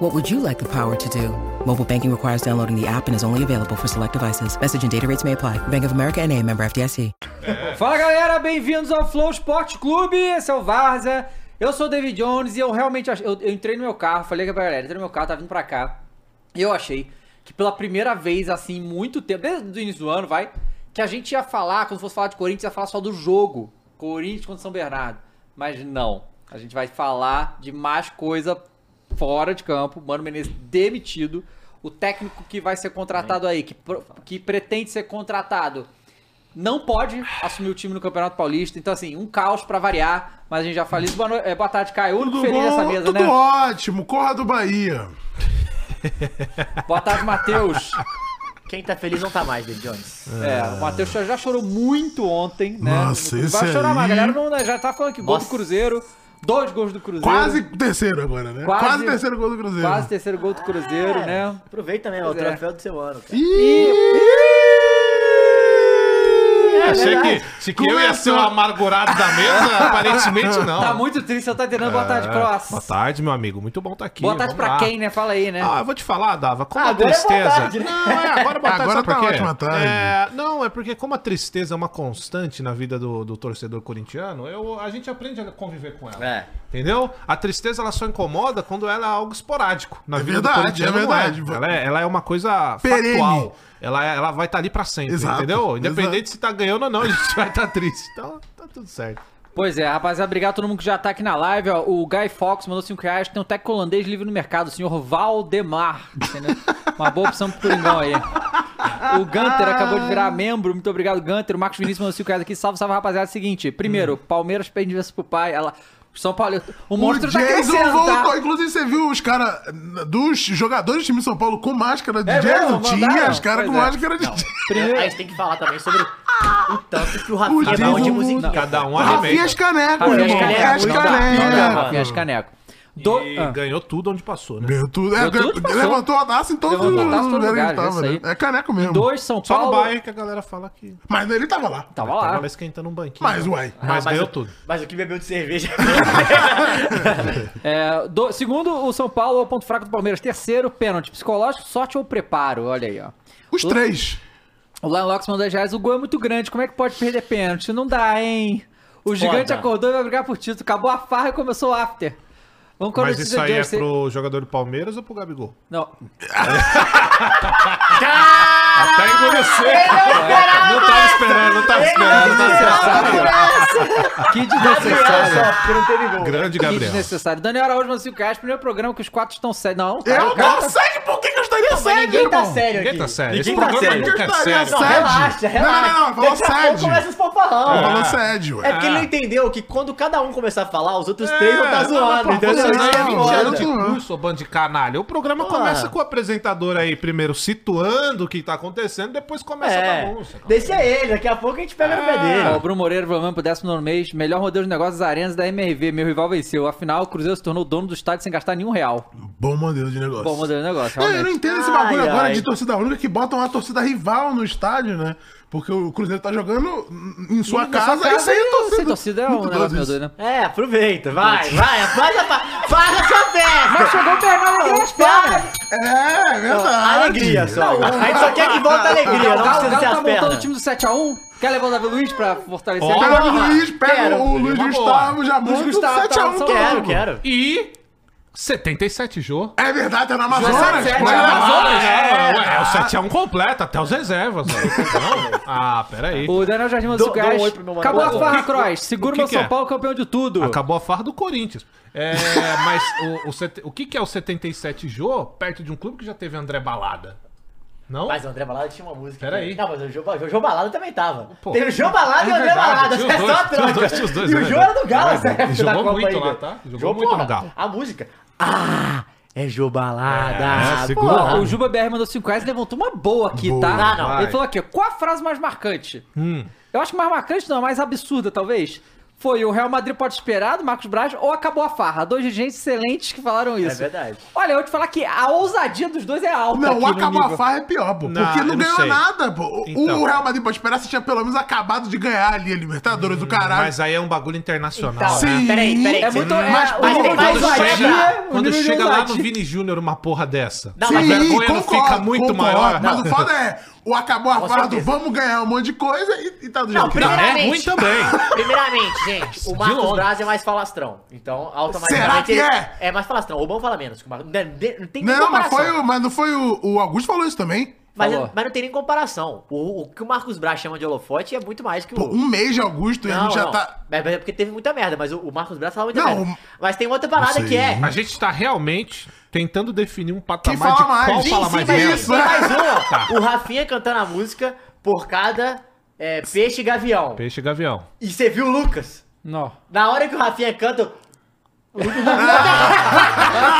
What would you like the power to do? Mobile banking requires downloading the app and is only available for select devices. Message and data rates may apply. Bank of America and a member FDIC. Fala galera, bem-vindos ao Flow Sport Clube, esse é o Varza. Eu sou o David Jones e eu realmente achei, eu, eu entrei no meu carro, falei pra galera, entrei no meu carro, tá vindo pra cá. E eu achei que pela primeira vez, assim, muito tempo, desde o início do ano, vai, que a gente ia falar, quando fosse falar de Corinthians, ia falar só do jogo. Corinthians contra São Bernardo. Mas não. A gente vai falar de mais coisa fora de campo. Mano Menezes demitido. O técnico que vai ser contratado aí, que, pro- que pretende ser contratado não pode assumir o time no Campeonato Paulista. Então, assim, um caos pra variar, mas a gente já falou isso. Boa, no- eh, boa tarde, Caio. O único Tudo feliz nessa bom? mesa, Tudo né? ótimo. Corra do Bahia. Boa tarde, Matheus. Quem tá feliz não tá mais, David Jones. É, o Matheus já, já chorou muito ontem, né? Nossa, não vai esse chorar aí- mais. A galera não, né, já tá falando que gol do Nossa. Cruzeiro, dois gols do Cruzeiro. Quase terceiro agora, né? Quase- Quase, terceiro gol do Cruzeiro. Quase terceiro gol do Cruzeiro, né? Aproveita mesmo, é o Pois é. troféu do seu ano, cara. É, É Achei que, achei que eu ia ser o amargurado da mesa, aparentemente não. Tá muito triste, eu tá entendendo. Boa tarde, É, Cross. Boa tarde, meu amigo. Muito bom estar aqui. Boa tarde Vamos pra lá. quem, né? Fala aí, né? Ah, eu vou te falar, Dava, como a Agora é boa tristeza. tarde, né? Não, é agora é boa tarde, Agora sabe tá por quê? ótima tarde. É, não, é porque como a tristeza é uma constante na vida do, do torcedor corintiano, eu, a gente aprende a conviver com ela. É. Entendeu? A tristeza ela só incomoda quando ela é algo esporádico. Na É vida do verdade, corintiano é não verdade. Ela, é, ela é uma coisa Perene. factual. Ela, é- ela vai estar ali pra sempre, Exato, entendeu? Independente exato. se tá ganhando ou não, a gente vai estar triste. Então, tá tudo certo. Pois é, rapaziada, obrigado a todo mundo que já tá aqui na live. Ó. O Guy Fox mandou 5 reais. Tem um técnico holandês livre no mercado, o senhor Valdemar. Entendeu? Uma boa opção pro Coringão aí. O Gunter acabou de virar membro. Muito obrigado, Gunter. O Marcos Vinícius mandou 5 reais aqui. Salve, salve, rapaziada. Seguinte, primeiro, Palmeiras perde versus pro pai. Ela... São Paulo, o monstro o tá Jason crescendo, voltou. tá? Inclusive, você viu os caras dos jogadores do time de São Paulo com máscara de É Jason? mesmo? Tinha Mandaram? os caras com Pois é. máscara de Jason. Primeiro- Aí a gente tem que falar também sobre o tanto que o Rafinha dá Jason Wood. onde musiquinha. Cada um Rafinha arrebenta. Escaneco, Rafinha irmão. Escaneco, Rafinha não dá, não dá, Escaneco. Rafinha Escaneco. Do... E Ah. ganhou tudo onde passou, né? Ganhou tudo. É, Ganhou tudo, ganhou- passou. levantou a taça em todos os Levantou a taça em lugares todos os que ele lugares, tava. é né? isso aí. É caneco mesmo. Dois São Só no Paulo. Bayern que a galera fala que Mas ele tava lá. Tava lá. tava lá esquentando um banquinho. Mas, uai. Ah, mas ganhou o- tudo. Mas o que bebeu de cerveja. É, do- segundo, o São Paulo é o ponto fraco do Palmeiras. Terceiro, pênalti psicológico, sorte ou preparo? Olha aí, ó. Os três. O Lion Locks mandou 10 reais. O gol é muito grande. Como é que pode perder pênalti? Não dá, hein? O gigante acordou e vai brigar por título. Acabou a farra e começou o after. Vamos com a Mas notícia isso de aí é hoje. pro jogador do Palmeiras ou pro Gabigol? Não. Ah, Até é endurecer! Não tava esperando, não tava esperando. não tava Que desnecessário. Só, porque não teve esperando. gol. Grande Que Gabriel. desnecessário. Daniel Araújo mandou 5 reais. Primeiro programa que os quatro estão sérios. Não, cara, Eu o cara não tá- sei por que que eu estaria Mas cego, ninguém tá irmão. sério aqui. Ninguém tá sério. Esse Ninguém tá programa sério. nunca é sério. Não, Sede. relaxa, Não, não, relaxa. não, não, falou Daqui a pouco sede. começa os fofarrão. Tá É. falando sério, ué. porque ele não entendeu que quando cada um começar a falar, os outros três vão tá É, zoando, não, entendeu? não, Isso é não, foda. eu não- Ui, sou bando de canalha. O programa Porra. começa com o apresentador aí, primeiro situando o que tá acontecendo, depois começa a É, bagunça. deixa ele, daqui a pouco a gente pega no pé Ó, o dele. Bruno Moreira falando pro décimo nono mês, melhor modelo de negócios das arenas da MRV. Meu rival venceu. Afinal, o Cruzeiro se tornou dono do estádio sem gastar nenhum real. Bom modelo de negócio. Bom modelo de negócio, Não, É, eu não realmente. entendo esse bagulho Ai, agora ai. de torcida única que botam uma torcida rival no estádio, né? Porque o Cruzeiro tá jogando em sua Na casa, sua e sem torcida. Sem torcida é um Muito negócio doido meu isso. doido, né? É, aproveita, vai, vai, faz a, fa- faz a sua festa. Mas chegou o Bernardo aqui nas pernas. É, é verdade. Alegria só. A gente só quer que volte a alegria, O não Galo, o precisa Galo ser tá as montando o time do pernas. 7x1. Quer levar o Davi Luiz pra fortalecer? Ó. Pega o Porra, Luiz, pega quero, o Luiz uma Gustavo, já monta Gustavo, tá lá, 7x1 só todo Quero, mundo. quero. E 77 jogos. É verdade, tá na Amazonas. 17, Vai é lá. Amazonas. É, ué, é o 7x1 completo, até os reservas. né? Não? Ah, peraí. O Daniel Jardim mandou 5 Dou- dou um reais. oi pro meu Acabou a marido. farra, O que- Cross. o Segura que meu que São é? Paulo campeão de tudo. Acabou a farra do Corinthians. É, mas o, o, set- o que, que é o 77 Jô perto de um clube que já teve André Balada? Não? Mas o André Balada tinha uma música. Pera aí. Não, mas o Jô, o Jô Balada também tava. Pô. Tem o Jô Balada e o É André verdade, Balada. tinha Isso é só a troca. os dois, tinha os dois, tinha os dois, E é o Jô verdade. era do Galo, tá Ele certo? jogou da Copa muito ainda. lá, tá? Jogou Jô, muito no porra, Galo. A música. Ah! É jobalada. É, Pô, segura lá. O Juba BR mandou 5 reais e levantou uma boa aqui, Boa. Hum. tá? Ah, não. Ele falou aqui, ó, qual a frase mais marcante? Eu acho que mais marcante não, mais absurda talvez. Foi o Real Madrid pode esperar do Marcos Braz ou acabou a farra? Dois dirigentes excelentes que falaram isso. É verdade. Olha, eu vou te falar que a ousadia dos dois é alta. Não, aqui o no acabar a nível. farra é pior, pô. Não, porque eu não não ganhou sei. nada, pô. O- Então. O Real Madrid pode esperar se tinha pelo menos acabado de ganhar ali a Libertadores do caralho. Mas aí é um bagulho internacional, Então, né? Sim. peraí, peraí. É muito. É, Mas, o mas nível tem de mais Quando ousadia, chega, o quando nível de chega lá no ousadia. Vini Júnior uma porra dessa, Não, a mas- Ah, vergonha não fica concordo. muito maior. Mas o foda é, o acabou a Com farra do certeza. vamos ganhar um monte de coisa e, e tá do Não, jeito que tá. primeiro- é ruim Primeiramente. também. Primeiramente, gente, o De Marcos longe. Braz é mais falastrão. Então, automaticamente. Será que ele- é? É mais falastrão. O Obama fala menos. que o Marcos- Não, de- não tem nem Não, mas, comparação. foi, o- mas não foi o, o Augusto falou isso também. Mas, Falou. mas não tem nem comparação. O, o que o Marcos Braz chama de holofote é muito mais que o. Pô, um mês de Augusto e a Não, gente já não. tá... É é porque teve muita merda, mas o, o Marcos Braz fala muita Não, merda. o- Mas tem outra Não parada sei. que é. A gente tá realmente tentando definir um Quem patamar fala de mais? qual Sim, fala sim, mais mas merda. isso. é. Tem mais uma. Tá. O Rafinha cantando a música por cada é, peixe e gavião. Peixe Gavião. E você viu o Lucas? Não. Na hora que o Rafinha canta. eu-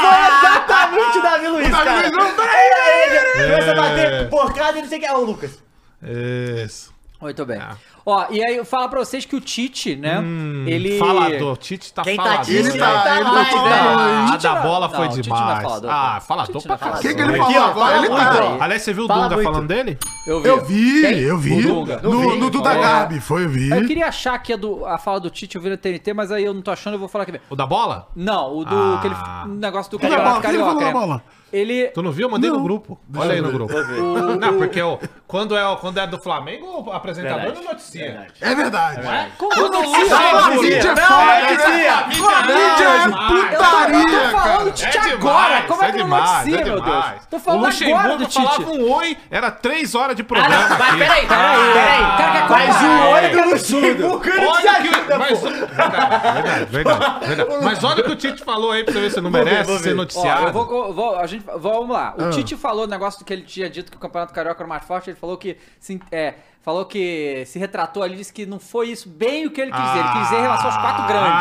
Foi exatamente o Davi Luiz, Davi cara. Luiz, não, peraí, Peraí, ele Começa a É. bater porcada e não sei o que. Ó, o Lucas. Isso. Muito bem. Ah. Ó, e aí eu falo pra vocês que o Tite, né? Hum, ele. Hum, Falador. Tite tá Quem tá falador. Tite tá- né? ele tá falador. Ah, a Tite da não- bola foi não, Tite não é demais. falador, ah, pô. falador Tite não pra é falador. caralho. O que, que ele falou Aqui, ó, agora? fala Ele muito, tá... ó. Aliás, você viu o Fala Duda muito. falando dele? Eu vi. Eu Quem? vi, eu vi. Dunga. No, no Duda Falou. Garbi, foi, eu vi. É Eu queria achar aqui a, do- a fala do Tite, eu vi na TNT, mas aí eu não tô achando, eu vou falar aqui mesmo. O da bola? Não, o do Ah. aquele f- negócio do Que é da bola? Quem falou da bola? Ele. Tu não viu? Eu mandei no grupo. Olha aí no grupo. O- Não, o- porque o, quando, é, o- quando é do Flamengo, o apresentador não noticia. É verdade. Como eu não Quando sei? sai, A Não, mídia é não, foda, não, né? não, A não, mídia é não, Eu tô- então putaria, eu tô falando do cara. Tite agora! Como é que não noticia, meu Deus? Tô o falando agora do Luxemburgo falava Tite. um oi, era três horas de Ah, programa. não, mas aqui. peraí, peraí, Ah, peraí. cara quer mas comparar, o é. olho do Luxemburgo ele te Olha que... ajuda, mas, pô. verdade, verdade, verdade, verdade. Mas olha o que o Tite falou aí pra você ver se não Vou ver, merece vou ser ver. noticiado. Ó, eu vou, co- vou- a gente, vamos lá. O Tite falou o negócio do que ele tinha dito que o Campeonato Carioca era mais forte. Ele falou que se, é, falou que se retratou ali, disse que não foi isso bem o que ele quis dizer. Ele quis dizer em relação aos quatro grandes.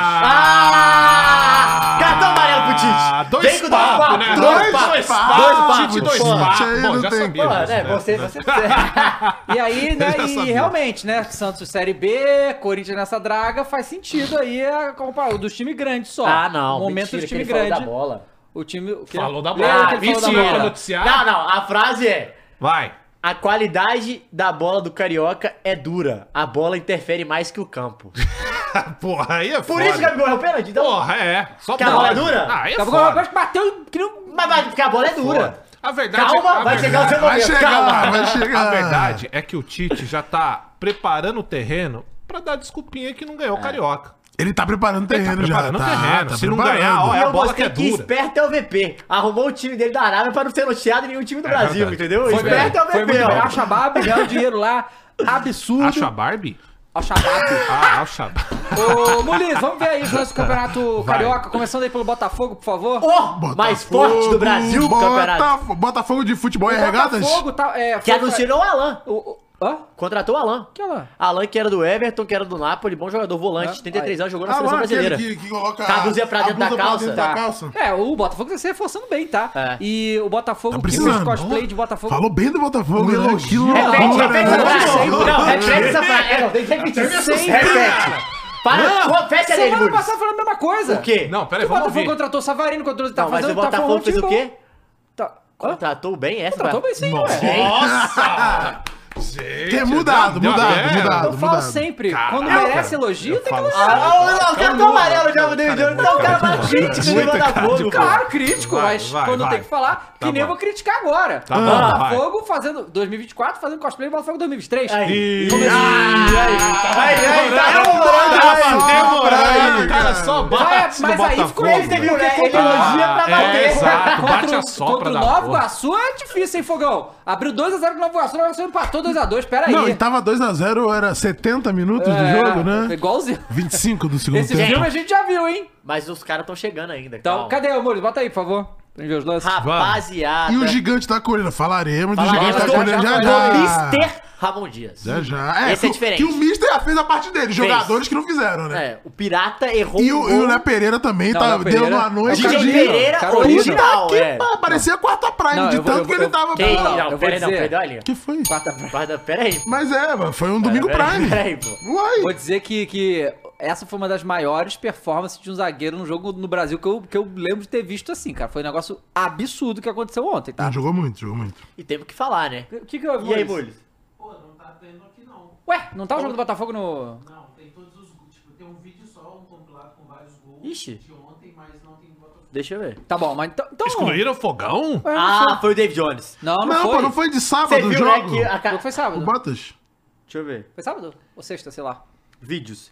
Ah! Cartão amarelo pro Ah, Tite. dois o papos, né? Dois Dois papos. papos. Dois Tite, papos. dois pô. papos. Isso aí Bom, não já tem sabia Pô, É, disso, né? né? Você, você... E aí, né, Eu já e sabia. realmente, né, Santos Série B, Corinthians nessa draga, faz sentido aí a comparação dos times grandes só. O momento Ah, mentira, do que time ele falou grande. Da bola. O time... O quê? Falou da Lembra bola. que ele falou da Mentira. bola? noticiar? Não, não, a frase é... Vai. A qualidade da bola do Carioca é dura. A bola interfere mais que o campo. Porra, aí é Por foda. isso, Gabigol, é o pênalti? Então, Porra, é. Só Que a bola é dura? Ah, aí é Gabigol foda. Roberto bateu um que não... mas, mas porque a bola é dura. A verdade é- Calma, a vai verdade- chegar o seu Vai momento. chegar, Calma. vai chegar. A verdade é que o Tite já tá preparando o terreno pra dar desculpinha que não ganhou o É. Carioca. Ele tá preparando o Ele tá terreno já. preparando o tá, terreno. tá Se não preparando. ganhar, ó, E É a eu bola mostrei que é que dura. esperto é o VP. Arrumou o time dele da Arábia pra não ser noteado em nenhum time do Brasil, verdade. entendeu? Foi esperto então né, é o VP, Foi ó. a Shabab, ganhou dinheiro lá, absurdo. Acho a Barbie? Al Shabab. Ah, acho a Ô, Muliz, vamos ver aí os lances do Campeonato Vai. Carioca, começando aí pelo Botafogo, por favor. O mais forte do Brasil, campeonato. Botafogo, Botafogo de futebol e regatas? Botafogo tá, é, Que foi- anunciou o Alan. O- o- Hã? Contratou o Alan. é Que Alan? Alan, que era do Everton, que era do Napoli, bom jogador volante, 33 anos, jogou na Ah, seleção lá, aquele brasileira. que, que coloca Tá a blusa pra dentro da blusa pra calça. dentro da calça. É, o Botafogo tá se reforçando bem, tá? É. E o Botafogo, Tá que os precisando. cosplay de Botafogo... Falou bem do Botafogo, né? Que Repete, loucura, repete né? essa frase. loucura. Não, repete essa frase. É, não, tem que repetir. Sempre. Repete. Para, pô, fecha ali, Semana Edmundo. passada falando a mesma coisa. O quê? Não, Que peraí, o vamos Botafogo ouvir. contratou o Savarino, contratou... Tá Não, mas o fazendo... tá Botafogo formando fez o time bom. quê? Tá... Hã? Contratou bem essa, Contratou pra- bem sim, ué. Nossa! Gente, Tem mudado, deu a mudado, merda. mudado. Eu falo mudado. sempre, Caraca. quando merece elogio, Eu tem que falo elogiar. Ah, o cartão amarelo já mudei de olho. Não, o cara mais crítico do Botafogo. Claro, crítico, Vai, mas vai, quando vai. tem que falar, Tá que nem eu bom. vou criticar agora. Tá bom, Botafogo fazendo 2024, fazendo cosplay do Botafogo 2023. Aí. E... Aí, aí, tá demorando, demorando, tava aí. demorando. Aí, O cara cara. só Vai, bate mas no aí ficou Botafogo. ele, teve né? Ele elogia pra É, bater. exato, bate Contra, a o- sopra contra o da Nova porra. Iguaçu é difícil, hein, Fogão? Abriu 2x0 com o Nova Iguaçu, o Nova Iguaçu empatou 2x2, peraí. Não, tá e tava 2x0, era 70 minutos do É, jogo, né? Igualzinho. 25 do segundo Esse tempo. é filme a gente já viu, hein? Mas os caras estão chegando ainda. Então, calma. cadê o Mules? Bota aí, por favor. Pra gente ver os lances. Rapaziada. tá E o gigante da colina, né? falaremos do né? Falaremos gigante da do- colina já do já. Mr. Ramon Dias. Já, já. Esse é que- diferente. Que o Mister já fez a parte dele, jogadores que não fizeram, né? É, o Pirata errou E um o, e gol. o Léo Pereira também Não, tá, Léo Pereira- deu numa noite. É o DJ Carolina. Pereira Carolina. original, que é. pá, parecia a quarta prime Não, de eu vou- tanto eu que vou- ele tava. Quem? Não, Não, eu vou peraí, não, dizer. peraí, olha. que foi? Quarta pra- Guarda, peraí. Mas é, mano, foi um domingo prime. Peraí, pô. Vou Uai. dizer que, que essa foi uma das maiores performances de um zagueiro no jogo no Brasil que eu, que eu lembro de ter visto assim, cara. Foi um negócio absurdo que aconteceu ontem, tá? Ah, jogou muito, jogou muito. E temos que falar, né? Tá. O que que eu E aí, Mules? Pô, não tá tendo aqui não. Ué, não tá o jogo do Botafogo no... Não, tem todos os. gols. Tipo, tem um vídeo só, um compilado com vários gols Ixi. de ontem, mas não tem Botafogo. Deixa eu ver. Tá bom, mas então... então... Excluíram o fogão? Ué, não, Ah, foi o David Jones. não, não, Não, foi. pô, não foi de Você sábado o viu, né, jogo. que a O ca- jogo foi O sábado. Botas? Deixa eu ver. Foi sábado? Ou sexta, sei lá. Vídeos.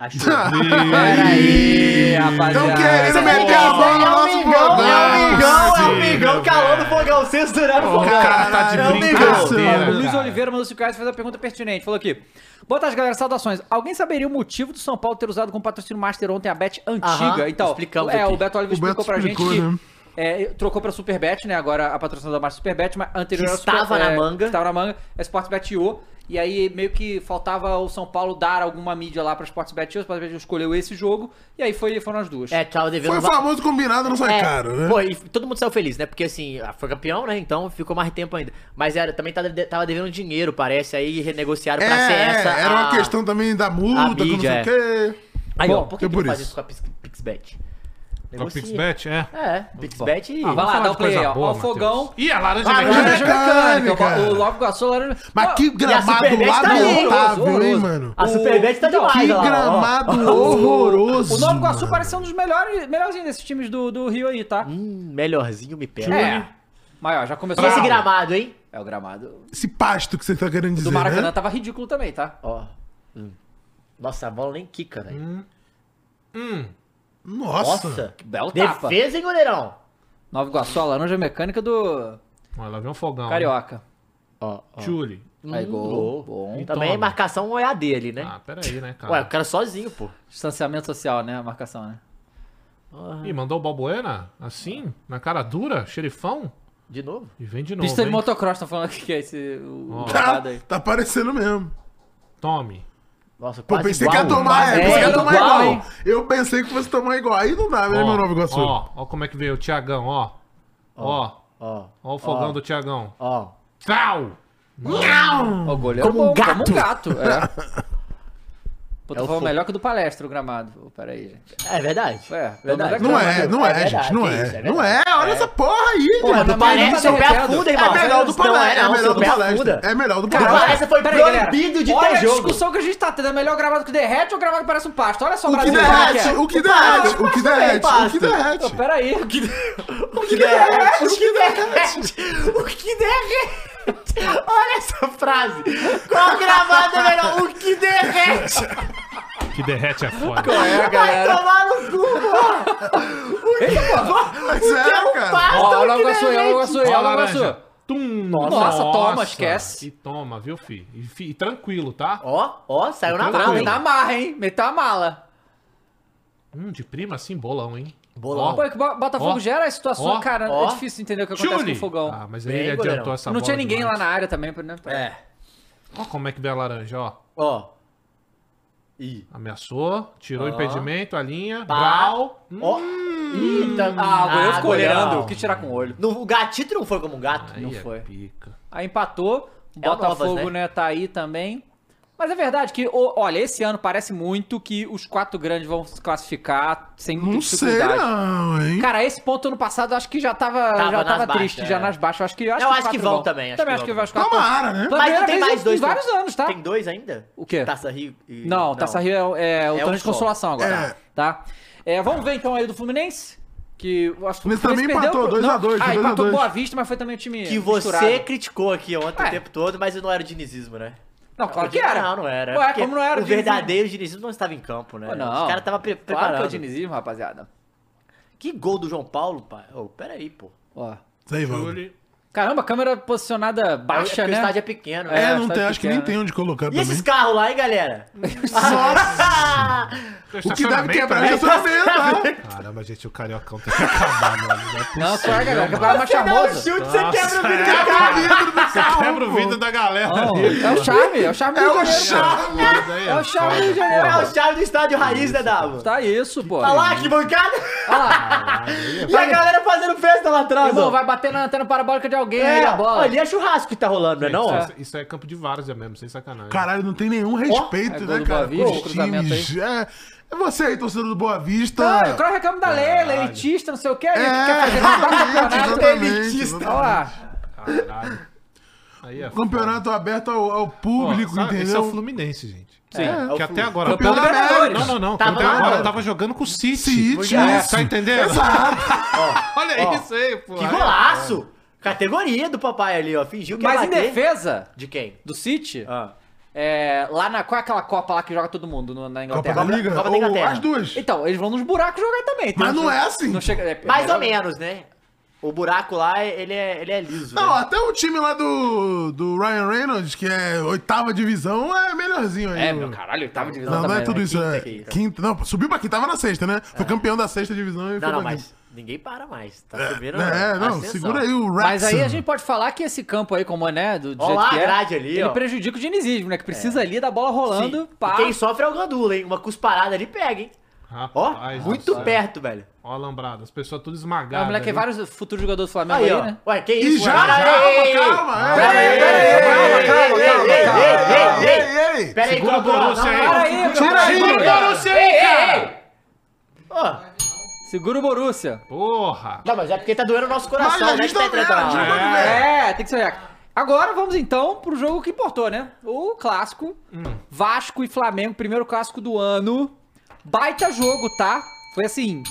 Achei. Peraí, rapaziada. Estão querendo meter a É bola no o nosso Mingão, é o Mingão, é o Sim, Mingão meu calando o fogão, censurando o O fogão. cara tá de É o brincadeira. O cara. Luiz Oliveira mandou 5 reais e fez a pergunta pertinente. Falou aqui. Boa tarde, galera. Saudações. Alguém saberia o motivo do São Paulo ter usado como patrocínio master ontem a bet antiga? Aham, então, explicamos é, aqui. o Beto Oliveira O Beto explicou pra gente explicou, que né? é, trocou pra Superbet, né? Agora a patrocinadora da marca Superbet, mas anterior Que era Super- estava na é, manga. Estava na manga, a Sportsbet IO. E aí meio que faltava o São Paulo dar alguma mídia lá pra Sportsbet IO. A Sportsbet IO escolheu esse jogo e aí foi, foram as duas. É, tava devendo Foi o va- famoso combinado, não sai É, caro, né? Pô, e todo mundo saiu feliz, né? Porque assim, ah, foi campeão, né? Então ficou mais tempo ainda. Mas era, também tava, de- tava devendo dinheiro, parece, aí renegociaram É, pra ser essa. é, era uma a- questão também da multa, que não mídia, sei é. o quê. Aí, Bom, ó, por que é tu por não faz isso. isso com a Pix- Pixbet? Com a Negocia. Pixbet, é. É, Pixbet e. Ah, vai Vamos lá, falar dá o de play aí, coisa ó. boa, Ó, o fogão. Matheus. Ih, a laranja Laranja mecânica. Laranja mecânica. mecânica. é O Lopes Garçom, laranja... Mas que gramado Superbet tá lamentável, horroroso, hein, horroroso. mano? a o- Superbet tá então, demais, Que olha lá, ó. gramado O horroroso. Novo Iguaçu mano. parece ser um dos melhores, melhorzinhos desses times do, do Rio aí, tá? Hum, melhorzinho me pega. É. Mas ó, já começou E esse gramado, hein? É o gramado. Esse pasto que você tá querendo dizer, Do Maracanã né? tava ridículo também, tá? Ó. Hum. Nossa, a bola nem quica, velho. Nossa. Nossa. Que belo tapa. Defesa, hein, goleirão? Nova Iguaçu, a laranja mecânica do Olha, lá vem um fogão. Carioca. Ó, ó. Julie. Aí, Hum, gol. tá. Bom. Então, Também é mano. marcação OEAD ali, né? Ah, peraí, né, cara? Ué, o cara sozinho, pô. Distanciamento social, né? A marcação, né? Ih, mandou o Balbuena? Assim? Na cara dura? Xerifão? De novo? E vem de novo, Pista de hein? motocross, tá falando que é esse. O, o Tá, gramado aí. tá parecendo mesmo. Tome. Nossa, Pô, quase pensei igual. que ia tomar, Quase é, pensei que ia igual, tomar igual, igual. hein? Eu pensei que fosse tomar igual. Aí não dá, né, meu Novo Iguaçu? Ó, ó como é que veio o Tiagão, ó. Ó, É, Ó, ó o fogão Ó. do Tiagão. ó. Tau! Ó, O goleiro Como um bom, como gato. um gato. É. Pô, É tu o falou fo- melhor que o do palestra, o gramado. Pô, Peraí, gente. É verdade. É, verdade. Não é, não é, gente, não isso, é. verdade. Não é, olha essa porra aí, Porra, mano. não parece, seu pé Palestra, afunda, é irmão. É melhor do Não, palestra, é não, melhor seu do pé afunda. palestra. É melhor do Caralho, palestra. essa foi Peraí, galera. proibido de Olha ter a jogo. discussão que a gente tá tendo. É melhor gramado que derrete ou gramado que parece um pasto? Olha só, O que Brasil, como é que derrete, é? o que derrete, o que derrete, o que pasta. derrete. Pô, Peraí. O que é derrete, o que derrete, o que derrete. Olha essa frase. Qual gravada é melhor? O que derrete. Que derrete é foda. É, Vai galera. tomar no cu, mano. O que Mas é, é um cara. pasto? Ó, o logo que a sua, logo a derrete. sua, Ó a logo a laranja. sua. Tum! Nossa, toma, esquece. E toma, viu, fi? E, fi- e tranquilo, tá? Ó, ó, saiu na Tranquilo. mala, hein? Na marra, Ah, hein? Meteu a mala. Hum, de prima assim, bolão, hein? Bolão. Pô, é que o Bo- Botafogo Ó. gera as situações, Ó. cara. Ó. É difícil entender o que acontece Julie! com o fogão. Ah, mas Bem, ele adiantou goleirão. essa não bola é tinha ninguém demais. lá na área também, né? É, Ó como é que veio a laranja, ó. ó. Ih. Ameaçou, tirou o Ó. impedimento, a linha, Pá. brau. Ó. Eita, Hum. Ah, o goleiro ficou olhando. goleirão. Quis tirar com o olho. No, o gatito não foi como um gato? Aí Não é foi. pica. Aí empatou. O É o Novas, Botafogo, né? né? tá aí também. Mas é verdade que, o- olha, esse ano parece muito que os quatro grandes vão se classificar sem muita Não sei dificuldade. não, hein. Cara, esse ponto ano passado eu acho que já tava, Tava já tava nas triste, baixas, já é. nas baixas. Eu acho que, Eu acho que vão também, acho Também que acho que vão. vai os quatro. Tomara, né? Pela Mas primeira não tem vez mais em dois. vários também. anos, tá? Tem dois ainda? O quê? Taça Rio e... Não, Taça Rio é, é o É torneio um de só. consolação agora, É. tá? É, vamos ver então aí do Fluminense, que eu acho que Fluminense também empatou, pro- dois não, a dois, Ah, foi dois a empatou com dois. Boa Vista, mas foi também o time Que é misturado. você criticou aqui ontem Ué. o tempo todo, mas não era o dinizismo, né? Não, claro que era. Não, não era. Ué, porque como não era O dinizismo? verdadeiro dinizismo não estava em campo, né? Pô, não. Os caras estavam pre Claro que é o preparando. dinizismo, rapaziada. que gol do João Paulo, pai? Ô, peraí, pô. Ó. Isso aí, Valdo. Júlio. Caramba, câmera posicionada baixa, é porque né? o estádio é pequeno. É, né? acho não que tem, tá acho que nem pequeno. tem onde colocar E também. esses carros lá, hein, galera? é Nossa! O que deve quebrar é estacionamento, Caramba, gente, o cariocão tem que acabar, mano. Não é Não, possível, claro, galera, mano. câmera mais Você dá um charmosa. chute, você quebra o vidro é. da cara. Você quebra o vidro da galera Não, ali. É o charme, é o charme do É Rio o de Janeiro, charme. pô. É o chave do Rio de Janeiro. É o chave do estádio raiz, né, Davo? Tá isso, Ah, pô. Olha lá, que bancada! Olha lá. E a galera fazendo festa lá atrás, Irmão, ó. Tá vai bater na antena parabólica de alguém aí É, a bola. ó, ali é churrasco que tá rolando, não é não? Isso, isso é campo de várzea mesmo, sem sacanagem. Caralho, não tem nenhum respeito, é gol né, do Boa cara? Vista, com os cruzamento times. É, é você aí, torcedor do Boa Não, Vista. o Cross reclama da Leila, elitista, não sei o que, ele É. quer fazer exatamente, campeonato exatamente, elitista. exatamente. Olha lá. Caralho. Aí é O Campeonato aberto ao, ao foda. público, Ó, sabe, Esse é o entendeu? Fluminense, gente. Sim. é. É que até agora. Campeão da Libertadores. Não, não, não. Tava até lá, agora né? tava jogando com o City. City. É, tá entendendo? Olha Ó, isso aí, pô. Que Aí, golaço! Categoria do papai ali, ó. Fingiu que ia Mas em bater. defesa De quem? do City, Ah. é, lá na. Qual é aquela Copa lá que joga todo mundo no- na Copa Inglaterra? da Liga. Copa da Ou Inglaterra. as duas. Então, eles vão nos buracos jogar também. Mas Então, não é assim. Não chega, é- Mais é- ou menos, né? O buraco lá, ele é, ele é liso. Não, né? até o time lá do, do Ryan Reynolds, que é oitava divisão, é melhorzinho aí. É, meu caralho, oitava divisão Não, não também, é tudo né? isso, Quinta é. que isso. Quinta, não, subiu pra quinta, tava na sexta, né? Foi campeão da sexta divisão e foi Não, não, é pra mas quinta. ninguém para mais. Tá subindo. É, não, ascensão. segura aí o Ratson. Mas aí a gente pode falar que esse campo aí, como é, né? Do, do Ó jeito lá, que a é, grade ali, ele ó. prejudica o dinizismo, né? Que É. precisa ali da bola Sim. rolando, pá. E Quem sofre é o Gandula, hein? Uma cusparada ali pega, hein? Ó, Rapaz, muito nossa, perto, velho. Ó, a alambrada, as pessoas tudo Ah, esmagadas. moleque, é ali. vários futuros jogadores do Flamengo Aí, aí, ó. né? Ué, que Ih, isso? já, Ué, ei, ei, calma, calma, ei, é. ei, ei, ei, ei, ei, ei, ei, ei. Pera aí, Segura o Gandula, Borussia não, aí. não, Para aí, Tira aí, Borussia. Borussia. Ó, Segura o Borussia. Porra! Não, mas é porque tá doendo o nosso Mas a coração, né? gente Que tá tá vendo, a entrando gente lá. pode ver. É, tem que ser. Agora vamos então pro jogo que importou, né? O clássico. Vasco e Flamengo, primeiro clássico do ano. Baita jogo, tá? Foi assim.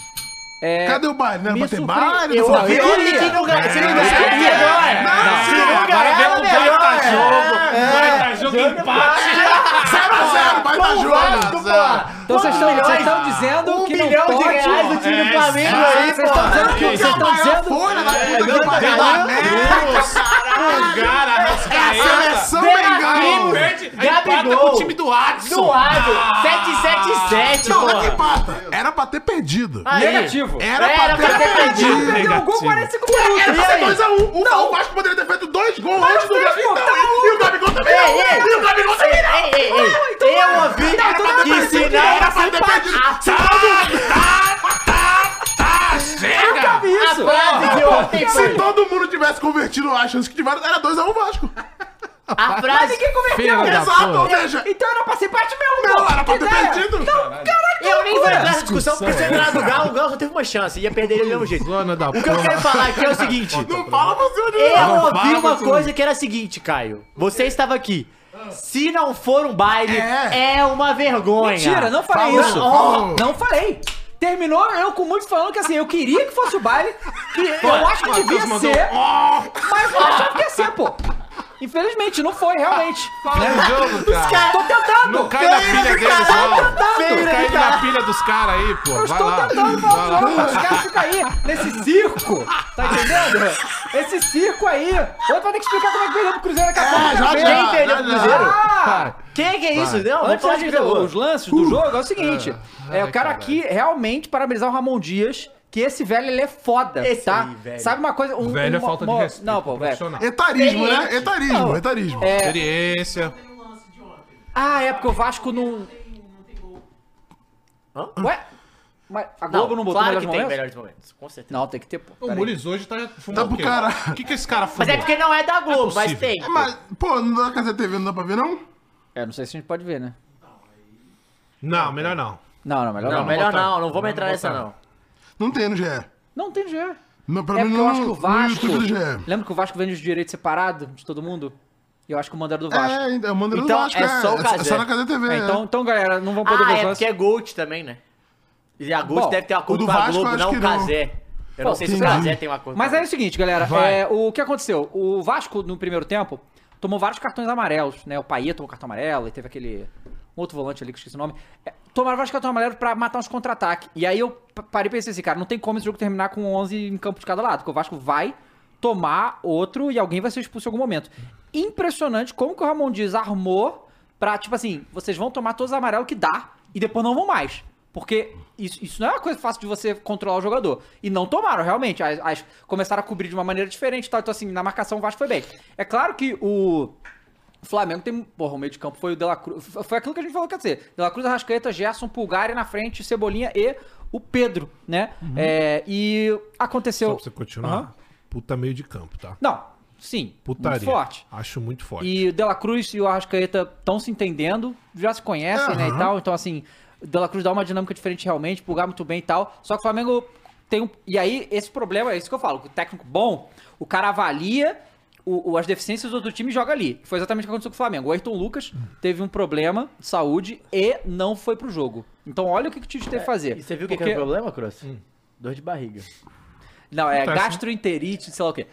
É, Cadê o baile? Não era me pra ter surpre- baile? Eu Não é ouvi sei o quê. ele que não ganha. Se não ganhar, É. melhor. tá Se não Agora vem ganhar, com baita é. melhor. jogo! Baita jogo empate! 0x0, vai pra jogo. Então vocês estão vocês estão dizendo um que não milhão de pode- Ah, reais do time do É, Flamengo exato. aí, Vocês estão dizendo que Isso é tá vocês o estão dizendo. Folha da É, puta que pariu. É, Caralho! Cara, É. Arrascaeta! Seleção Vera Mengão. Cruz. Perde, Gabigol. empata com o time do Adson! do lado, 777, Não, não é que pô. empata. Era pra ter perdido. Aí. Negativo. Era Ah, é, Era pra pra ter ter perdido. perdido. Perdeu o gol 45 Negativo. minutos. Era pra E aí? ser 2x1. O Vasco poderia ter feito dois gols antes do fez, Gabigol. pô, Então, tá um. E o Gabigol também. Ei, ei. E o Gabigol Ei, também. ei, ei, ei. então Eu ouvi que se não Era era pra ter perdido. Nunca vi a isso. frase de ontem Se foi... todo mundo tivesse convertido a chance que tiveram, era 2x1 Vasco. A frase... Ninguém Filho converteu. da Exato, porra. ou É. seja, Então era pra ser parte mesmo. não pô. era pra ter Ideia. perdido. Então, Eu nem vou loucura. entrar nessa discussão, porque se eu entrar no Galo, o Galo só teve uma chance. Ia perder ele do mesmo jeito. Zona da O que eu porra. quero falar aqui é o seguinte. Não fala você onde Eu não. ouvi fala, uma Matheus. coisa que era a seguinte, Caio. Você estava aqui. Se não for um baile, é, É. uma vergonha. Mentira, não falei Falou, isso. falou. Não falei. Terminou eu com muitos falando que assim, eu queria que fosse o baile, que eu acho que devia Matheus mandou, um ser, mas eu achava que ia ser, pô. Infelizmente, não foi, realmente. Fala do jogo, cara! Tô tentando. Não cai na pilha deles, tá não! Feira de Não cai caralho. na pilha dos caras aí, pô! Eu Vai estou lá! tentando Vai falar lá! o jogo, os caras ficam aí nesse circo, tá entendendo? Esse circo aí. Outro vai ter que explicar como é que perdeu pro Cruzeiro daqui a pouco. já, também. já. Quem perdeu pro Cruzeiro? Ah! Quem que é isso? Não, vamos Antes falar da de gente Uh! ver Cruzeiro. os lances do jogo, é o seguinte. é, eu Ah, ai, quero caralho. aqui realmente parabenizar o Ramon Dias, que esse velho ele é foda, Esse tá? aí, velho. Sabe uma coisa? Um, Velho é uma- falta de uma- respeito. Não, pô, velho. profissional. Etarismo, né? Etarismo, etarismo. É. Experiência. Ah, é porque o Vasco não. Hã? Ué? Mas a Globo não, botou claro melhores que tem momentos? melhores momentos, com certeza. Não, tem que ter, pô. O peraí. Muniz hoje tá fumando Tá pro o quê? caralho. O que que esse cara fumou? Mas é porque não é da Globo, mas possível. tem. É, Mas, pô, na Casa TV não dá pra ver, não? É, não sei se a gente pode ver, né? Não, melhor não. Não, não, melhor Não, é não. Não, melhor botar. não, não vamos Não entrar nessa botar. não. Não tem no GE. tem jeito. Não, pelo É menos porque eu não acho que o no Vasco. YouTube do GE. Lembra que o Vasco vende os direitos separados de todo mundo? E eu acho que o mandaram do Vasco. É, então, manda no Então, Vasco, é só o é, é Cazé. só na Casa TV. É, é. então, então, galera, não vão poder Ah, ver os é lances. porque é Gold também, né? E a Gold Bom, deve ter uma o acordo do com a Vasco, Globo, acho não que o não. Cazé. Eu não Bom, sei se o entendi. Cazé tem uma acordo. Mas com a é o seguinte, galera. Vai. é, o que aconteceu? O Vasco, no primeiro tempo, tomou vários cartões amarelos, né? O Paia tomou cartão amarelo e teve aquele. um outro volante ali que eu esqueci o nome. É, tomaram vários cartões amarelos pra matar uns contra-ataques. E aí eu p- parei e pensei assim, cara, não tem como esse jogo terminar com 11 em campo de cada lado, porque o Vasco vai tomar outro e alguém vai ser expulso em algum momento. Impressionante como que o Ramon Dias armou pra, tipo assim, vocês vão tomar todos os amarelos que dá e depois não vão mais. Porque isso, isso não é uma coisa fácil de você controlar o jogador. E não tomaram, realmente. As, as- começaram a cobrir de uma maneira diferente e tal. Então, assim, na marcação o Vasco foi bem. É claro que o Flamengo tem. Porra, o meio de campo foi o De La Cruz. Foi aquilo que a gente falou, quer dizer. De La Cruz, Arrascaeta, Gerson, Pulgari na frente, Cebolinha e o Pedro, né? É, e Uhum. Só aconteceu. pra você continuar. Aham. Puta meio de campo, tá? Não, sim. Putaria. Muito forte. Acho muito forte. E o De La Cruz e o Arrascaeta estão se entendendo, já se conhecem, né, e tal. Então, assim, o De La Cruz dá uma dinâmica diferente realmente, pulgar muito bem e tal. Só que o Flamengo tem um... E aí, esse problema, é isso que eu falo, que o técnico bom, o cara avalia o- o- as deficiências do outro time e joga ali. Foi exatamente o que aconteceu com o Flamengo. O Ayrton Lucas teve um problema de saúde e não foi pro jogo. Então, olha o que, que o Tite teve que fazer. É, E você viu o que, que Porque- era o problema, Cross? Hum. Dor de barriga. Não, é Acontece, né? gastroenterite, sei lá o quê.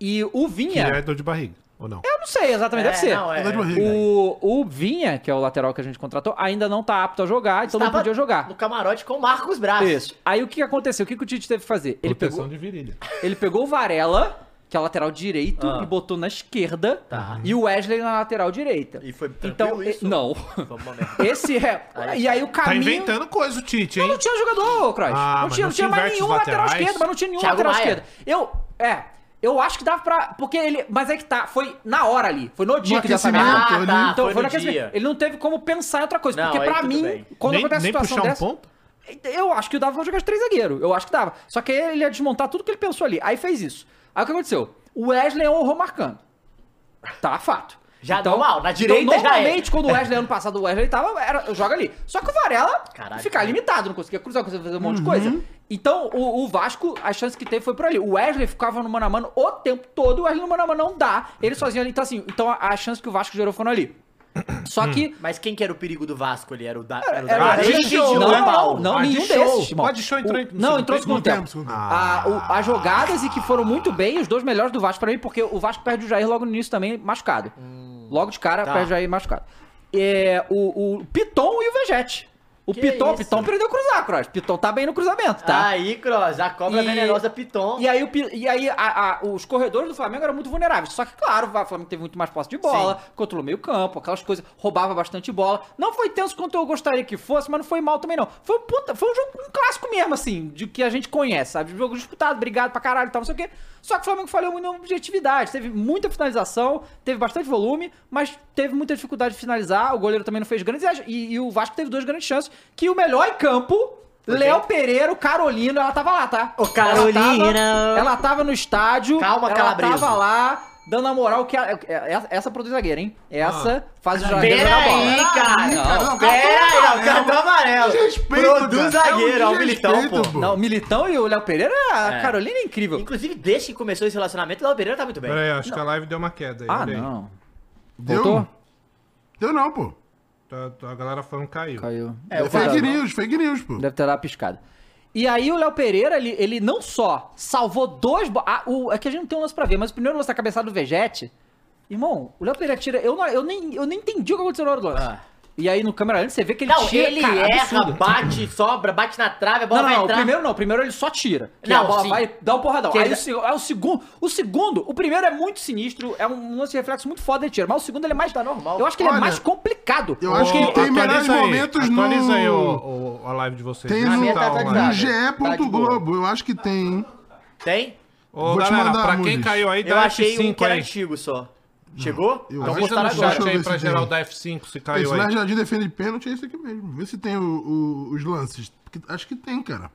E o Que Vinha... é dor de barriga, ou não? Eu não sei exatamente, deve ser. Não, é. Dor de barriga. O, o Vinha, que é o lateral que a gente contratou, ainda não tá apto a jogar, então não Tava podia jogar. No camarote com o Marcos Braz. Isso. Aí o que que aconteceu? O que, que o Tite teve que fazer? Ele Proteção pegou, de virilha. ele pegou o Varela, que é o lateral direito, e botou na esquerda, e o Wesley na lateral direita. E foi Então, tranquilo e- isso? não. Foi uma merda. Esse é. E aí o Tá caminho. inventando coisa o Tite, hein? Não tinha jogador, Cross. Ah, não mas tinha, não não tinha se mais inverte nenhum os lateral laterais? esquerdo, mas não tinha nenhum Thiago lateral Maia. esquerdo. Eu. É. Eu acho que dava pra. Porque ele. Mas é que tá. Foi na hora ali. Foi no dia No que deu essa aquecimento, merda. Ah, tá, Então, foi foi, no no aquecimento. dia. Ele não teve como pensar em outra coisa. Não, porque aí pra tudo mim, bem. quando nem, acontece nem uma puxar situação dessa. um ponto? Eu acho que dava pra jogar de três zagueiro. Eu acho que dava. Só que aí ele ia desmontar tudo que ele pensou ali. Aí fez isso. Aí o que aconteceu? O Wesley é um honrou marcando. Tá, fato. então, Já normal, na direita já é. normalmente, quando o Wesley, ano passado, o Wesley tava, era, joga ali. Só que o Varela Caralho. ficava limitado, não conseguia cruzar, conseguia fazer um monte de coisa. Então, o, o Vasco, a chance que teve foi por ali. O Wesley ficava no mano a mano o tempo todo, o Wesley no mano a mano não dá. Ele sozinho ali, então assim, então a, a chance que o Vasco gerou foi ali. Só que... Mas quem que era o perigo do Vasco ali? Era o da. Era, o Era- da- era- Varela e não, Diogo, né, não, Paulo? não, Varela e nenhum Show. desses, irmão. Varela e Show entrou em- O- Não, entrou no segundo segundo tempo. tempo, segundo tempo. Ah, o- as jogadas e que foram muito bem, os dois melhores do Vasco pra mim, porque o Vasco perde o Jair logo no início também, machucado. Logo de cara, Tá. perde o Jair machucado. É, o, o Piton e o Vegete. O Que Piton, o isso? Ah, Piton aprendeu a cruzar, Cross. Piton tá bem no cruzamento, tá? Aí, Cross, a cobra E- venenosa Piton. E aí, o Pi- e aí a- a- os corredores do Flamengo eram muito vulneráveis. Só que, claro, o Flamengo teve muito mais posse de bola, controlou meio campo, aquelas coisas, roubava bastante bola. Não foi tenso quanto eu gostaria que fosse, mas não foi mal também, não. Foi um, puta- foi um jogo um clássico mesmo, assim, de que a gente conhece, sabe? Um Jogo disputado, brigado pra caralho e tal, não sei o quê. Só que o Flamengo falhou muito na objetividade. Teve muita finalização, teve bastante volume, mas teve muita dificuldade de finalizar. O goleiro também não fez grandes. e a- E, e o Vasco teve duas grandes chances. Que o melhor em campo. Léo Pereira, o Carolina, ela tava lá, tá? Ô, Carolina! Ela tava, ela tava no estádio. Calma, ela Calabresa. tava lá, dando a moral que. a- é- é- essa produz zagueira, hein? Ah. Essa faz o zagueiro Pera jogar bola. aí, ah, cara. Não, Pera aí, ó, cartão cartão amarelo. Desrespeito, Produz cara. É um zagueiro, ó, o militão, pô. desrespeito, pô. Não, o Militão e o Léo Pereira, a É. Carolina é incrível. Inclusive, desde que começou esse relacionamento, o Léo Pereira tá muito bem. Pera É. aí, acho que a live deu uma queda aí. Ah, olha aí. não. Deu? Voltou? Deu não, pô. Tá- tá- a galera falando caiu. Caiu. É, o fake Varela. news, fake news, pô. Deve ter dado uma piscada. E aí o Léo Pereira, ele, ele não só salvou dois... bo- Ah, o, é que a gente não tem um lance pra ver, mas o primeiro lance da cabeçada do Vegete... Irmão, o Léo Pereira tira... Eu, não, eu, nem, eu nem entendi o que aconteceu na hora do lance. Ah. E aí no câmera lenta você vê que ele Não, tira, ele cara, erra, absurdo. bate, sobra, bate na trave, a bola Não, não, vai não, o entrar. primeiro não, o primeiro ele só tira. Que Não, a bola sim. vai dar um porradão. Que Aí ele- o, se- é o segundo, o segundo, o primeiro é muito sinistro, é um lance de reflexo muito foda de tiro, mas o segundo ele é mais Tá normal. Eu acho que ele é Olha, mais complicado. eu acho que ele tem Atualiza melhores aí, momentos no- Atualiza aí o- o- a live de vocês. Tem Como no, minha tá online? atualizada. no ge.globo, eu acho que tem, hein? Tem? Ô, Vou te galera, mandar, pra quem Mudes. caiu aí, Eu dá achei um F5 que era aí. antigo só. Chegou? Eu então acho vou que botar Bota no Deixa eu chat agora. ver aí se pra tem. geral da F5 se caiu Esse Tá aí. Jardim defende pênalti, é esse aqui mesmo. Vê se tem o- o- os lances. Porque acho que tem, cara.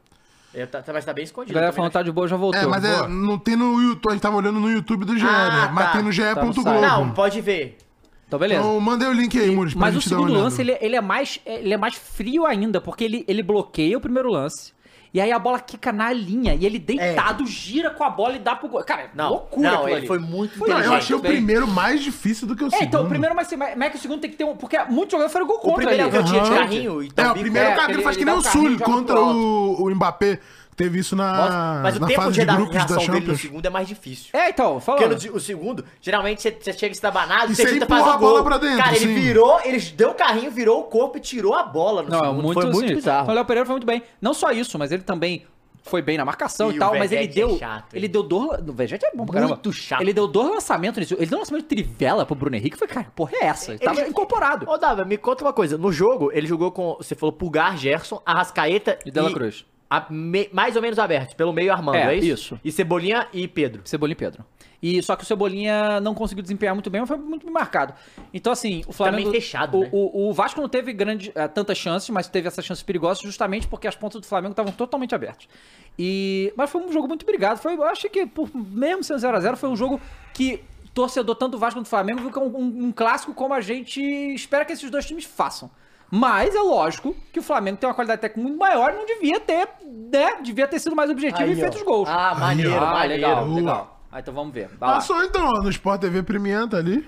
É, tá- tá- mas tá bem escondido. A galera também, falando tá de boa, já voltou. É, mas é, Boa. não tem no YouTube. A gente tava olhando no YouTube do GE, Ah, né? Mas tá. tem Tá no no ge.globo. site. né? Não, pode ver. Então beleza. Então mandei o link aí, Muris, pra Mas o gente dar uma segundo olhada. lance, ele, ele é mais, ele é mais frio ainda, porque ele, ele bloqueia o primeiro lance. E aí a bola quica na linha e ele deitado gira com a bola e dá pro gol. Cara, É. Não, loucura não, aquilo ele ali. foi muito Não, eu inteligente. achei o bem. primeiro mais difícil do que o É, segundo. então, o primeiro, mas, mas mas é que o segundo tem que ter um. Porque muitos jogadores foram gol O contra primeiro é ali. o que eu tinha de Aham. carrinho, então. É, o bico. primeiro é, cara, ele- ele faz que ele nem dá o um carrinho e Sully joga pro contra o, o Mbappé, que teve isso na, Nossa, mas o Ah, na tempo fase de de grupos da reação dele no Champions. segundo é mais difícil. É, então, Porque falando. no, o segundo, geralmente você, você chega estabanado, E você você tenta empurra fazer o a bola gol. pra dentro, Cara, ele sim. virou, ele deu o carrinho, virou o corpo e tirou a bola no Não, é segundo. muito, assim. Foi muito sinistro. bizarro. O Léo Pereira foi muito bem. Não só isso, mas ele também foi bem na marcação e, E o tal, mas ele Vegete deu. é chato, hein? ele deu dois. O Vegete é bom pra caramba. Muito chato. Ele deu dois lançamentos nisso. Ele deu um lançamento de trivela pro Bruno Henrique. Foi, cara, porra, é essa? Ele tava incorporado. Ô, Dava, me conta uma coisa. No jogo, ele jogou com, você falou, Pulgar, Gerson, Arrascaeta E Dela Cruz. a- me- mais ou menos abertos, pelo meio Armando, É, é, isso? isso. E Cebolinha e Pedro. Cebolinha e Pedro. E só que o Cebolinha não conseguiu desempenhar muito bem, mas foi muito bem marcado. Então, assim, o Flamengo. Tá meio fechado, o, né? o, o Vasco não teve grande, eh, tantas chances, mas teve essas chances perigosas justamente porque as pontas do Flamengo estavam totalmente abertas. E, mas foi um jogo muito brigado. Foi, eu acho que, por, mesmo sendo 0x0, foi um jogo que torcedor tanto do Vasco quanto do Flamengo viu que é um, um- um clássico como a gente espera que esses dois times façam. Mas é lógico que o Flamengo tem uma qualidade técnica muito maior e não devia ter, né? Devia ter sido mais objetivo Aí, e ó. feito os gols. Ah, maneiro, ó. Ah, maneiro. legal, Boa. legal. Ah, então vamos ver. Vai lá. Passou então, ó, no Sport TV Premium, tá ali.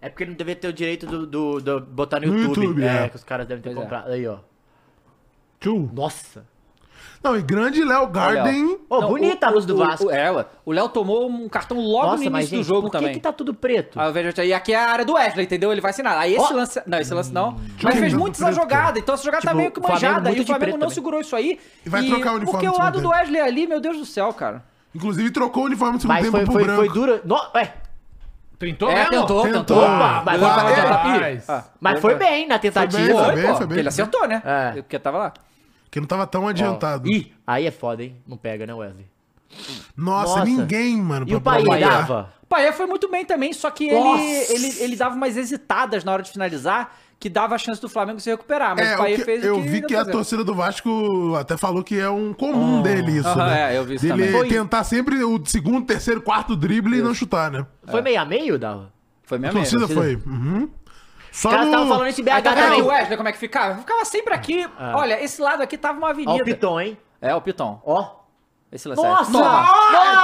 É porque ele não devia ter o direito do, do- do- botar no, No YouTube. YouTube, é, é. que os caras devem ter Pois é. comprado. Aí, ó. Tchau. Nossa. Não, e grande Léo Olha, ó. Garden. Ô, Não, bonita a o- luz do o- Vasco. O, é, ué. O Léo tomou um cartão logo no Nossa, início mas gente, do jogo por que também. que tá tudo preto? Ah, Aí o Vegeta, e aqui é a área do Wesley, entendeu? Ele vai assinar. Aí esse Ó. Hum, lance. Não, esse lance não. Mas que fez lindo, muito essa preto, jogada. Então essa jogada tá Tipo, meio que o Flamengo manjada. muito E o de Flamengo preto né? não também. segurou isso aí. E vai trocar o uniforme Porque no o segundo lado do tempo. Wesley ali, meu Deus do céu, cara. Inclusive trocou o uniforme do segundo Mas tempo foi, pro foi, branco. foi dura. No, é, Tentou é, mesmo? tentou, tentou. né, tentou. Opa, mas Foi foi pra lá, bem. tá- Mas- Ih, ah, mas foi bem na tentativa. bem, Foi, foi bem, pô. foi bem. Ele acertou, né? É. Porque tava lá. Que não tava tão adiantado. Ih, aí é foda, hein? Não pega, né, Wesley? Nossa, nossa. ninguém, mano. E o pra- pra Paê olhar. dava? O Paê foi muito bem também, só que ele, Nossa. ele, ele dava umas hesitadas na hora de finalizar, que dava a chance do Flamengo se recuperar. Mas É, o o Paê que- fez o eu que deu vi que pra a fazer. torcida do Vasco até falou que é um comum dele isso, Aham, né? é, eu vi isso Dele também. Foi- tentar sempre o segundo, terceiro, quarto drible e não chutar, né? Foi meio a meio, Dava? Foi A mesmo. torcida É mesmo. foi. Uhum. Só Os caras no- estavam falando isso em BH Aí tá vendo também. o Wesley como é que ficava? Ficava sempre aqui. Olha, esse lado aqui tava uma avenida. Ah. Ó, o Piton, hein? É, o Piton. Ó. Esse lance aí. Nossa! Toma.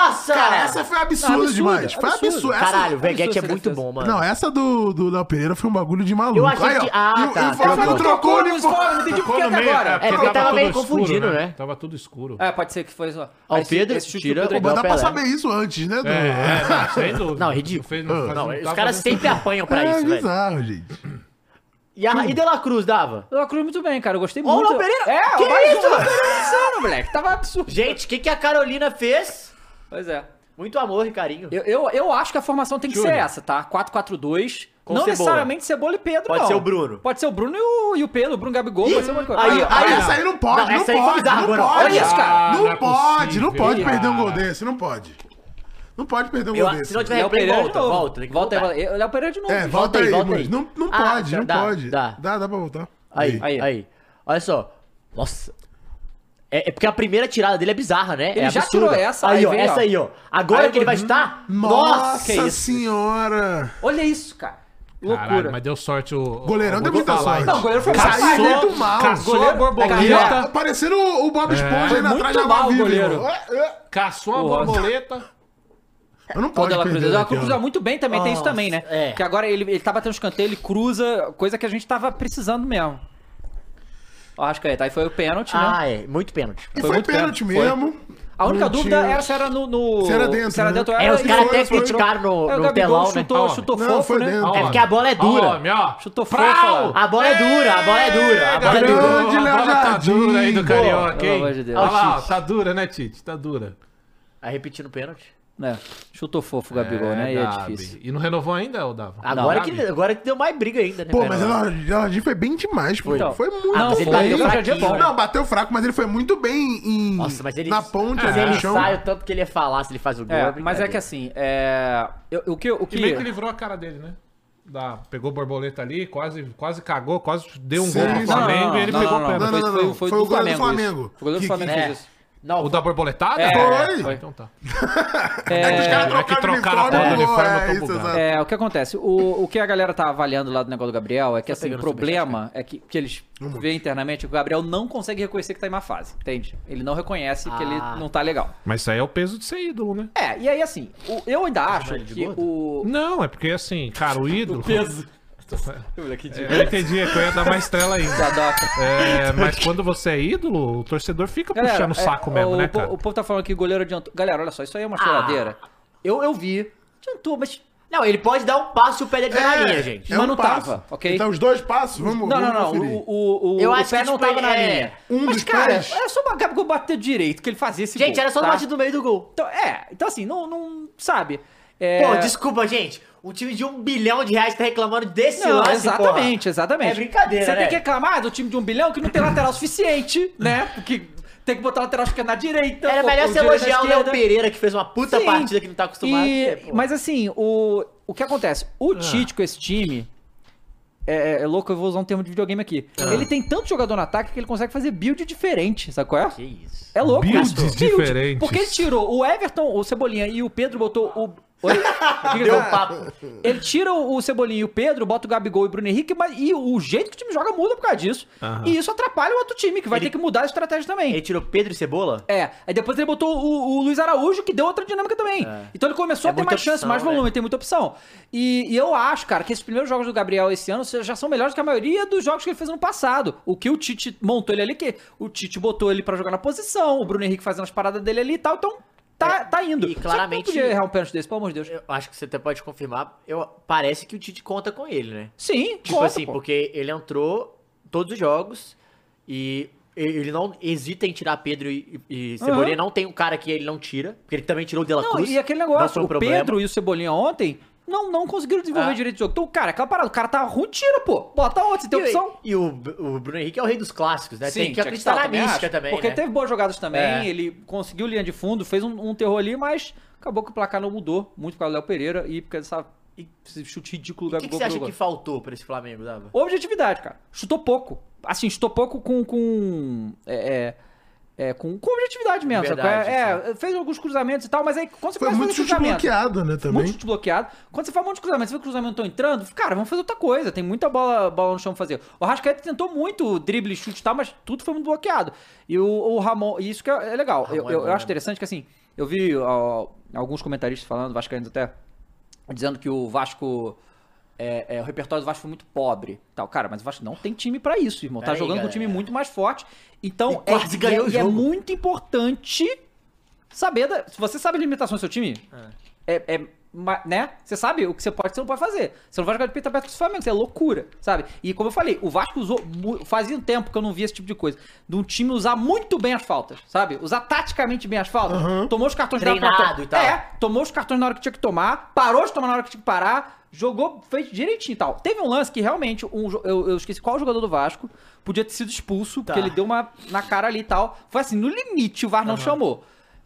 Nossa! Cara, essa foi absurda, Absurda, demais. Foi absurda. absurda. Essa- Tá Caralho, o Veguete é absurdo que muito ele fez. bom, mano. Não, essa do, do Léo Pereira foi um bagulho de maluco. Eu achei ó, que- ah, e o- tá, E o Flamengo trocou. trocou o uniforme. Não entendi por Ficou que no até meio, agora. porque É, porque tava tudo meio escuro, confundido, né? Tava tudo escuro. É, pode ser que foi só. Ó, o Esse- Pedro esse chute tira do o Pedro Mas dá Pelé. pra saber isso antes, né? Do... É, é, não, sem dúvida. Não, ridículo. fez- não faz- Não, os tava- caras sempre apanham pra É isso, velho. bizarro, gente. E, a, e De La Cruz, Dava? Léo Cruz muito bem, cara. Eu gostei Ó, o muito. Léo Pereira! É, Que o mais isso? um Léo Pereira insano, moleque. Tava absurdo. Gente, o que, que a Carolina fez? Pois é. Muito amor e carinho. Eu, eu, eu acho que a formação tem que Júlio. ser essa, tá? 4-4-2. Com não Cebola. necessariamente Cebola e Pedro, Pode não. ser o Bruno. Pode ser o Bruno e o, e o Pedro. O Bruno Gabigol, pode ser uma coisa. aí, ó. Aí, Aí, essa aí não pode, Não, não, essa aí foi pode, bizarro não agora. pode. Olha isso, cara. Não, Ah, é pode, possível. não pode Cara. perder um gol desse, não pode. Não pode perder um Eu- gol desse. se não tiver Léo replay, Pereira de volta, novo. volta. Tem que volta, aí, voltar. volta. aí. Léo Pereira de novo. É, volta, Volta aí, aí, volta mano. aí. Não, não Ah, pode, dá, não dá, pode. dá. Dá. dá, pra voltar. Aí, Aí. aí, Olha só. Nossa. É, é porque a primeira tirada dele é bizarra, né? Ele é já absurda. tirou essa, Aí, aí ó, vem, essa ó. aí, ó. Agora Aí que ele vai eu- estar. Nossa que isso. senhora! Olha isso, cara. Caralho, Loucura. mas deu sorte o. tá Goleirão deu muita sorte. Não, o goleiro foi Caçou, capaz, né? muito mal. Caçou a Goleiro- borboleta. Tá parecendo o o É. Bob Esponja Foi indo atrás muito da mal o Baviva, goleiro. irmão. É, é. Caçou a Nossa. borboleta. Eu não Pô, posso Dela Cruz. perder. Dela é daqui, Cruz ó. cruza muito bem também, tem isso Nossa, também, né? é. Que agora ele, ele tá batendo escanteio, ele cruza, coisa que a gente tava precisando mesmo. Ó, acho que aí, tá? aí foi o pênalti, né? Ah, é. Muito pênalti. E Foi foi muito pênalti pênalti, foi. mesmo. A única Não dúvida tinha- era se era no. no- Se era dentro, Se era né? dentro ou É, era. os e caras foi- até foi- criticaram no- É, o no Gabigol telão, né? chutou, Ó, chutou não, fofo, foi né? dentro. É porque a bola é dura. Homem, ó. Chutou Frau! fofo, A bola é dura, a bola é dura. A bola é Gabriel, dura. Grande a Léo bola tá Jardim, dura aí do boa. Carioca, Pelo hein? amor de Deus. Olha lá, ó, Tite. tá dura, né, Tite? Tá dura. Aí repetindo o pênalti. É, chutou fofo o Gabigol, né? E é Gabi. difícil. E não renovou ainda, ô Dava? Agora, Não, que, Gabi. agora que deu mais briga ainda, né? Pô, velho? mas o Jardim foi bem demais, pô. Então, Foi muito não, Ah, mas ele bem. bateu fraquinho, Não, né? Não, bateu fraco, mas ele foi muito bem em... Nossa, mas ele. Na ponte, se ali no ele chão. sai o tanto que ele ia falar, se ele faz o gol. né, É, mas é que assim, é. eu- o que. O E meio que que... livrou a cara dele, né? Da, pegou borboleta ali, quase, quase cagou, quase deu um Sim, gol pro sim. Flamengo e ele não, pegou não, o não, foi- pênalti. Não, não, foi- não. Foi Foi do o goleiro Flamengo. do Flamengo. isso. Foi o goleiro do Que- Flamengo que- fez isso. Não, O da borboletada? Foi. Ah, Então tá. É, Os caras é que trocaram o trocaram a uniforme, bola do pô, uniforme, eu tô isso, bugado. exato. É, o que acontece? O, o que a galera tá avaliando lá do negócio do Gabriel é que, assim, o Tá pegando né? problema é que, que eles Um veem internamente que o Gabriel não consegue reconhecer que tá em má fase, entende? Ele não reconhece que ele Ah. não tá legal. Mas isso aí é o peso de ser ídolo, né? É, e aí, assim, o- eu ainda acho ele é de né? que gordo? o... Não, é porque assim, cara, o ídolo. Moleque de Eu entendi, é que eu ia dar mais trela ainda. badoca. É, mas quando você é ídolo, o torcedor fica Galera, puxando o é, saco mesmo, o, né, po- cara? Ah. O povo tá falando que o goleiro adiantou. Galera, olha só, isso aí é uma choradeira. Eu, eu vi, adiantou, mas Não, ele pode dar um passo e o pé dele tá na É, linha, gente. é Mas não passo. tava, ok? Então, os dois passos, vamos. Não, não, vamos não. conferir. O, o, o, Eu o acho pé que, não tipo, tava na é- linha. Um Mas, dos cara, pés. era só uma Gabigol bater direito que ele fazia esse Gente, gol, era só no tá? batido do meio do gol. Então, é, então assim, não, não sabe. É... Pô, desculpa, gente. Um time de um bilhão de reais tá reclamando desse Não, lance, exatamente, porra. exatamente. É brincadeira, Você né? tem que reclamar do time de um bilhão que não tem lateral suficiente, né? Porque tem que botar lateral que é na direita. Era pô, melhor o você direito na elogiar o Léo esquerda. Pereira, que fez uma puta Sim. partida que não tá acostumado. E- porque, pô. mas assim, o, o que acontece? O Tite com esse time. É, é louco, eu vou usar um termo de videogame aqui. Ele tem tanto jogador no ataque que ele consegue fazer build diferente, sabe qual é? Que isso. É louco, Builds Gastou. diferentes. Porque ele tirou o Everton, o Cebolinha e o Pedro botou o. Oi? O que que Deu eu- um papo. Ele tira o Cebolinha e o Pedro, bota o Gabigol e o Bruno Henrique, mas, e o jeito que o time joga muda por causa disso. E isso atrapalha o outro time, que vai ter que mudar a estratégia também. Ele tirou Pedro e Cebola? É, aí depois ele botou o, o Luiz Araújo, que deu outra dinâmica também. Então ele começou É a ter muita mais chance, opção, mais volume, né? tem muita opção. E, e eu acho, cara, que esses primeiros jogos do Gabriel esse ano já são melhores que a maioria dos jogos que ele fez no passado. O que o Tite montou ele ali, que o Tite botou ele pra jogar na posição, o Bruno Henrique fazendo as paradas dele ali e tal, então tá, tá indo. É, e Só que claramente- não podia errar um pênalti desse, pelo amor de Deus. Eu acho que você até pode confirmar. Eu, parece que o Tite conta com ele, né? Sim, Tipo conta, assim, pô. porque ele entrou todos os jogos e ele não hesita em tirar Pedro e, e e Cebolinha. Não tem um cara que ele não tira, porque ele também tirou o De La Não, Cruz. e aquele não negócio, foi um o problema. Pedro e o Cebolinha ontem não, não conseguiram desenvolver Ah. direito o jogo. Então, cara, aquela parada, o cara tá ruim, tira, pô. Bota outro, você tem E, opção. e o, o Bruno Henrique é o rei dos clássicos, né? tem que tinha acreditar estar, na também mística acho. também, Porque né? teve boas jogadas também, É. ele conseguiu linha de fundo, fez um, um terror ali, mas acabou que o placar não mudou, muito por causa do Léo Pereira e por causa dessa e esse chute ridículo do O que, que Gabigol. você acha pro que gol. faltou pra esse Flamengo, Dava? Objetividade, cara. Chutou pouco. Assim, chutou pouco com... com é, é, é, com, com objetividade mesmo, sabe? Verdade, É, fez alguns cruzamentos e tal, mas aí quando você Foi começa a muito fazer chute cruzamento- bloqueado, né, um monte de também. chute bloqueado. Quando você faz um monte de cruzamento, você vê que o cruzamento estão entrando, cara, vamos fazer outra coisa. Tem muita bola, bola no chão pra fazer. O Rascaeta tentou muito drible, chute e tal, mas tudo foi muito bloqueado. E o, o Ramon, e isso que é, é legal. Ramon eu é eu- bom, eu acho né? interessante que assim, eu vi ó, alguns comentaristas falando, vascaínos até, dizendo que o Vasco. é- é, o repertório do Vasco foi muito pobre. Tal. Cara, mas o Vasco não tem time pra isso, irmão. tá Peraí, jogando com um galera. time muito mais forte. Então, E quase ganhou e o é jogo. muito importante saber da- se você sabe a limitação do seu time é, é ma- né você sabe o que você pode e você não pode fazer você não vai jogar de peito aberto com o Flamengo isso é loucura sabe e como eu falei o Vasco usou mu- fazia um tempo que eu não via esse tipo de coisa de um time usar muito bem as faltas sabe usar taticamente bem as faltas tomou os cartões na hora que Treinado tava- e tal. é tomou os cartões na hora que tinha que tomar parou de tomar na hora que tinha que parar jogou fez direitinho e tal teve um lance que realmente um jo- eu, eu esqueci qual jogador do Vasco podia ter sido expulso porque Tá. ele deu uma na cara ali e tal foi assim no limite o VAR não chamou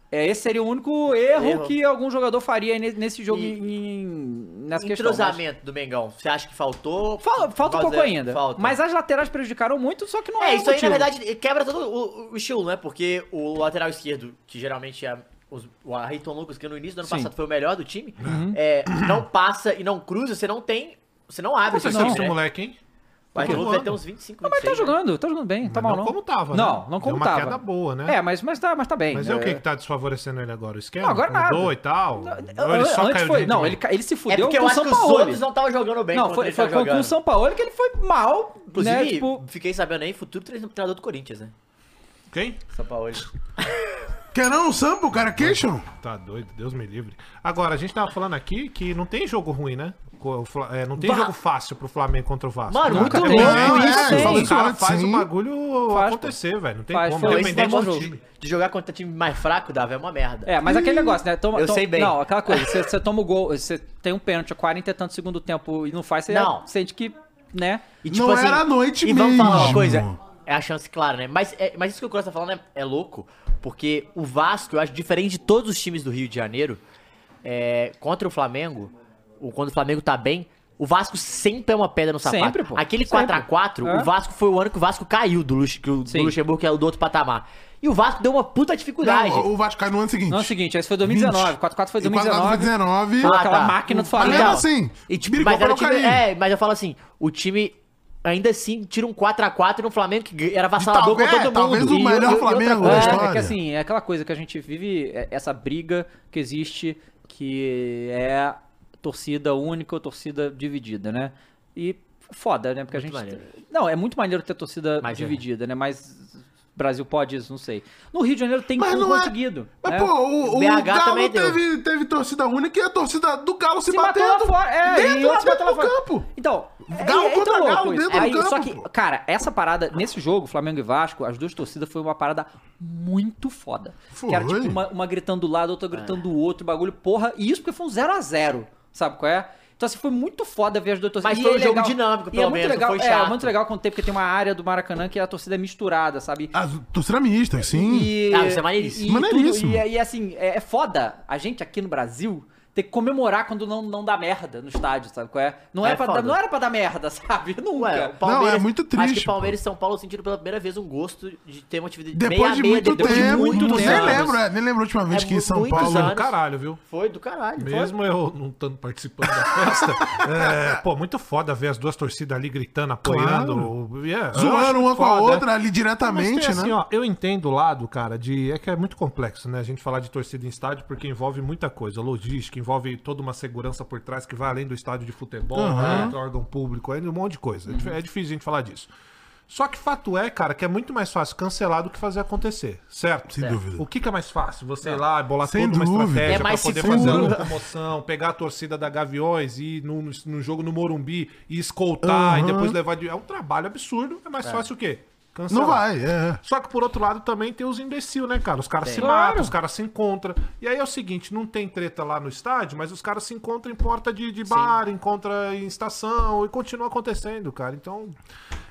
é, esse seria o único erro, Erro. que algum jogador faria ne- nesse jogo E- em, em- nessa questão. mas- Entrosamento do Mengão, você acha que faltou? Fala- falta um Fazer- pouco ainda. Falta. Mas as laterais prejudicaram muito, só que não é, É, um isso aí, na motivo. verdade, quebra todo o, o estilo, né? Porque o lateral esquerdo, que geralmente é os- o Ayrton Lucas, que no início do ano Sim. Uhum. passado foi o melhor do time, é, não passa e não cruza, você não tem. Você não abre esse Vocês time, são né? esse é. moleque, hein? O Ayrton Lucas voando. deve ter uns 25 Não, mas tá 26, né? jogando, tá jogando bem, tá Mas mal não não. como tava, né? Não, não como Deu uma tava. queda boa, né? É, mas, mas, tá, mas tá bem. Mas é o que que tá desfavorecendo ele agora? O esquema? Não, agora nada. Mudou e tal? Ou ele Antes tá? só caiu foi, de não, ele, rendimento? ca- ele se É fudeu porque com o eu acho São que os Paulo. outros não estavam jogando bem. Não, quando foi, ele tava foi com, com o jogando. São Paulo que ele foi mal, Inclusive, né? Tipo, fiquei sabendo aí, futuro tre- treinador do Corinthians, né? Quem? São Paulo. Então, Quer não, o Sampa, o cara queixam? Tá doido, Deus me livre. Agora, a gente tava falando aqui que não tem jogo ruim, né? Co- o Fla- é, não tem Va- jogo fácil pro Flamengo contra o Vasco. Mano, muito tem, louco né? isso, Cara, sim. O cara faz Sim. o bagulho Faz, pô. acontecer, velho. Não tem Faz, como. pô. Não, esse Independente do negócio de, time. de jogar contra time mais fraco, Davi, é uma merda. É, mas aquele negócio, né? Toma, Eu toma- sei bem. Não, aquela coisa, você, você toma o gol, você tem um pênalti a 40 e tanto segundo tempo e não faz, você Não. sente que, né? E, tipo assim, Não era a noite E vamos falar uma mesmo. coisa. É a chance clara, né? Mas, é- mas isso que o Cross tá falando é, é louco, porque o Vasco, eu acho, diferente de todos os times do Rio de Janeiro, é, contra o Flamengo, o- quando o Flamengo tá bem, o Vasco sempre é uma pedra no sapato. Sempre, pô. Aquele Sempre. 4x4, É. o Vasco foi o ano que o Vasco caiu do, Lux, que o, Sim. do Luxemburgo, que é o do outro patamar. E o Vasco deu uma puta dificuldade. Não, o Vasco caiu no ano seguinte. Não, é o seguinte, esse foi 2019, 4x4 foi E quase lá 2019. foi 19. Pô, Ah, aquela tá. máquina do Mas Flamengo. mesmo Então, assim, E, tipo, mas, era o time, cair. é, mas eu falo assim, o time ainda assim tira um 4x4 no Flamengo que era vassalador com Talvez- é, todo mundo. talvez o E- melhor e- e outra Flamengo coisa- da É, história. é que assim, é aquela coisa que a gente vive, é- essa briga que existe, que é torcida única ou torcida dividida, né? E foda, né? Porque a Muito gente. maneiro. Não, é muito maneiro ter torcida Mas é. dividida, né? Mas Brasil pode isso, não sei. No Rio de Janeiro tem Mas tudo não é- conseguido. Mas, né? pô, o, o BH Galo também deu. teve, teve torcida única e a torcida do Galo se, se bateu batendo. lá fora. É, dentro, e outro se lá bateu dentro lá do fora. campo. Então, é- Galo é, é contra tão Galo louco isso. dentro do Aí, campo, Só que, pô. cara, essa parada, nesse jogo, Flamengo e Vasco, as duas torcidas foi uma parada muito foda. Que era Foi. tipo uma, uma gritando do lado, outra gritando do outro, bagulho, porra. E isso porque foi um 0x0, sabe qual é? Então, assim, foi muito foda ver as duas torcidas. Mas E foi um é jogo legal- dinâmico, e pelo é muito menos, não Legal, foi É, chato. é muito legal quando tem, porque tem uma área do Maracanã que a torcida é misturada, sabe? A torcida mista, sim. E, Ah, isso é maneiríssimo. e tudo- Maneiríssimo. e, e assim, é, é foda a gente aqui no Brasil ter que comemorar quando não, não dá merda no estádio, sabe qual é? Não, é É pra foda. dar- não era pra dar merda, sabe? Nunca. Ué, o Não, Palmeiras, é muito Acho triste, que Palmeiras e São Paulo sentiram pela primeira vez um gosto de ter uma atividade Depois de meia-meia, muito depois de tempo. muito nem tempo. lembro, é, nem lembro a última vez É que em mu- São muitos Paulo. Foi anos. do caralho, viu? Foi do caralho. foi. Mesmo eu não estando participando da festa, é, pô, muito foda ver as duas torcidas ali gritando, apoiando. yeah, eu acho Zoando uma muito com a foda, outra ali Mas tem diretamente, assim, né? ó, eu entendo o lado, cara, de. É que é muito complexo, né? A gente falar de torcida em estádio porque envolve muita coisa. Logística, envolve toda uma segurança por trás que vai além do estádio de futebol, né? do órgão público, ainda um monte de coisa. É dif- É difícil a gente falar disso. Só que fato é, cara, que é muito mais fácil cancelar do que fazer acontecer, certo? Sem dúvida. O que, que é mais fácil? Você ir lá, bolar Sem toda uma dúvida. estratégia É pra mais poder seguro. fazer a locomoção, pegar a torcida da Gaviões e ir no, no jogo no Morumbi e escoltar e depois levar de... É um trabalho absurdo. É mais fácil o quê? Cancelar. Não vai, é. Só que por outro lado também tem os imbecil, né, cara? Os caras se Claro. matam, os caras se encontram. E aí é o seguinte, não tem treta lá no estádio, mas os caras se encontram em porta de, de bar, encontram em estação e continua acontecendo, cara. Então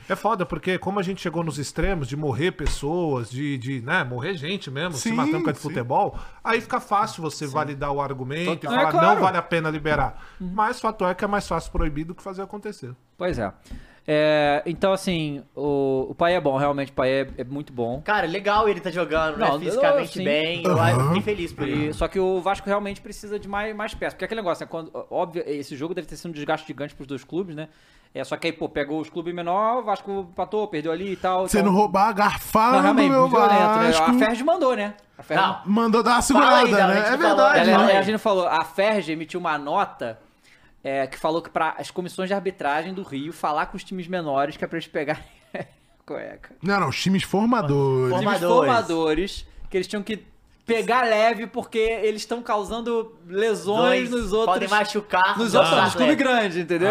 é foda, porque como a gente chegou nos extremos de morrer pessoas, de, de né, morrer gente mesmo, se Sim, matando com a de sim. futebol, aí fica fácil você validar o argumento e Total. falar É, claro. Uhum. não vale a pena liberar. Mas fato é que é mais fácil proibir do que fazer acontecer. Pois é. É, Então, assim, o, o pai é bom, realmente, o pai é, é muito bom. Cara, legal ele tá jogando, Não, né? Fisicamente sim. bem. Eu acho- fiquei feliz por E- isso. só que o Vasco realmente precisa de mais, mais peças. Porque aquele negócio, né? Quando, óbvio, esse jogo deve ter sido um desgaste gigante pros dois clubes, né? É, só que aí, pô, pegou os clubes menor, o Vasco empatou, perdeu ali e tal. Você então- não roubar, Não, garfar no realmente, meu muito violento, né? Vasco. A Ferdi mandou, né? A Ferdi Não, Mandou dar uma Fala aí, segurada, Dal, a gente né? É não falou, verdade. né? Ela- Não, ela- é. a gente falou, a Ferge emitiu uma nota é, que falou que para as comissões de arbitragem do Rio falar com os times menores que é pra eles pegarem cueca. Não, não, os times formadores. Forma- Times Formadores. formadores que eles tinham que pegar leve porque eles estão causando lesões Dois nos outros. Podem machucar. Nos outros, nos nossos clubes atletas. grandes, entendeu?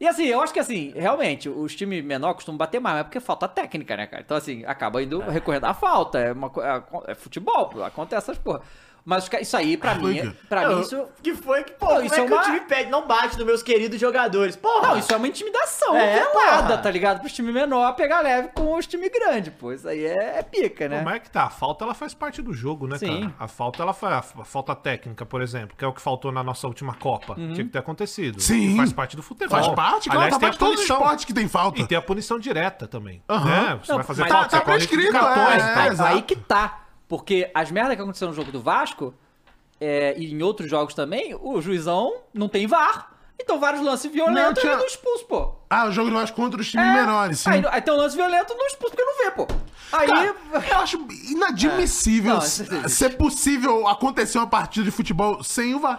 E assim, eu acho que assim, realmente, os times menores costumam bater mais, mas é porque falta técnica, né, cara? Então, assim, acaba indo recorrendo à falta. É, uma, co- é, é futebol, pô, acontece essas porra. Mas os ca- isso aí, pra mim, é- pra mim, Eu- isso. Que foi que, pô, Não, como isso é é que o uma- time pede? Não bate nos meus queridos jogadores. Porra! Não, isso é uma intimidação É, velada, porra. tá ligado? Pros times menor pegar leve com os times grandes, pô. Isso aí é, é pica, né? Como é que tá? A falta ela faz parte do jogo, né, Sim. cara? A falta ela faz, a falta técnica, por exemplo, que é o que faltou na nossa última Copa. Uhum. Tinha que ter acontecido. Sim. Faz parte do futebol. Faz parte, claro, Aliás, tá tem parte a de todo punição. esporte que tem falta. E tem a punição direta também. Aham. Né? Você Não, vai fazer mas- falta, Tá- você tá corre risco de prescrito, cartões, é, cara. Mas aí exato. que tá. Porque as merdas que aconteceram no jogo do Vasco é, e em outros jogos também, o juizão não tem VAR. Então vários lances Não, violentos tinha- ele não expulso, pô. Ah, o jogo do Vasco contra os times É, menores, sim. Aí, aí tem um lance violento, não expulso porque não vê, pô. Aí. Cara, eu acho inadmissível É. Não, isso se- existe. ser possível acontecer uma partida de futebol sem o VAR.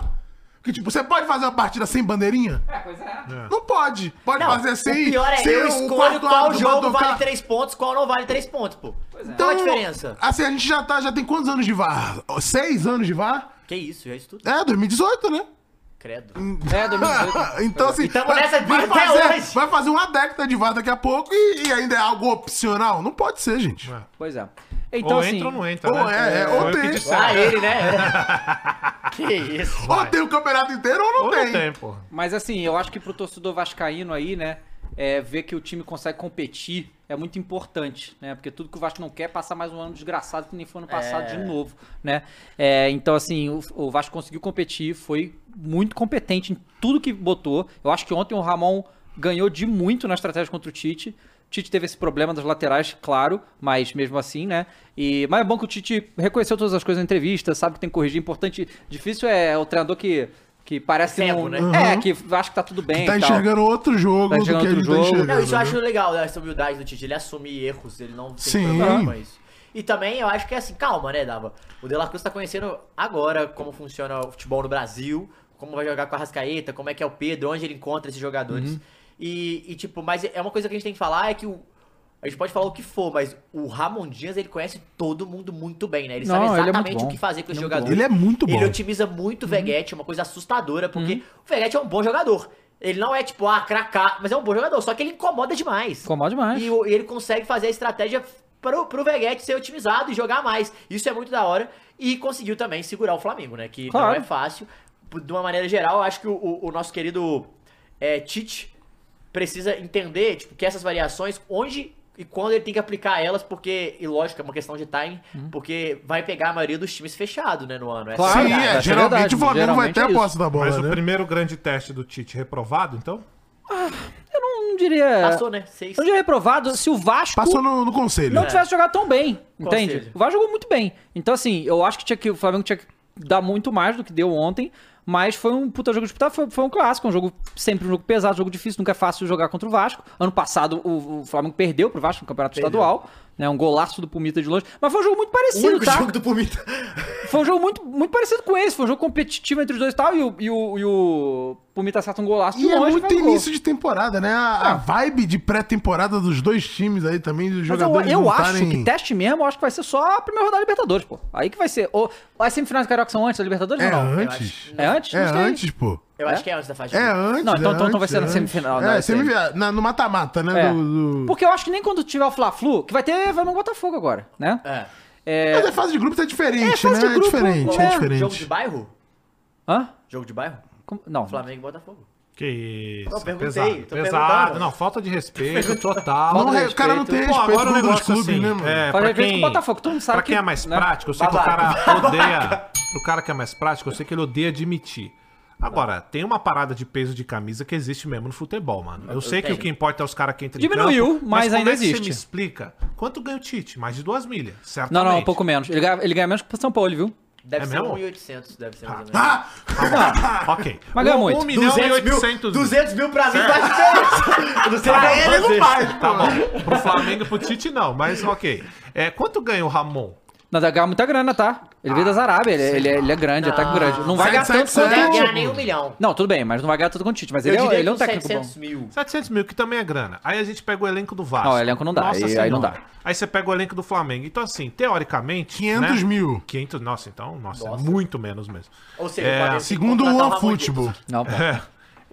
Porque, tipo, você pode fazer uma partida sem bandeirinha? É, pois é. Não pode. Pode fazer sem. o pior é sem eu o escolho quarto qual árbitro jogo batucar. vale 3 pontos, qual não vale 3 pontos, pô. Então, é. Qual a diferença? Assim, a gente já, tá, já tem quantos anos de VAR? Seis anos de VAR? Que isso, já isso tudo. É, 2018, né? Credo. Hum. É, 2018. então, assim, Então, vai, nessa vai até fazer, hoje. vai fazer uma década de VAR daqui a pouco e, e ainda é algo opcional? Não pode ser, gente. Pois é. Então, ou assim, entra ou não entra, Ou né? é, é, Foi ou o que tem. disseram. Ah, ele, né? que isso. Ou tem o campeonato inteiro ou não Ou tem. não tem, porra. Mas assim, eu acho que pro torcedor vascaíno aí, né, é, ver que o time consegue competir é muito importante, né? Porque tudo que o Vasco não quer é passar mais um ano desgraçado que nem foi ano passado de novo, né? É, então assim, o, o Vasco conseguiu competir, foi muito competente em tudo que botou. Eu acho que ontem o Ramon ganhou de muito na estratégia contra o Tite. O Tite teve esse problema das laterais, claro, mas mesmo assim, né? E, mas é bom que o Tite reconheceu todas as coisas na entrevista, sabe que tem que corrigir. Importante, difícil é o treinador que, que parece que não, Cego, né? é, que acho que tá tudo bem. Tá e tal. enxergando outro jogo Tá enxergando do que outro ele tá jogo. enxergando. Não, isso eu né? acho legal, né, essa humildade do Tite. Ele assume erros, ele não tem Sim. problema com isso. E também eu acho que é assim, calma, né, Dava? O De La Cruz tá conhecendo agora como funciona o futebol no Brasil, como vai jogar com a Rascaeta, como é que é o Pedro, onde ele encontra esses jogadores. E, e, tipo, mas é uma coisa que a gente tem que falar é que o, A gente pode falar o que for, mas o Ramon Dias, ele conhece todo mundo muito bem, né? Ele Não, sabe ele é muito exatamente bom. o que fazer com esse Ele é tipo muito jogador. bom. Ele é muito bom. Ele otimiza muito o Veguete, é uma coisa assustadora, porque o Veguete é um bom jogador. Ele não é tipo, ah, cracá, mas é um bom jogador, só que ele incomoda demais. Incomoda demais. E, o- e ele consegue fazer a estratégia pro, pro Veguete ser otimizado e jogar mais. Isso é muito da hora. E conseguiu também segurar o Flamengo, né? Que Claro. não é fácil. P- De uma maneira geral, eu acho que o, o- o nosso querido é, Tite precisa entender tipo, que essas variações, onde e quando ele tem que aplicar elas, porque, e lógico, é uma questão de time, porque vai pegar a maioria dos times fechado, né, no ano. Essa Uhum. Claro, é a Sim, verdade. essa é é, a geralmente verdade, o Flamengo vai geralmente até é a isso. posse da bola, Mas o né? primeiro grande teste do Tite reprovado, então? Eu não é. diria. Passou, né? Seis. Eu não diria reprovado se o Vasco Passou no, É. no conselho. tipo É. não tivesse jogado tão bem. Entende? Conselho. O Vasco jogou muito bem. Então, assim, eu acho que, tinha que o Flamengo tinha que dar muito mais do que deu ontem. Mas foi um puta jogo disputado, foi, foi um clássico, um jogo sempre um jogo pesado, um jogo difícil, nunca é fácil jogar contra o Vasco. Ano passado o, o Flamengo perdeu pro Vasco no Campeonato Estadual, né? Um golaço do Pumita de longe. Mas foi um jogo muito O parecido, único tá? jogo do Pumita. Foi um jogo muito, muito parecido com esse, foi um jogo competitivo entre os dois e tal, e o, e o, e o Pumita acerta um golaço E de é longe. muito faz um gol. É. início de temporada, né? A, a vibe de pré-temporada dos dois times aí também, dos Mas eu- jogadores É, eu acho montarem- que teste mesmo, eu acho que vai ser só a primeira rodada da Libertadores, pô. Aí que vai ser. Ou as semifinais do Carioca são antes da Libertadores É ou não? antes. É antes? É Não sei. antes, pô. Eu É? acho que é antes da fase de É grupo. antes. Não, então- é então antes, vai ser na é semifinal, antes. não, É, é semi- semifinal. na- No mata-mata, né? É. Do, do... Porque eu acho que nem quando tiver o Fla-Flu, que vai ter Flamengo e Botafogo agora, né? É. Mas a fase de grupos é É, diferente, fase né? de É grupo, diferente, é. é Jogo de diferente. bairro? Hã? Jogo de bairro? Como- Não. Flamengo e Botafogo. Que isso. é Eu perguntei, pesado, tô pesado. perguntando. Não, falta de respeito total. Não, é, Falta de o cara não tem Pô, respeito agora o pelos negócio clubes, assim, né, mano? Faz é, pra respeito quem, com o Botafogo, todo mundo sabe pra quem que- é mais né? prático, eu sei que o cara odeia, o cara que é mais prático, eu sei que ele odeia admitir. Agora, tem uma parada de peso de camisa que existe mesmo no futebol, mano. Eu, sei que tenho. o que importa é os caras que entram Diminuiu, em campo, mas como ainda é que existe. Você me explica, quanto ganha o Tite? Mais de duas milhas, certamente. Não, não, um pouco menos. Ele ganha, ele ganha menos que o São Paulo, viu? Deve É ser mesmo? 1.800, deve ser mais ou menos. Ah! Ok. Mas ganha muito. 1 milhão e 800 mil. 200 mil pra mim tá faz diferença. 200 pra ele não faz. Tá bom. Pro Flamengo e pro Tite, não, mas ok. É, quanto ganha o Ramon? Não, deve ganhar muita grana, tá? Ele veio da Ah, Zarábia, ele, ele é, ele é grande, Não. ataque grande. Não vai Sai, ganhar sai, tanto sai, Não vai quanto. ganhar nem um milhão. Não, tudo bem, mas não vai ganhar tanto quanto o Tite, mas Eu ele é, diria ele é um que uns técnico bom. 700 mil. 700 mil, que também é grana. Aí a gente pega o elenco do Vasco. Não, o elenco não dá, aí- aí Senhora. não dá. Aí você pega o elenco do Flamengo. Então, assim, teoricamente... 500 né? mil. 500, nossa, então, nossa, é muito menos mesmo. Ou seja, É, o Flamengo tem que Segundo contratar o Ramon OneFootball. Não, pô. É.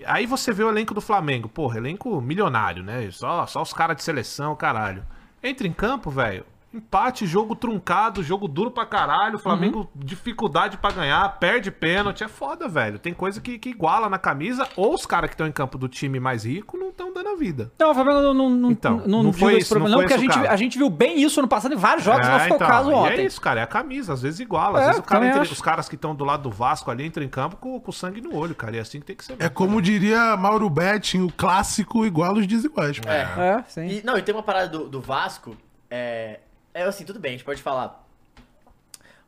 Aí você vê o elenco do Flamengo. Porra, elenco milionário, né? Só, só os caras de seleção, caralho. Entra em campo, velho. Empate, jogo truncado, jogo duro pra caralho. O Flamengo, Uhum. dificuldade pra ganhar, perde pênalti. É foda, velho. Tem coisa que, que iguala na camisa. Ou os caras que estão em campo do time mais rico não estão dando a vida. Não, o Flamengo não, não, não, Então, não, não viu foi esse isso, problema, não não, porque foi a esse o gente, caso. a gente viu bem isso ano passado em vários jogos, não foi o caso e ontem. é isso, cara. É a camisa. Às vezes iguala. Às É, vezes o cara também entra- acho. os caras que estão do lado do Vasco ali entram em campo com, com sangue no olho, cara. E é assim que tem que ser. É como diria Mauro Betting, o clássico igual os desiguais. pô. É. É, sim. E, não, e tem uma parada do, do Vasco. É, é assim, tudo bem, a gente pode falar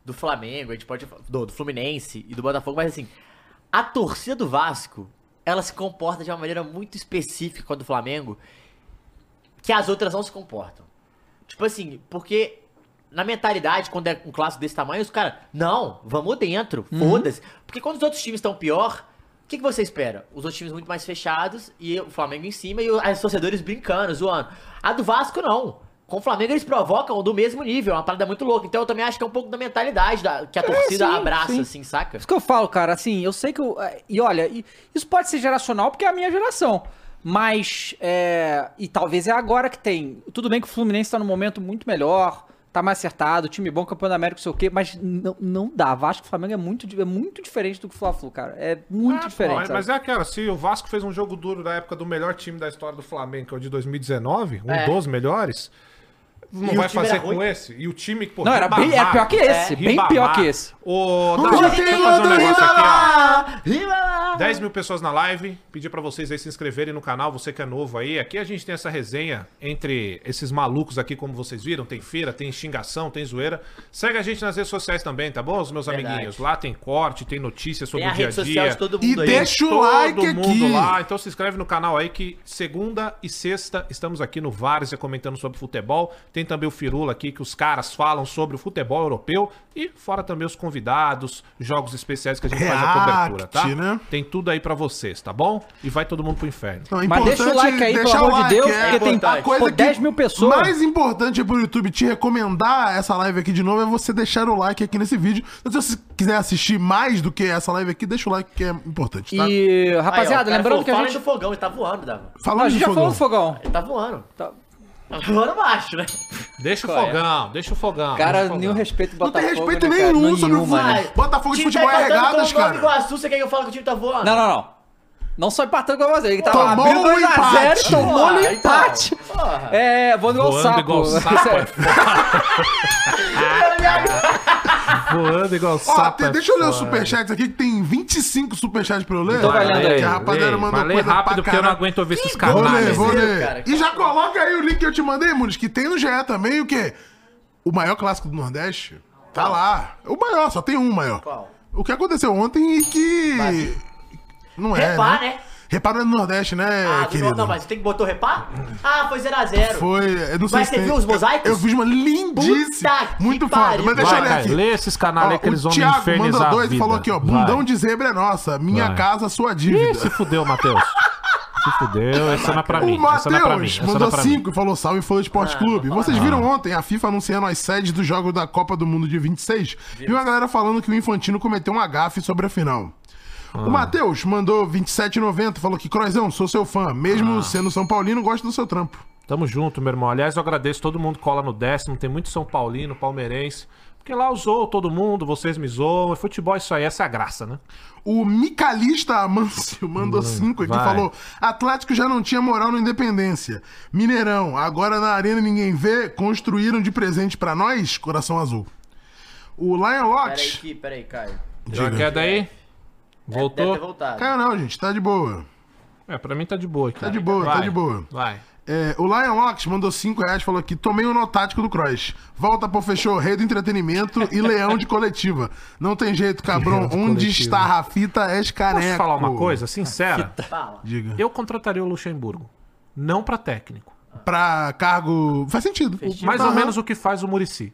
do Flamengo, a gente pode falar do, do Fluminense e do Botafogo, mas assim, a torcida do Vasco, ela se comporta de uma maneira muito específica com a do Flamengo, que as outras não se comportam. Tipo assim, porque na mentalidade, quando é um clássico desse tamanho, os caras, não, vamos dentro, Uhum. foda-se. Porque quando os outros times estão pior, o que, que você espera? Os outros times muito mais fechados e o Flamengo em cima e os torcedores brincando, zoando. A do Vasco, não. Com o Flamengo eles provocam do mesmo nível, é uma parada muito louca. Então eu também acho que é um pouco da mentalidade da, que a torcida É, sim, abraça, sim. assim, saca? Isso que eu falo, cara, assim, eu sei que eu. eh, E olha, e- isso pode ser geracional porque é a minha geração. Mas. é, e talvez é agora que tem. Tudo bem que o Fluminense tá num momento muito melhor, tá mais acertado, time bom, campeão da América, não sei o quê, mas não, não dá. Vasco e Flamengo é muito, di- é muito diferente do que o Fla-Flu, cara. É muito Ah, diferente. pô, sabe? mas é aquela, se o Vasco fez um jogo duro na época do melhor time da história do Flamengo, que é o de 2019, um É. dos melhores, não E o vai time fazer era ruim. com esse? E o time, pô, Não, era bem- Ribamar. era pior que esse, É, bem Ribamar. pior que esse. Ô, Não Dado, tem deixa eu fazer um gol do negócio aqui, ó. Ah, riba lá! 10 mil pessoas na live, pedir pra vocês aí se inscreverem no canal, você que é novo aí. Aqui a gente tem essa resenha entre esses malucos aqui, como vocês viram. Tem feira, tem xingação, tem zoeira. Segue a gente nas redes sociais também, tá bom, os meus Verdade. amiguinhos? Lá tem corte, tem notícia sobre Tem a o dia a rede dia. social de todo E mundo aí. deixa- o todo like mundo aqui. lá. Então se inscreve no canal aí que segunda e sexta estamos aqui no Várzea comentando sobre futebol. Tem também o Firula aqui que os caras falam sobre o futebol europeu e fora também os convidados, jogos especiais que a gente faz a React, cobertura, tá? né? Tem tudo tudo aí pra vocês, tá bom? E vai todo mundo pro inferno. Então, é Mas deixa o importante like aí, pelo deixar amor de o like, Deus, porque tem, a coisa pô, que 10 mil pessoas. Mais importante pro YouTube te recomendar essa live aqui de novo é você deixar o like aqui nesse vídeo. Então, se você quiser assistir mais do que essa live aqui, deixa o like que é importante, tá? E, rapaziada, lembrando que a gente. do fogão, ele tá voando, Dava. Não, Falando a gente de já falou fogão. do fogão. Ele tá voando. Tá. Tá voando baixo, né? Deixa o Qual é? fogão, deixa o fogão. Cara, deixa o nenhum fogão. respeito Não tem Botafogo. respeito né, cara? nenhum Não, sobre o nenhum, mano. futebol. Botafogo né? de Time tá futebol é empatando regadas, com o Nova cara. Iguaçu, você quer que eu fale que o time tá voando? Não, não, não. Não só empatando com você, ele tava Tomou abrindo um 2x0 empate. tomou um Ah, então. empate. Porra. É, voando igual Voando sapo. é igual sapo, é Voando igual Ó, sapo. tem- é deixa eu ler os foda. superchats aqui, que tem 25 superchats pra eu ler. Então vai lendo aí. Que a rapaziada Lê, mandou Mas lê coisa pra rápido, porque eu não caralho. aguento ouvir esses Vou ler, canalhas. vou Sério, ler. cara? E já coloca aí o link que eu te mandei, Muniz, que tem no GE também, o quê? O maior clássico do Nordeste? Tá lá. O maior, só tem um maior. Qual? O que aconteceu ontem e que. Mas- Não é. Repar, né? Reparo é no Nordeste, né, Ah, do querido? Nordeste, não, mas tem que botou repar? Ah, foi 0x0. Foi. Eu não sei Mas se você tem- viu os mosaicos? Eu, eu vi uma lindíssima. Puta que Muito foda. pariu. Mas deixa Vai, eu ler cara, aqui. lê esses canalhas Ó, que eles vão o me Thiago mandou Ah, infernizar a dois e vida. falou aqui, ó. Vai. Bundão de zebra é nossa. Minha Vai. casa, sua Ih, se dívida. fudeu, Matheus. Se fudeu, essa não é pra mim. O essa não é pra mim. Matheus Essa não mandou é pra mim. Ah. 5 e falou salve Flow Esporte Clube. Vocês viram ontem a FIFA anunciando as sedes do jogo da Copa do Mundo de 26? E uma galera falando que o Infantino cometeu um agafe sobre a final. Ah. O Matheus mandou 27,90, falou que Croizão, sou seu fã. Mesmo Ah. sendo São Paulino, gosto do seu trampo. Tamo junto, meu irmão. Aliás, eu agradeço todo mundo que cola no décimo. Tem muito São Paulino, palmeirense. Porque lá usou todo mundo, vocês me zoam. E futebol é isso aí, essa é a graça, né? O Micalista Amâncio mandou 5 aqui e Hum, vai. falou: Atlético já não tinha moral no Independência. Mineirão, agora na Arena ninguém vê, construíram de presente pra nós, coração azul. O Lion Peraí, Locks. aqui, peraí, Caio. Deu uma Diga. queda aí? Deve ter Voltou? voltado. Caiu não, gente, tá de boa. É, pra mim tá de boa aqui. Tá de boa, tá Vai. de boa. Vai. É, o Lion Locks mandou 5 reais falou aqui: tomei o um nó tático do Cross. Volta pro fechou, rei do entretenimento e leão de coletiva. Não tem jeito, cabrão. de Onde coletiva. está Rafita Escareco? Posso falar uma coisa sincera? Fala. Diga. Eu contrataria o Luxemburgo. Não pra técnico. Pra cargo. Faz sentido. Mais ou Tipo, Aham. menos o que faz o Murici.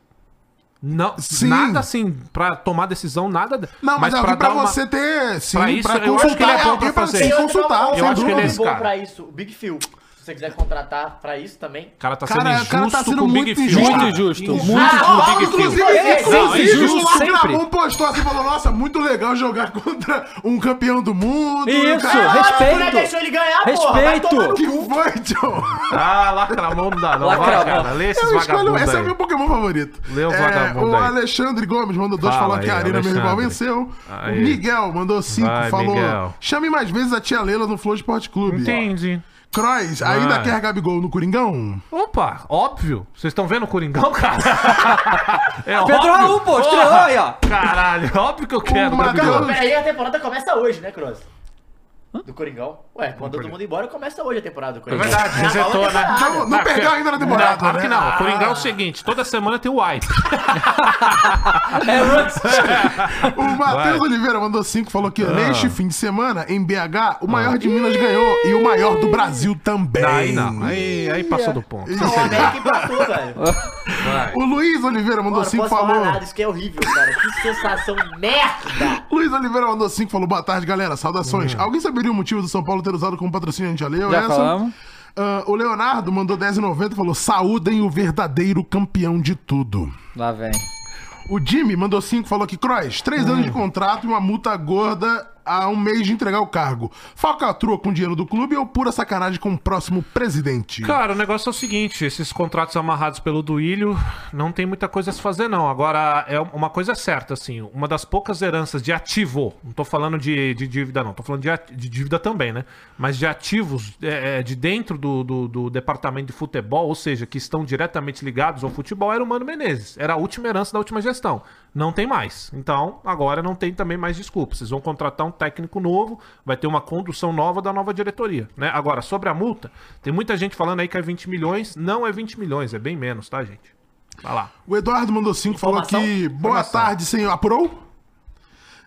Não, Sim. nada assim, pra tomar decisão, nada. Não, mas, alguém pra, dar uma- você ter. Sim, pra isso, eu acho que ele é bom pra fazer. se Tem consultar. eu sem acho que ele dúvida. é é esse bom cara. pra isso. O Big Phil. Se você quiser contratar pra isso também. O cara tá sendo Cara, o injusto cara tá sendo com o muito Big Phil. injusto. cara. Muito injusto, muito Ah, injusto. Big Inclusive, Phil. É, não, inclusive, injusto o sempre. Lacramon postou assim, falou, nossa, muito legal jogar contra um campeão do mundo. e o Isso, cara- respeito. Ah, a mulher deixou ele ganhar, porra. Vai Respeito. tomar no Que cu. foi, John? Ah, lacramão não dá, não. Vai, Lacramão. cara. Lê esses Eu escolho, vagabundos esse é aí. o meu Pokémon favorito. Lê os É, vagabundos o aí. Alexandre Gomes mandou dois, Fala falou que a aí, Arena meu rival Alexandre. venceu. Aí. O Miguel mandou cinco, Vai, falou, Miguel. chame mais vezes a tia Leila no Flow Esporte Clube. Entendi. Crois, ainda Vai. quer Gabigol no Coringão? Opa, óbvio. Vocês estão vendo o Coringão, cara? É Pedro Raul, pô, estreou aí, ó. Caralho, É óbvio que eu quero. Uma Gabigol. cara- Peraí, a temporada começa hoje, né, Cross? Do Coringão. Ué, quando todo mundo embora, começa hoje a temporada do É Coringão. verdade, resetou, né? Então, não Tá, perdeu porque- ainda na temporada, Não, Claro né? que não. O Coringão é o seguinte, toda semana tem o White. É, Russ. O Matheus Vai. Oliveira mandou cinco, falou que neste fim de semana, em BH, o maior de Minas ganhou e o maior do Brasil também. Tá Aí não, aí, aí passou do ponto. Ih, O América empatou, velho. O Luiz Oliveira mandou Mano, não cinco, posso falar falou. nada, isso que é horrível, cara. Que sensação merda. Luiz Oliveira mandou cinco, falou boa tarde, galera. Saudações. Alguém saberia o motivo do São Paulo ter usado como patrocínio? A gente já leu Já essa? falamos. Ah, o Leonardo mandou 10,90 e falou: saúdem o verdadeiro campeão de tudo. Lá vem. O Jimmy mandou 5, falou que Cross, três anos Hum. de contrato e uma multa gorda a um mês de entregar o cargo. Falcatrua com dinheiro do clube ou pura sacanagem com o próximo presidente? Cara, o negócio é o seguinte, esses contratos amarrados pelo Duílio, não tem muita coisa a se fazer não. Agora, é uma coisa certa, assim, uma das poucas heranças de ativo, não tô falando de, de dívida não, tô falando de, ati- de dívida também, né? Mas de ativos é, é, de dentro do, do- do departamento de futebol, ou seja, que estão diretamente ligados ao futebol, era o Mano Menezes. Era a última herança da última gestão. Não tem mais. Então, agora não tem também mais desculpa. Vocês vão contratar um técnico novo, vai ter uma condução nova da nova diretoria, né? Agora, sobre a multa, tem muita gente falando aí que é 20 milhões. Não é 20 milhões, é bem menos, tá, gente? Vai lá. O Eduardo mandou 5, falou Informação? que boa Informação. tarde, senhor. Apurou?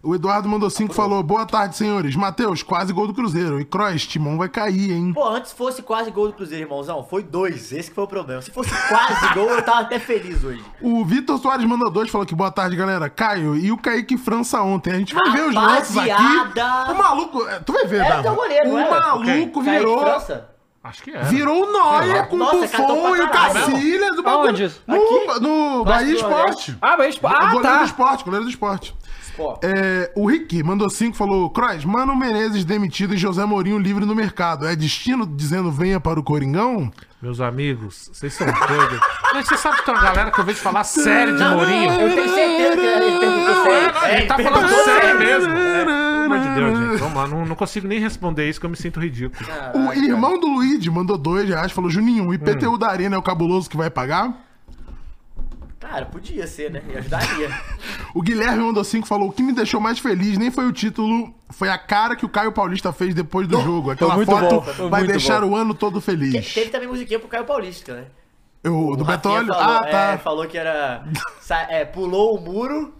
O Eduardo mandou cinco, falou, boa tarde, senhores. Matheus, quase gol do Cruzeiro. E Cross, Timão vai cair, hein? Pô, antes fosse quase gol do Cruzeiro, irmãozão. Foi dois. Esse que foi o problema. Se fosse quase gol, eu tava até feliz hoje. O Vitor Soares mandou dois, falou que boa tarde, galera. Caio e o Kaique França ontem. A gente vai ver os lances aqui. Rapaziada! O maluco, é, tu vai ver, Era Dava. teu goleiro, O não era? Um maluco Caí de virou, França? Acho que era. virou o Noia com Nossa, o catou Buffon pra e o caralho. Cacilhas. o bagulho. Aonde isso? No, no Bahia do Nordeste. Esporte. Ah, mas... o Ah, goleiro do tá. esporte, goleiro do esporte. Pô, É, o Rick mandou cinco, falou: Cross, Mano Menezes demitido e José Mourinho livre no mercado. É destino dizendo venha para o Coringão? Meus amigos, vocês são doidos. Mas você sabe que tem uma galera que eu vejo falar sério de Mourinho? eu tenho certeza que ele perguntou sério. Ele tá perguntou falando sério. sério mesmo. É, Pelo amor de Deus, gente. Vamos lá, não, não consigo nem responder isso que eu me sinto ridículo. o irmão do Luigi mandou dois reais, falou: Juninho, o IPTU da Arena é o cabuloso que vai pagar? Cara, podia ser, né? Me ajudaria. O Guilherme mandou cinco, falou: O que me deixou mais feliz nem foi o título, foi a cara que o Caio Paulista fez depois do jogo. Aquela muito foto bom, foi vai muito deixar bom. o ano todo Te- feliz. Teve também musiquinha pro Caio Paulista, né? Eu, do O Rafinha Betólio? falou- Ah, tá. é, falou que era. sa- é, pulou o muro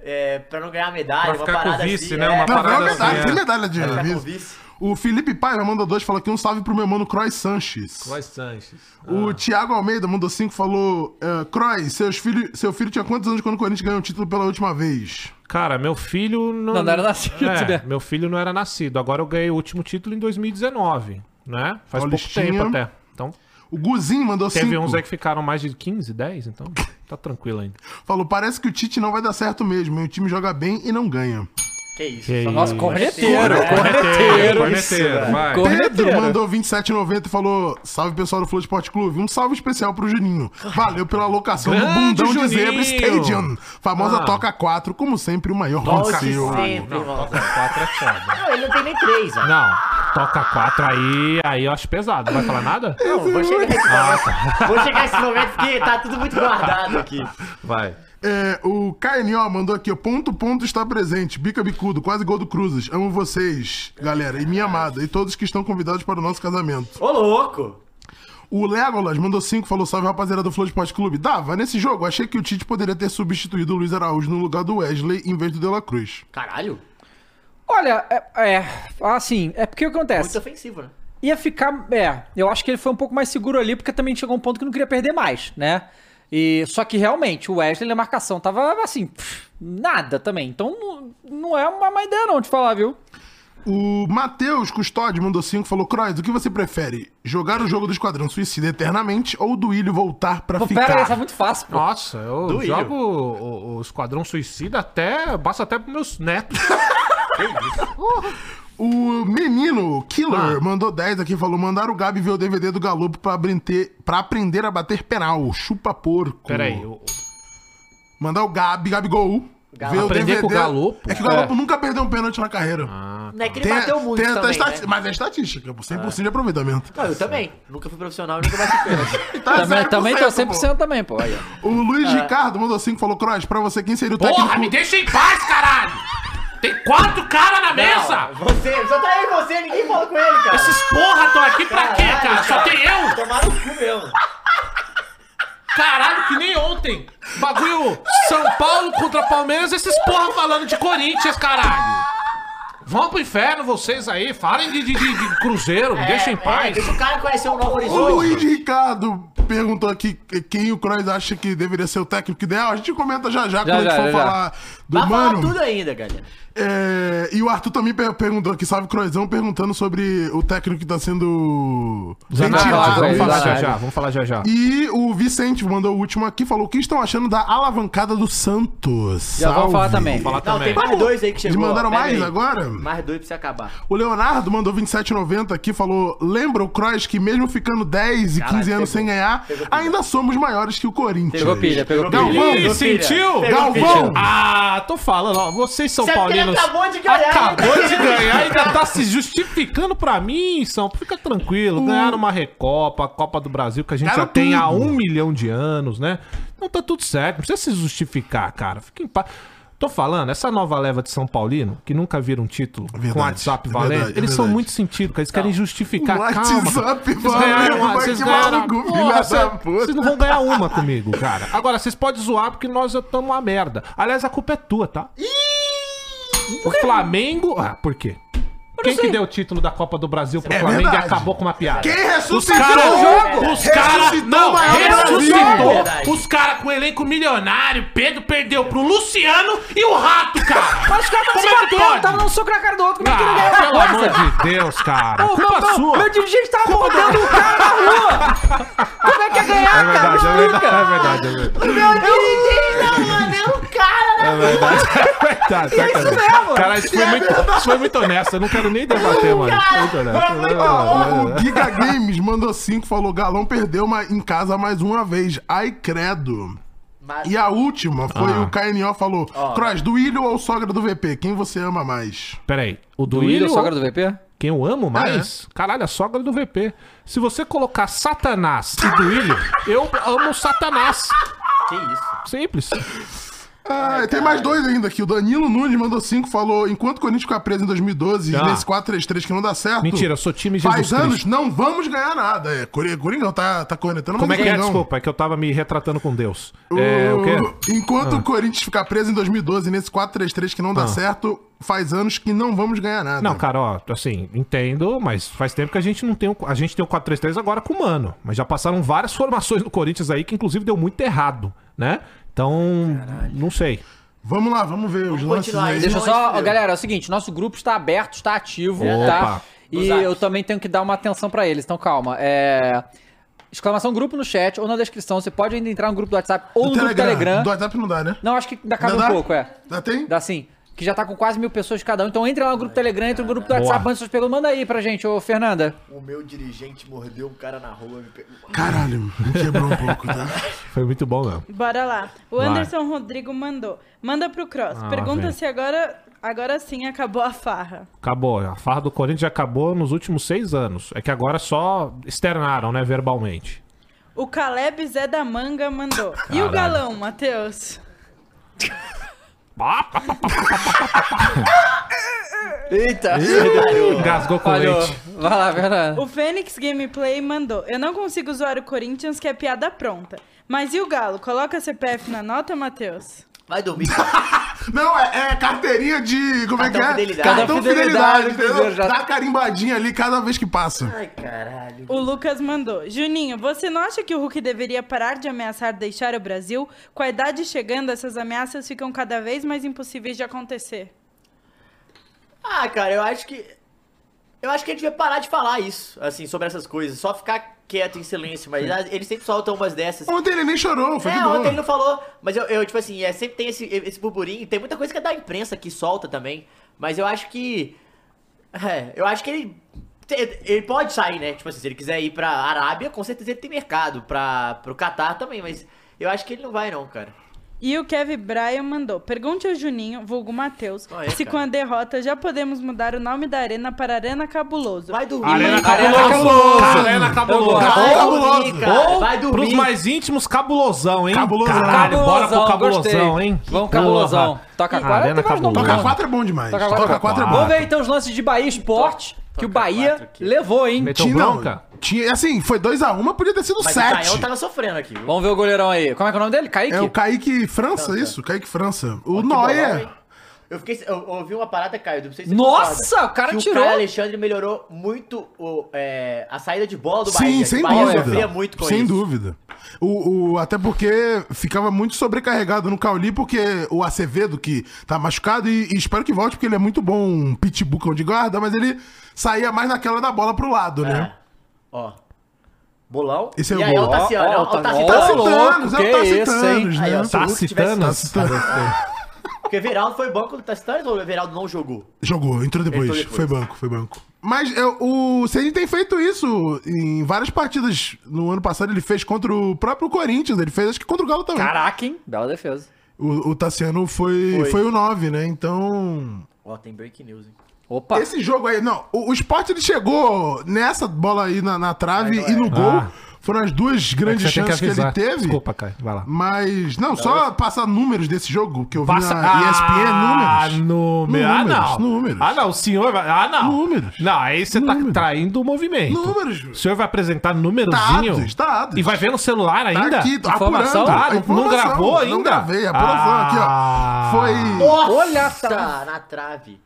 é, pra não ganhar medalha, Pra uma ficar com parada o vice, assim. né? é. Uma Não, parada ganhou medalha, assim, tem é. medalha de Pra ficar tá com o vice. vice. O Felipe Paiva mandou dois, falou aqui um salve pro meu mano Croy Sanches. Vai, Sanches. O Thiago Almeida mandou cinco, falou: eh, Croy, seus filho, seu filho tinha quantos anos quando o Corinthians ganhou o título pela última vez? Cara, meu filho não. Não, não era nascido, É, né? Meu filho não era nascido. Agora eu ganhei o último título em 2019, né? Faz Paulistinha. pouco tempo até. Então, O Guzinho mandou teve cinco. uns aí que ficaram mais de 15, 10, então tá tranquilo ainda. Falou: parece que o Tite não vai dar certo mesmo. Meu time joga bem e não ganha. Que isso. Nossa, corneteiro. Corneteiro. Corneteiro, corneteiro, vai. Cor- Pedro Corneteiro. mandou 27,90 e falou: Salve pessoal do Flow Esporte Clube. Um salve especial pro Juninho. Valeu pela locação do Grande bundão de Juninho. zebra Stadium. Famosa Ah. Toca 4, como sempre, o maior Toque ronceu. sempre, irmão. Quatro é foda. Não, ele não tem nem três, ó. Não, toca quatro aí, aí eu acho pesado. Vai falar nada? Não, vou chegar nesse Ah, tá. momento. Vou chegar nesse momento porque tá tudo muito guardado aqui. Vai. É, o KNO mandou aqui, ó. Ponto, ponto está presente. Bica bicudo, quase gol do Cruzes. Amo vocês, galera. E minha amada. E todos que estão convidados para o nosso casamento. Ô, louco! O Legolas mandou cinco, falou salve rapaziada do Flow Esporte Clube. Dava, nesse jogo, achei que o Tite poderia ter substituído o Luiz Araújo no lugar do Wesley em vez do De La Cruz. Caralho, Olha, é, é... Assim, é porque o que acontece? muito ofensivo, né? ia ficar. É, eu acho que ele foi um pouco mais seguro ali, porque também chegou um ponto que não queria perder mais, né? E, só que realmente, o Wesley na marcação tava assim, pff, nada também. Então não, não é uma má ideia, não, te falar, viu? O Matheus Custódio mandou cinco, falou Croix, o que você prefere? Jogar o jogo do Esquadrão Suicida eternamente ou o Duílio voltar pra Pô, ficar? pera aí, tá muito fácil, pô. Nossa, eu Doído. jogo o, o Esquadrão Suicida até. Basta até pros meus netos. O menino Killer Ah. mandou 10 aqui, falou: mandar o Gabi ver o DVD do Galopo pra, aprender, pra aprender a bater penal. Chupa porco. Peraí, o- Mandar o Gabi, Gabigol, ver o Aprender DVD. com o Galopo? É que o Galopo nunca perdeu um pênalti na carreira. Ah, Não é que ele Tem- bateu muito tem até também, estati- né? Mas é estatística, pô, 100% de aproveitamento. Não, eu também. Nunca fui profissional e nunca bati pênalti. Tá também, também 0%, tô pô. 100% também, pô. Aí, ó. O Luiz Ricardo mandou 5 falou: Cross, pra você, quem seria o Tá técnico? Porra, me deixa em paz, caralho! Tem quatro caras na mesa! Não, Você, só tá aí você, ninguém falou com ele, cara. Esses porra estão aqui pra quê, Caralho, cara? Só cara. tem eu? Tomaram o cu mesmo. Caralho, que nem ontem. Bagulho São Paulo contra Palmeiras, esses porra falando de Corinthians, caralho. Vão pro inferno vocês aí, falem de, de- de- de Cruzeiro, me deixem em É, paz. deixa o cara conhecer o Novo O Horizonte. Luiz Ricardo perguntou aqui quem o Cross acha que deveria ser o técnico ideal. A gente comenta já já, quando a gente já, for já, já. falar do Vai falar Mano. tudo ainda, galera. É, e o Arthur também per- perguntou aqui, salve Croizão, perguntando sobre o técnico que tá sendo Zanardi, ventilado. Zanardi. vamos falar já Zanardi. já, vamos falar já já. E o Vicente mandou o último aqui, falou o que estão achando da alavancada do Santos. Já vamos falar também. Falar Não, tem também. mais dois aí que Eles chegou. ó. mandaram Pega mais aí. agora? Mais dois pra você acabar. O Leonardo mandou 27,90 aqui, falou: lembra o Croix que mesmo ficando 10 e 15 Caralho, anos pegou. sem ganhar, Pegou pilha. ainda somos maiores que o Corinthians. Pegou pilha, pegou pilha. Galvão, Pegou Ih, pilha. sentiu? Pegou Galvão! pilha. Ah, tô falando, ó, vocês São Você Paulinos. acabou de ganhar. Acabou de ganhar, ainda tá se justificando pra mim, São. Fica tranquilo, ganharam uma Recopa, a Copa do Brasil, que a gente Ganharam já tem há tudo. um milhão de anos, né? Então tá tudo certo, não precisa se justificar, cara. Fica em paz. Tô falando, essa nova leva de São Paulino, que nunca viram um título verdade, com WhatsApp é valendo, verdade, é eles são verdade. muito sentido, cara. Eles querem justificar. Um Calma. WhatsApp Vocês valendo, ganharam, mas vocês que ganharam. maluco, Porra, filha da cê- puta. Vocês não vão ganhar uma comigo, cara. Agora, vocês podem zoar porque nós estamos uma merda. Aliás, a culpa é tua, tá? O Flamengo. Ah, por quê? Quem que deu o título da Copa do Brasil pro assim, É Flamengo verdade. e acabou com uma piada? Quem ressuscitou cara- o jogo? Os caras. Ressuscitou o Não, maior ressuscitou. Brasil. Verdade. Os caras com elenco milionário. Pedro perdeu pro Luciano e o Rato, cara. Mas os caras Como estavam é se que matando, pode? tá tava dando soco na cara do outro, como é que ele Ah, ganhou pelo a amor coisa? de Deus, cara. Ô, Culpa meu, sua. meu dirigente tava mordendo um cara na rua! Como é que ia ganhar, cara? Me explica! é verdade, é verdade. Meu dirigente, mano, é um cara, É verdade, é verdade. sacanagem. mesmo. Cara, isso foi, muito, isso foi muito honesto. Eu não quero nem debater, mano. Isso foi muito Ó, honesto. O Giga Games mandou cinco, falou: Galão perdeu uma, em casa mais uma vez. Ai, credo. Mas- E a última foi Ah. o KNO falou: né? Cross, do Willian ou sogra do VP? Quem você ama mais? Peraí, o do Duílio, Willian, sogra do VP? quem eu amo Ah, é? mais? Caralho, a sogra do VP. Se você colocar Satanás e Duílio, eu amo Satanás. Que isso? Simples. Ah, tem mais dois ainda aqui. O Danilo Nunes mandou cinco, falou: Enquanto o Corinthians ficar preso em 2012, Tá. nesse 4-3-3 que não dá certo. Mentira, eu sou time Jesus Faz anos, Cristo. não vamos ganhar nada. É, Cori- Coringão tá, tá cornetando, mas Como é que é? Coringão. Desculpa, é que eu tava me retratando com Deus. É, o quê? Enquanto o Corinthians ficar preso em 2012 nesse 4-3-3 que não dá certo, faz anos que não vamos ganhar nada. Ah. Não, cara, ó, assim, entendo, mas faz tempo que a gente não tem um, a gente tem o 4-3-3 agora com o Mano, mas já passaram várias formações no Corinthians aí que inclusive deu muito errado, né? Então, não sei. Vamos lá, vamos ver os lances continuar aí. aí. Deixa eu só, Não, ó, galera, é o seguinte, nosso grupo está aberto, está ativo, Opa. tá? No E zap. eu também tenho que dar uma atenção pra eles, então calma. É... Exclamação grupo no chat ou na descrição, você pode ainda entrar no grupo do WhatsApp ou no Do grupo do Telegram. Do WhatsApp não dá, né? Não, acho que ainda cabe Ainda um dá? pouco, é. Dá tem? Dá sim. Que já tá com quase mil pessoas cada um. Então entra lá no grupo do Telegram, entra no grupo do Boa. WhatsApp, manda suas perguntas. Manda aí pra gente, ô Fernanda. O meu dirigente mordeu um cara na rua e me pegou. Caralho, me quebrou um pouco, tá? Foi muito bom mesmo. Bora lá. O Anderson Rodrigo mandou. Manda pro Cross. Ah, Pergunta velho. se agora, agora sim acabou a farra. Acabou, a farra do Corinthians já acabou nos últimos seis anos. É que agora só externaram, né, verbalmente. O Caleb Zé da Manga mandou. E Caralho. o galão, Matheus? Ah, pá, pá, pá, Eita! Engasgou com Valeu. leite. Vai lá, Fernanda. O Fênix Gameplay mandou. Eu não consigo zoar o Corinthians, que é piada pronta. Mas e o Galo? Coloca CPF na nota, Matheus? Vai dormir. Não, é, é carteirinha de. Como é que é? Cartão fidelidade. Cartão fidelidade, entendeu? entendeu? Já- Dá carimbadinha ali cada vez que passa. Ai, caralho. O Lucas mandou. Juninho, você não acha que o Hulk deveria parar de ameaçar deixar o Brasil? Com a idade chegando, essas ameaças ficam cada vez mais impossíveis de acontecer. Ah, cara, eu acho que. Eu acho que ele devia parar de falar isso, assim, sobre essas coisas. Só ficar quieto em silêncio, mas ah, eles sempre soltam umas dessas. Ontem ele nem chorou, foi de É, boa. ontem ele não falou, mas eu, eu, tipo assim, é, sempre tem esse, esse burburinho, tem muita coisa que é da imprensa que solta também, mas eu acho que, é, eu acho que ele, te- ele pode sair, né, tipo assim, se ele quiser ir pra Arábia, com certeza ele tem mercado, pra, pro Catar também, mas eu acho que ele não vai não, cara. E o Kevin Bryan mandou. Pergunte ao Juninho, vulgo Matheus, Ah, é, se cara. com a derrota já podemos mudar o nome da arena para Arena Cabuloso. Vai dormir, Arena tá cara. cabuloso! Arena Eu cabuloso! Vai Cabuloso. dormir, cara, vai Pros dormir. mais íntimos, cabulosão, hein? Cabulosão. Caralho, bora pro gostei. cabulosão, hein? Vamos, cabulosão. Porra. Toca Arena quatro, tem mais cabuloso. nome, Toca não. 4 é bom demais. Toca quatro. Toca 4 é bom. Vamos ver então os lances de Bahia Esporte, que o Bahia quatro aqui. levou, hein? Meteu Tinha, não, bronca? tinha, assim, foi 2x1, mas podia ter sido Mas é tá o Caião 7. tava sofrendo aqui, viu? Vamos ver o goleirão aí. Como é que é o nome dele? Kaique? É o Kaique França, isso? Kaique França. O Que bolão, Noia. hein? Eu, fiquei, eu ouvi uma parada, Caio, não sei se você Nossa, concorda, o cara que tirou. O Caio Alexandre melhorou muito o, é, a saída de bola do Bahia. Sim, que sem o Bahia dúvida. sofria muito com sem isso. dúvida. O, o- até porque ficava muito sobrecarregado no Cauli, porque o Acevedo, que tá machucado, e, e espero que volte, porque ele é muito bom um pitbucão de guarda, mas ele saía mais naquela da bola pro lado, né? Ó. Bolão. Esse é e o aí, gol. ó, o Tassiano. Ó, ó, tá ó, o Tassiano. Tassiano. Ô, louco, é que o Tacitanos, isso, hein? Aí, ó, né? se o Hulk tivesse- Tacitanos. tá. Porque o Everaldo foi banco do Tassiano ou o Everaldo não jogou? Jogou, entrou depois. Entrou depois. Foi banco, foi banco. Mas é, o Ceni tem feito isso em várias partidas. No ano passado ele fez contra o próprio Corinthians, ele fez acho que contra o Galo também. Caraca, hein? Bela defesa. O, o Tassiano foi, foi. Foi. o 9, né? Então. Ó, tem break news, hein? Opa! Esse jogo aí, não. O, o esporte ele chegou nessa bola aí na, na trave e no gol. Ah. Foram as duas grandes você tem que chances que, ele avisar. teve. Desculpa, Caio, vai lá. Mas, não, só passar números desse jogo que eu vi Passa... na ESPN, ah, é números. número. Ah, Números, não. números. Ah, não. O senhor vai... Ah, não. Números. Não, aí você Números. tá traindo o movimento. Números, O Júlio. senhor vai apresentar númerozinho? Dados, dados. E vai ver no celular Tá ainda? aqui, Informação? apurando. Ah, não- não Informação, gravou Não ainda? gravei, apuração aqui, Ah. ó. Foi... Nossa, Olha a trave. na trave.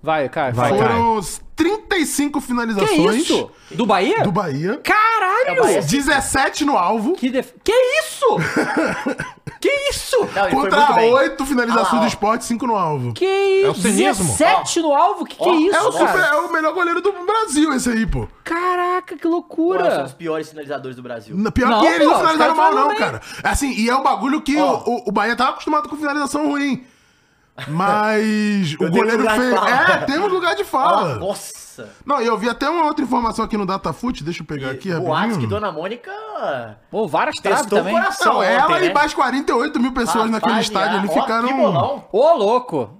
Vai, cara. Vai, fala. cara. Foram 35 Que finalizações isso? Do Bahia? do Bahia. Caralho! Bahia. 17 no alvo. Que, def... que isso? que isso? Não, ele foi muito Contra bem. 8 finalizações Ah, do ó. esporte, 5 no alvo. Que isso? É o cinismo. 17 no alvo? Que que é isso, é, o cara? super- é o melhor goleiro do Brasil esse aí, pô. Caraca, que Pô, nós somos loucura. os piores sinalizadores do Brasil. Na- Pior Não, que eles pô, não os finalizaram caras mal, não, finalizaram cara. Assim, e é um bagulho que Ó. o, o- o Bahia tava acostumado com finalização ruim. Mas o Eu tenho goleiro lugar de fez. fala. É, temos lugar de Ah, fala. nossa! Não, e eu vi até uma outra informação aqui no DataFoot, deixa eu pegar aqui Boatos que rapidinho. Dona Mônica Pô, várias traves testou o também. coração Não, ontem, ela né? e mais 48 mil pessoas naquele Rapaziada, estádio ali ó, Que ficaram. bolão. Ô, louco.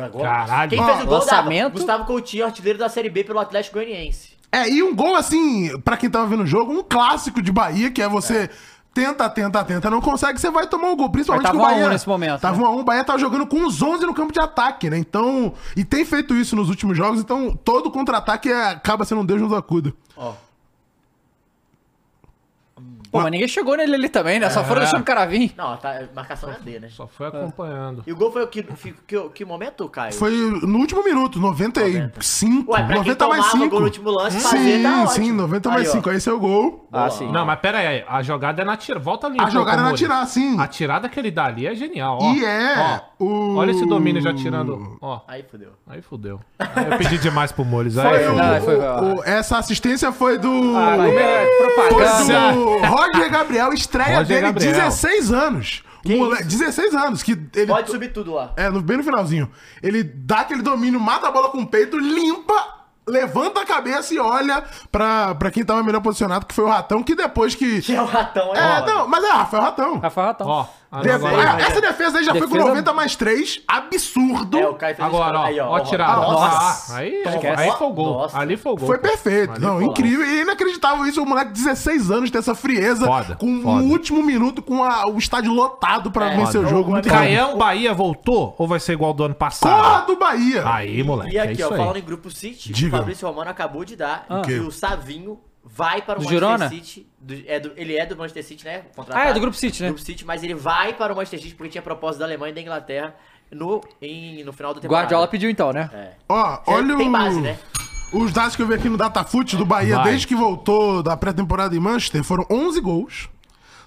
Agora, Caralho. Quem Ó, fez o gol lançamento. da Gustavo Coutinho, artilheiro da Série B pelo Atlético Goianiense. É, e um gol assim, pra quem tava vendo o jogo, um clássico de Bahia, que é você tenta, tenta, tenta, não consegue, você vai tomar o gol. Principalmente Mas que tava o Bahia. 1 nesse momento, Tava né? 1 a 1 o Bahia tava jogando com os 11 no campo de ataque, né? Então. E tem feito isso nos últimos jogos, então todo contra-ataque é- acaba sendo um Deus nos acuda. Ó, Pô, mas ninguém chegou nele ali também, né? Só foram deixando o cara vir. não, tá, marcação é D, né? Só foi acompanhando. E o gol foi o que, que, que, que momento, Caio? Foi no último minuto, 95. Ué, pra quem 90 mais tomava o 5. gol no último lance, fazer, sim, tá ótimo. sim, 90 mais Aí, ó. 5. Aí esse é o gol. Ah, sim. Não, mas pera aí. A jogada é na tirada. Volta ali. A um jogada pouco, era Muri. tirar, sim. A tirada que ele dá ali é genial, ó. E é Ó, o- Olha esse domínio já tirando. Ó, Aí fudeu. aí fudeu. Aí eu pedi demais pro Moles. Aí, Foi fudeu. um- O- Ah, foi- o- o- essa assistência foi do. Ah, como é que- Foi propaganda. do Roger Gabriel, estreia Roger dele, Gabriel. 16 anos. Um mole- 16 anos, que ele. Pode subir tudo lá. É, no, bem no finalzinho. Ele dá aquele domínio, mata a bola com o peito, limpa, levanta a cabeça e olha pra, pra quem tava melhor posicionado, que foi o Ratão, que depois que. Que é o ratão, é, É, ó. não, mas é Rafael Ratão. Rafael então. Ratão. Ó, ah, De- não, agora- é, essa defesa aí já foi com Defesa- 90 mais 3, absurdo. É, o Caio fez Agora, ó, aí, ó, tirada. Ah, Nossa. Nossa. Aí, aí, Esquece. aí foi o gol. Nossa. Ali foi o gol. Foi pô. perfeito. não, foi. incrível. E inacreditável isso, o moleque de 16 anos ter essa frieza Foda, com foda. o último minuto, com a- o estádio lotado pra vencer o Foda. jogo. Muito bom. Caião, Bahia voltou ou vai ser igual do ano Corra passado? do Bahia! Aí, moleque. E é aqui, isso ó, aí. falando em grupo City, Diga. o Fabrício Romano acabou de dar Ah. que o Savinho vai para o Do Manchester Girona? City. do- é do- ele é do Manchester City, né? Ah, Contratado. é do Grupo City, né? Grupo City, mas ele vai para o Manchester City porque tinha propósito da Alemanha e da Inglaterra no, em- no final da temporada. Guardiola pediu então, né? É. Ó, olha Tem o- base, né? os dados que eu vi aqui no Datafoot do Bahia Vai. desde que voltou da pré-temporada em Manchester foram 11 gols.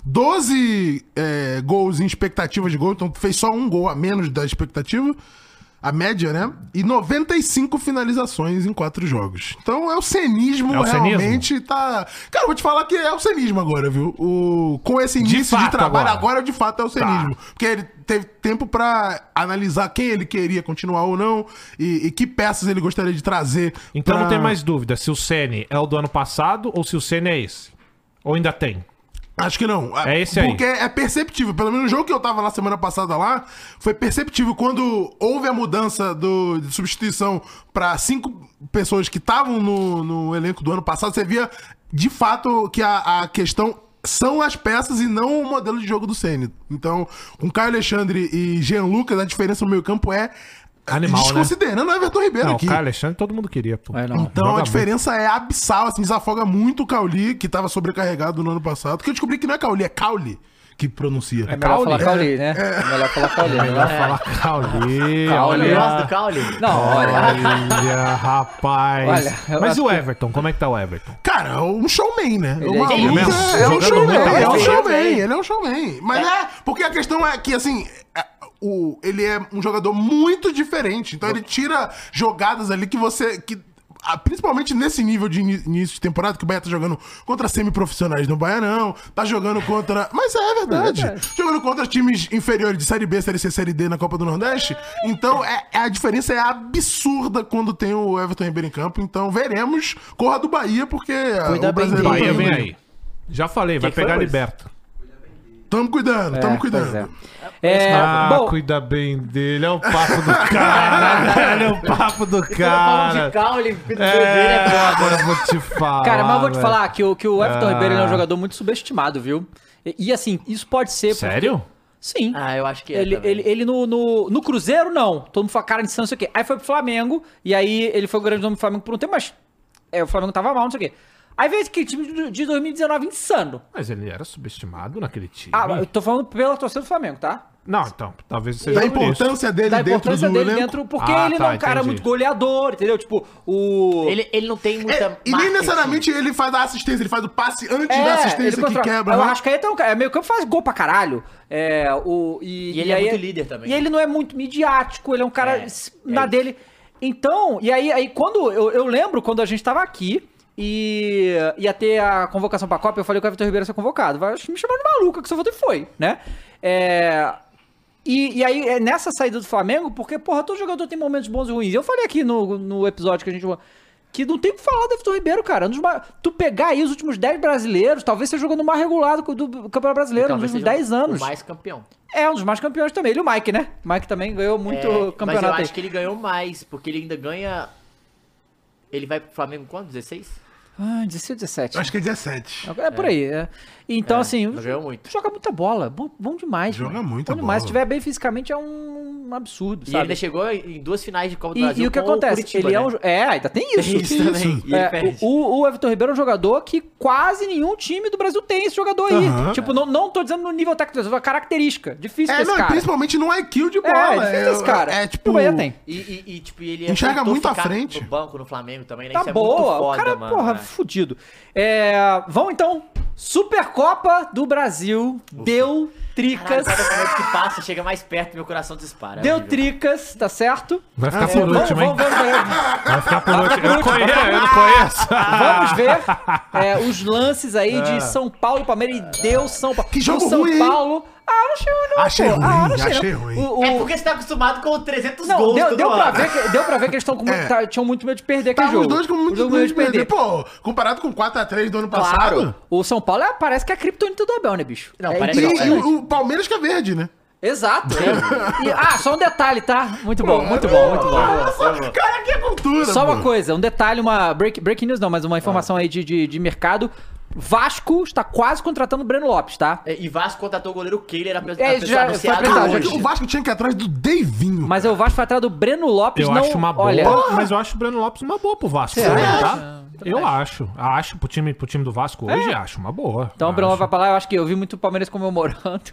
12 é, gols em expectativa de gol, então fez só um gol a menos da expectativa, a média, né? E 95 finalizações em quatro jogos. Então é o cenismo É o cenismo? realmente tá. Cara, eu vou te falar que é o cenismo agora, viu? O... Com esse De início de, fato trabalho agora. agora. de fato é Tá. o cenismo. Porque ele teve tempo pra analisar quem ele queria continuar ou não e, e que peças ele gostaria de trazer. Então pra- não tem mais dúvida se o Sene é o do ano passado ou se o Sene é esse. Ou ainda tem. Acho que não. É esse aí. Porque é perceptível. Pelo menos no jogo que eu tava lá semana passada lá, foi perceptível quando houve a mudança do, de substituição pra cinco pessoas que estavam no, no elenco do ano passado. Você via, de fato, que a, a questão são as peças e não o modelo de jogo do Ceni. Então, com Caio Alexandre e Jean Lucas, a diferença no meio campo é... Animal, né? Desconsiderando o Everton Ribeiro Não, o aqui. Caio Alexandre todo mundo queria, pô. É, não. Então Ah, Joga a diferença é abissal, assim, desafoga muito o Cauli, que tava sobrecarregado no ano passado, que eu descobri que não é Cauli, é Cauli que pronuncia. É melhor falar Cauli, né? É melhor falar Cauli. Melhor falar. Fala, Cauli. É. Cauli. Olha o Olha, negócio do Caule. Não, É. olha. olha, rapaz. Olha, eu Mas acho e o Everton? Como é que tá o Everton? Cara, é um showman, né? é O maluco isso, é, é um jogando showman, muita é um bola. showman, ele é um showman. Mas é, porque a questão é que, assim, é, o, ele é um jogador muito diferente, então ele tira jogadas ali que você... Que, ah, Principalmente nesse nível de ini- início de temporada, que o Bahia tá jogando contra semiprofissionais no Baianão, tá jogando contra. Mas é verdade. Jogando contra times inferiores de Série B, Série C, Série D na Copa do Nordeste. Então é, é- a diferença é absurda quando tem o Everton Ribeiro em campo. Então veremos. Corra do Bahia, porque ah, Cuida bem o dele. brasileiro Bahia tá vem vindo. aí. Já falei, vai que foi, pegar a Luiz? liberta. Tamo cuidando, tamo pois cuidando. é. É, ah, bom, cuida bem dele. É o papo do cara. é o papo do Falando cara. de carro, ele cuida dele, É, é foda. agora eu vou te falar. cara, mas eu vou te velho. falar que o, que o Everton Ah. Ribeiro ele é um jogador muito subestimado, viu? E, e, assim, isso pode ser. porque- Sério? Sim. Ah, eu acho que é. Ele, também. ele, ele no, no, no Cruzeiro, não. Todo mundo fala, cara, insano, não sei o quê. Aí foi pro Flamengo, e aí ele foi o grande nome do Flamengo por um tempo, mas é, o Flamengo tava mal, não sei o quê. Aí veio aquele time de- de 2019 insano. Mas ele era subestimado naquele time. Ah, eu tô falando pela torcida do Flamengo, tá? Não, então, talvez seja Da por isso. importância dele Da dentro importância do dele elenco. dentro, porque Ah, ele tá, não é um cara entendi. muito goleador, entendeu? Tipo, o... ele, ele não tem muita. É, e nem marketing. Então, necessariamente ele faz a assistência, ele faz o passe antes É, da ele assistência que controla. quebra. O né? Arrascaeta é um cara. É meio campo faz gol pra caralho. É, o, e, E ele é muito líder também. E ele não é muito midiático, ele é um cara É, s- é na isso. dele. Então, e aí, aí quando. Eu, eu lembro quando a gente tava aqui. E ia ter a convocação pra Copa, eu falei que o Everton Ribeiro ia ser convocado. Vai- Acho que me chamaram de maluco, que só vou ter foi, né? É, E, e aí, é nessa saída do Flamengo, porque, porra, todo jogador tem momentos bons e ruins. Eu falei aqui no, no episódio que a gente. Que não tem o que falar do Everton Ribeiro, cara. Um dos mai- Tu pegar aí os últimos 10 brasileiros, talvez seja o jogador mais regulado do Campeonato Brasileiro nos Talvez últimos seja 10 anos. O mais campeão. É, um dos mais campeões também. Ele e o Mike, né? O Mike também ganhou muito É, Mas eu campeonato aí. acho que ele ganhou mais, porque ele ainda ganha. Ele vai pro Flamengo quanto? 16? Ah, 16, 17. Eu Acho que é 17. É por aí. é. Então, assim, Mas ganhou muito. joga muita bola. Bom, bom demais. Joga mano. muita bom demais. Se bola. tiver bem fisicamente, é um absurdo, E ele sabe? ainda chegou em duas finais de Copa do E, Brasil. e o que com acontece? Curitiba, ele é né? um. jo- É, ainda tem isso. Tem isso também. E ele É, perde. o, o Everton Ribeiro é um jogador que quase nenhum time do Brasil tem esse jogador aí. Aham. Tipo, não, não tô dizendo no nível técnico, é uma característica. Difícil É, desse não, e cara. principalmente não é kill de É, bola. difícil esse cara. É, tipo. O Bahia tem. E, e- e, tipo, ele Enxerga aceitou muito à ficar frente. No banco no Flamengo também, né? Tá Isso é boa. muito foda, o cara, mano. porra, né? fudido. É, vamos então. Supercopa do Brasil. Deu Caralho, tricas. cada momento que passa, chega mais perto, meu coração dispara. é assim. Deu horrível. tricas, tá certo? Vai ficar É, por vamos, último, hein? vamos, vamos ver. Vai ficar por último. Eu não conheço, eu não conheço. Vamos ver é, os lances aí de São Paulo e Palmeiras. E deu São Paulo. Que jogo o São ruim, hein? Paulo. Ah, não achei ruim, não, Achei pô. ruim, Ah, achei não. ruim. O- o- É porque você tá acostumado com 300 Não, gols deu, todo deu, pra ano. ver que, deu pra ver que eles tão com muito, É. tá- tinham muito medo de perder aquele Tava jogo. os dois com O muito jogo é medo de medo perder. Pô, tá comparado com 4x3 do ano Claro, passado. o São Paulo é- parece que é a criptonita do Abel, né, bicho? Não, É parece- E, incrível. e o, o Palmeiras que é verde, né? Exato. É. E- ah, só um detalhe, tá? Muito bom, muito bom, muito bom. Nossa, cara, que é cultura. Só pô. uma coisa, um detalhe, uma break, breaking news não, mas uma informação Ah. aí de, de, de mercado. Vasco está quase contratando o Breno Lopes, tá? É, E Vasco contratou o goleiro Kehler, apre- É, apre- já- anunciado foi verdade, é Cara, hoje. o Vasco tinha que ir atrás do Deivinho. Mas o Vasco foi atrás do Breno Lopes, Eu não... acho uma boa, Olha, mas eu acho o Breno Lopes uma boa pro Vasco, Você também, acha? tá? Eu acho. Acho pro time, pro time do Vasco hoje, acho uma boa. É. então o Breno Lopes vai Acho. pra lá, eu acho que eu vi muito o Palmeiras comemorando.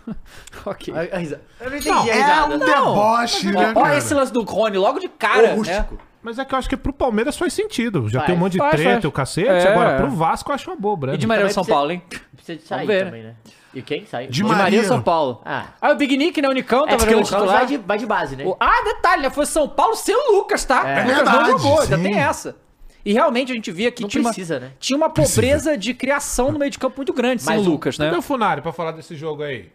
ok. A- a risa- Eu não entendi Não, a é risada. um deboche, né, Olha cara? esse lance do Rony, logo de cara, né? Mas é que eu acho que pro Palmeiras faz sentido. Já Faz, tem um monte de faz, treta, faz. o cacete. É. Agora, pro Vasco eu acho uma boa, Breno. E de Maria do São precisa- Paulo, hein? Precisa de sair Vamos ver, também, né? E quem sai? De De Maria. Maria do São Paulo. Ah. Ah, o Big Nick, né? O Nicão É tava porque o jogando Ramos titular. vai de, vai de base, né? O- Ah, detalhe, né? Foi São Paulo sem o Lucas, tá? É. O Lucas Verdade, não jogou, ainda sim. tem essa. E realmente a gente via que Não tinha, precisa, uma, né? tinha uma pobreza de criação no meio de campo muito grande sem o Mas o- Então, Lucas, né? Cadê o Funari pra falar desse jogo aí?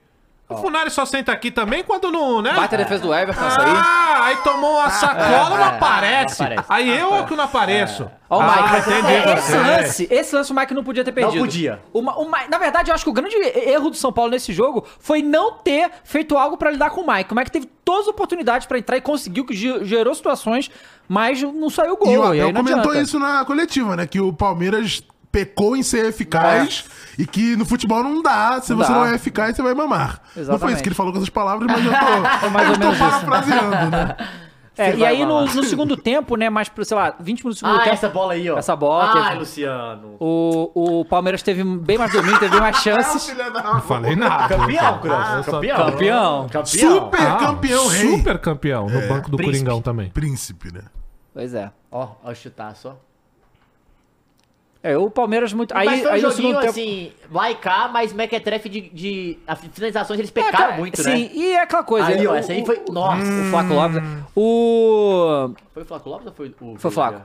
O Funari só senta aqui também quando não, né? ah, Bate a defesa do Everton, essa aí. Ah, aí tomou uma sacola, não é, aparece. não aparece. Aí eu é que não apareço. Ó, o Ah, Mike. entendi. esse lance, esse lance o Mike não podia ter perdido. podia. O Ma- o Ma- na verdade, eu acho que o grande erro do São Paulo nesse jogo foi não ter feito algo pra lidar com o Mike. O Mike teve todas as oportunidades pra entrar e conseguiu, que ge- gerou situações, mas não saiu gol. E o aí Abel não comentou adianta. isso na coletiva, né? Que o Palmeiras pecou em ser eficaz e que no futebol não dá. Se É. Não você dá. não é eficaz, você vai mamar. Não foi Exatamente. É isso que ele falou com essas palavras, mas eu tô, mais ou eu tô menos isso. parafraseando, né? É, Você e vai aí no, falar. no segundo tempo, né, mais pro, sei lá, 20 minutos do segundo Ah, tempo, essa bola aí, ó. é. Essa bola é Ah, teve- Luciano. o, o Palmeiras teve bem mais domínio, teve bem mais chances. Filha é da- Não falei nada. Ah, Campeão, Ah, Cruz. campeão. Campeão. Campeão. Super campeão, rei. Super campeão. É. No banco do Príncipe. Coringão também. Príncipe, né? Pois é. Ó, ó, o chutaço, ó. É, o Palmeiras muito... Aí, mas foi um aí no joguinho, segundo tempo... assim, lá e cá, mas Mequetrefe de, de... As finalizações eles É, pecaram cara, muito, sim, né? e é aquela coisa. Aí, ó, o- essa aí foi... O, Nossa. Hum. o Flaco Lopes. é- O... Foi o Flaco Lopes ou foi o... Foi o Flaco.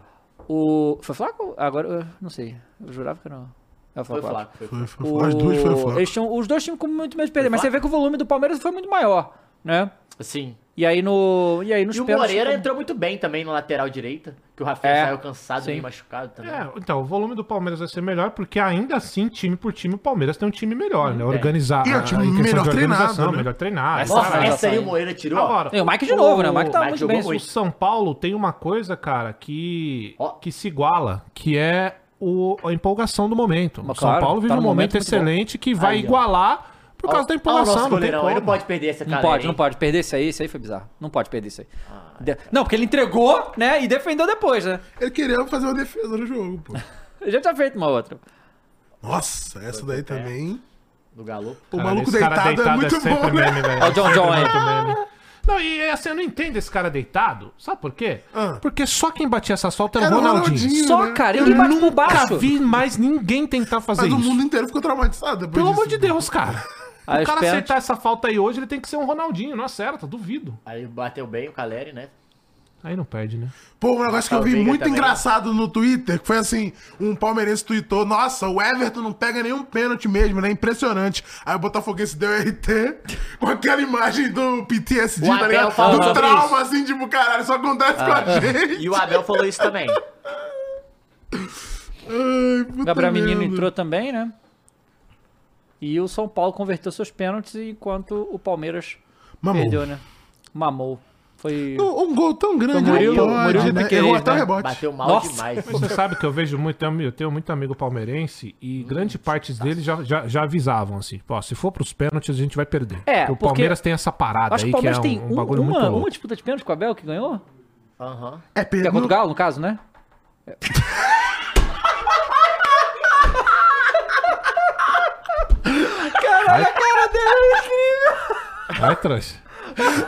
O... Foi o Flaco? Agora, eu não sei. Eu jurava que não. É o Foi Flaco. o Flaco. foi o Flaco. Foi- foi- O- As duas foi foda. Eles tinham, os dois tinham com muito medo de perder, mas Flaco? você vê que o volume do Palmeiras foi muito maior, né? Sim. E aí no. E aí nos E o pênaltis- Moreira entrou muito bem também na lateral direita, que o Rafael É, saiu cansado, sim. meio machucado também. É, então, o volume do Palmeiras vai ser melhor, porque ainda assim, time por time, o Palmeiras tem um time melhor, né? Organizado. E é um time em questão melhor de organização, treinado, né? Melhor treinado. Essa, Nossa, caralho. essa aí essa o aí. Moreira tirou. ó. Agora, E o Mike de novo, né? O Mike tá é Mike muito jogou bem. O esse- São Paulo tem uma coisa, cara, que, Ó. que se iguala, que é o, a empolgação do momento. Mas o São claro, Paulo vive tá um num momento momento muito bom. excelente que vai Aí, ó. igualar por tá Ó, causa da ó empolgação. o nosso não tem goleirão, como. ele não pode perder essa Não cara. pode, hein? Ah, não pode. Perder isso aí, isso aí foi bizarro. Não pode perder isso aí. De- Não, porque ele entregou, né? E defendeu depois, né? Ele queria fazer uma defesa no jogo, pô. Ele já tinha feito uma outra. Nossa, essa daí também. Do galo. O Cara, maluco esse cara deitado, é muito sempre bom, né? meme, velho. Ó, o John Sempre John é. aí. muito meme. Não, e assim, eu não entendo esse cara deitado. Sabe por quê? Ah. Porque só quem batia essa solta era, Era o o Ronaldinho. Ronaldinho, Só, né? cara, Eu ele bate por nunca baixo. vi mais ninguém tentar fazer Mas o isso. mundo inteiro ficou traumatizado depois Pelo disso. né? amor de Deus, cara. Aí o cara espera- acertar essa falta aí hoje, ele tem que ser um Ronaldinho. Não acerta, duvido. Aí bateu bem o Caleri, né? Aí não perde, né? Pô, um negócio que eu vi Salveiga muito também. engraçado no Twitter, que foi assim, um palmeirense tweetou, nossa, o Everton não pega nenhum pênalti mesmo, né? Impressionante. Aí o Botafoguense deu RT com aquela imagem do PTSD, O tá Abel ligado? falou Do sobre trauma, isso. assim, tipo, caralho, isso acontece com Ah, a gente. E o Abel falou isso também. Ai, puta Gabriel Menino merda. entrou também, né? E o São Paulo converteu seus pênaltis enquanto o Palmeiras Mamou. perdeu, né? Mamou. Foi. Um, um gol tão grande, Então, Murilo- não pode, Murilo né? Piquerez, Errou até o né? rebote. Bateu mal Nossa. demais. Mas você sabe que eu vejo muito, eu tenho muito amigo palmeirense e Uhum. grande parte deles já, já, já avisavam assim, ó, se for pros pênaltis a gente vai perder. É, Porque o porque- Palmeiras tem essa parada Acho que aí o que é Palmeiras um, tem um um- bagulho muito uma, louco. uma disputa de pênalti com o Abel que ganhou? Aham. É Que é contra o pênalti. Galo, no caso, né? Caralho, a cara dele! Vai, trouxa.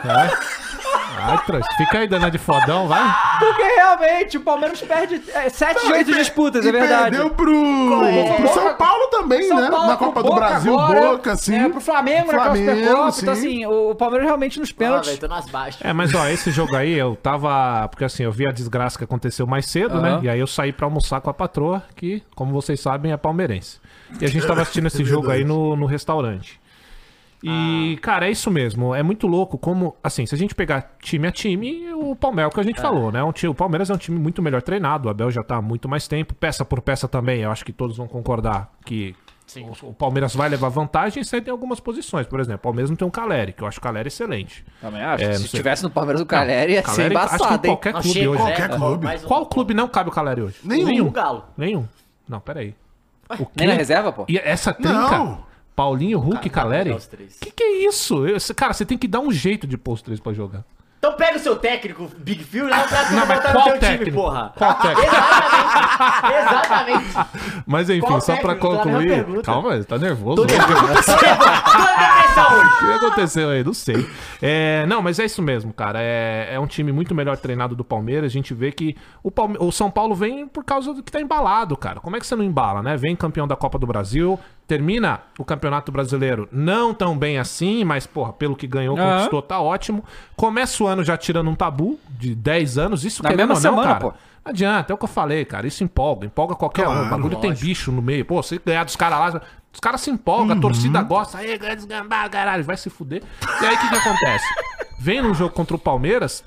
Vai. Vai, trouxa. Fica aí, dona de fodão, vai. Porque realmente o Palmeiras perde é, sete de oito disputas, é E verdade. perdeu pro, É. pro São Paulo também, né? Paulo Na com Copa o do Boca Brasil, agora, Boca, assim. É, pro Flamengo, na Copa Supercopa. Então, sim. assim, o o Palmeiras realmente nos Ah, pênaltis. velho, tô nas baixas. É, mas ó, esse jogo aí eu tava. Porque assim, eu vi a desgraça que aconteceu mais cedo, né? Aham. E aí eu saí pra almoçar com a patroa, que, como vocês sabem, é palmeirense. E a gente tava assistindo esse jogo aí no, no restaurante. E, cara, é isso mesmo. É muito louco como, assim, se a gente pegar time a time, o Palmeiras, é o que a gente falou, né? Um ti- o Palmeiras é um time muito melhor treinado, o Abel já tá há muito mais tempo, peça por peça também. Eu acho que todos vão concordar que o, o Palmeiras vai levar vantagem e sai em algumas posições. Por exemplo, o Palmeiras não tem um Caleri, que eu acho o Caleri excelente. Também acho. É, não Se sei. tivesse no Palmeiras o Caleri, ia ser Caleri, acho embaçado, que hein? qualquer Não, É clube chega, hoje. né? Qualquer clube. Mais um. Qual clube não cabe o Caleri hoje? Nenhum. O Galo. Nenhum. Não, peraí. O quê? Nem na reserva, pô. E essa trinca? Não. Paulinho, Hulk e Cara, não, Caleri? não, os três. Que que é isso? Eu- cê- cara, você tem que dar um jeito de pôr os três pra jogar. Então pega o seu técnico, Big Phil, e dá pra tu Ah, Não, mas botar tá no qual teu time, técnico? porra. Qual técnico? Exatamente. Exatamente. Mas enfim, Qual só pra técnico? Tá na minha concluir. pergunta. Calma, você tá nervoso. hoje. Tô na depressão hoje. O que aconteceu aí? Não sei. É, não, mas é isso mesmo, cara. É, é um time muito melhor treinado do Palmeiras. A gente vê que o, Palme- o São Paulo vem por causa do que tá embalado, cara. Como é que você não embala, né? Vem campeão da Copa do Brasil, termina o Campeonato Brasileiro não tão bem assim, mas, porra, pelo que ganhou, Aham. conquistou, tá ótimo. Começa o ano já tirando um tabu de 10 anos. Isso Na querendo mesma ou não, semana, cara. pô. Não adianta, é o que eu falei, cara. Isso empolga, empolga qualquer um. O bagulho tem bicho no meio. Pô, se ganhar dos caras lá, os caras se empolgam, a torcida gosta. Aí, ganha desgambá, caralho, vai se fuder. E aí, o que, que acontece? Vem num jogo contra o Palmeiras,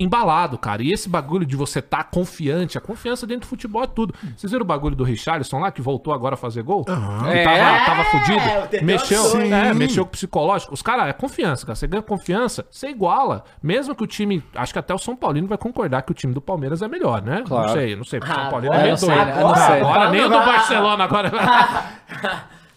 embalado, cara. E esse bagulho de você tá confiante, a confiança dentro do futebol é tudo. Vocês viram o bagulho do Richarlison lá, que voltou agora a fazer gol? Que tava, É, tava o fudido. Teteu Mexeu, absurdo. é, mexeu com o psicológico. Os caras, é confiança, cara. Você ganha confiança, você iguala. Mesmo que o time. Acho que até o São Paulino vai concordar que o time do Palmeiras é melhor, né? Claro. Não sei, não sei. porque o São Ah, Paulino é agora meio não sei, doido. né? Não sei, né? Agora nem o do Agora- Barcelona, agora.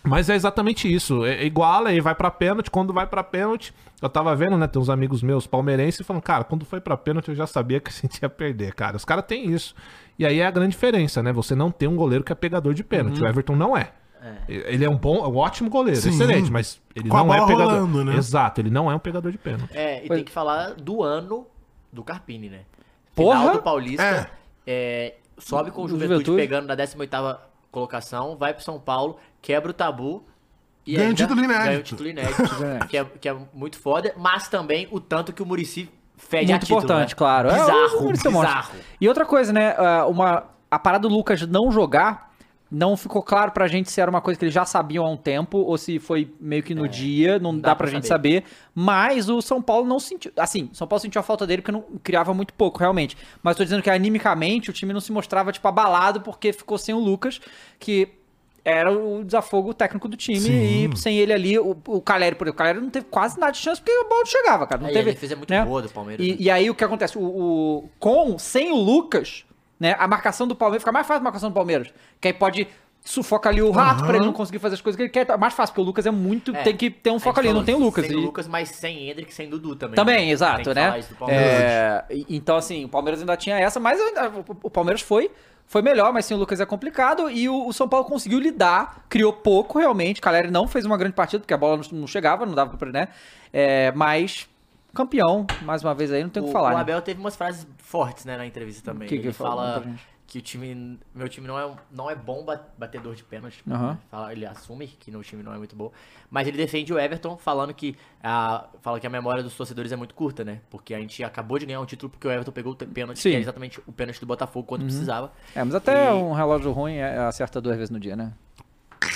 Mas é exatamente isso. É, iguala e vai pra pênalti. Quando vai pra pênalti, eu tava vendo, né? Tem uns amigos meus palmeirenses falando, cara, quando foi pra pênalti eu já sabia que a gente ia perder, cara. Os caras têm isso. E aí é a grande diferença, né? Você não tem um goleiro que é pegador de pênalti. O Everton não é. Ele é um bom, um ótimo goleiro, Uhum. Sim. excelente, mas ele Com a não é bola pegador. rolando, né? Exato, ele não é um pegador de pênalti. É, e tem que falar do ano do Carpini, né? Porra! Final do Paulista. é, sobe com o Do Juventude, Juventude. pegando na 18ª colocação, vai pro São Paulo, quebra o tabu. E Ganha um ainda título inédito. Ganha um título inédito. que, é, que é muito foda, mas também o tanto que o Murici fede a Muito título, importante, né? claro. É, o Bizarro, Maurício Monte. bizarro. E outra coisa, né? ah, Uma, a parada do Lucas não jogar Não ficou claro pra gente se era uma coisa que eles já sabiam há um tempo ou se foi meio que no dia, não dá, É, dá pra, pra gente saber. Mas o São Paulo não sentiu. Assim, São Paulo sentiu a falta dele porque não criava muito pouco, realmente. Mas tô dizendo que animicamente o time não se mostrava, tipo, abalado porque ficou sem o Lucas, que era o desafogo técnico do time. E sem ele ali, o, o Caleri, por exemplo, o Caleri não teve quase nada de chance porque a bola não chegava, cara. Não Aí, teve. a defesa é muito boa do Palmeiras, E, né? e aí o que acontece? O, o- com, sem o Lucas, né? A marcação do Palmeiras fica mais fácil a marcação do Palmeiras. Que aí pode sufoca ali o rato pra ele não conseguir fazer as coisas que ele quer. É mais fácil, porque o Lucas é muito. É, Tem que ter um foco ali, não tem o Lucas. Sem e- o Lucas, mas sem Hendrick, sem Dudu também. Também, Tem que exato, falar né? isso do Palmeiras. É, e- então, assim, o Palmeiras ainda tinha essa, mas ainda- o- o Palmeiras foi. Foi melhor, mas sem o Lucas é complicado. E o, o São Paulo conseguiu lidar, criou pouco realmente. Caleri não fez uma grande partida, porque a bola não, não chegava, não dava pra, né? É, mas campeão, mais uma vez aí, não tem o que falar. O né? Abel teve umas frases fortes, né, na entrevista também. Que que ele ele falou fala pra gente? que o time, meu time não é, não é bom ba- batedor de pênalti. Aham. Fala- Ele assume que no time não é muito bom, mas ele defende o Everton falando que a fala que a memória dos torcedores é muito curta, né? Porque a gente acabou de ganhar um título porque o Everton pegou o te- pênalti, Sim. que é exatamente o pênalti do Botafogo quando precisava. É, mas até E- um relógio ruim é- acerta duas vezes no dia, né?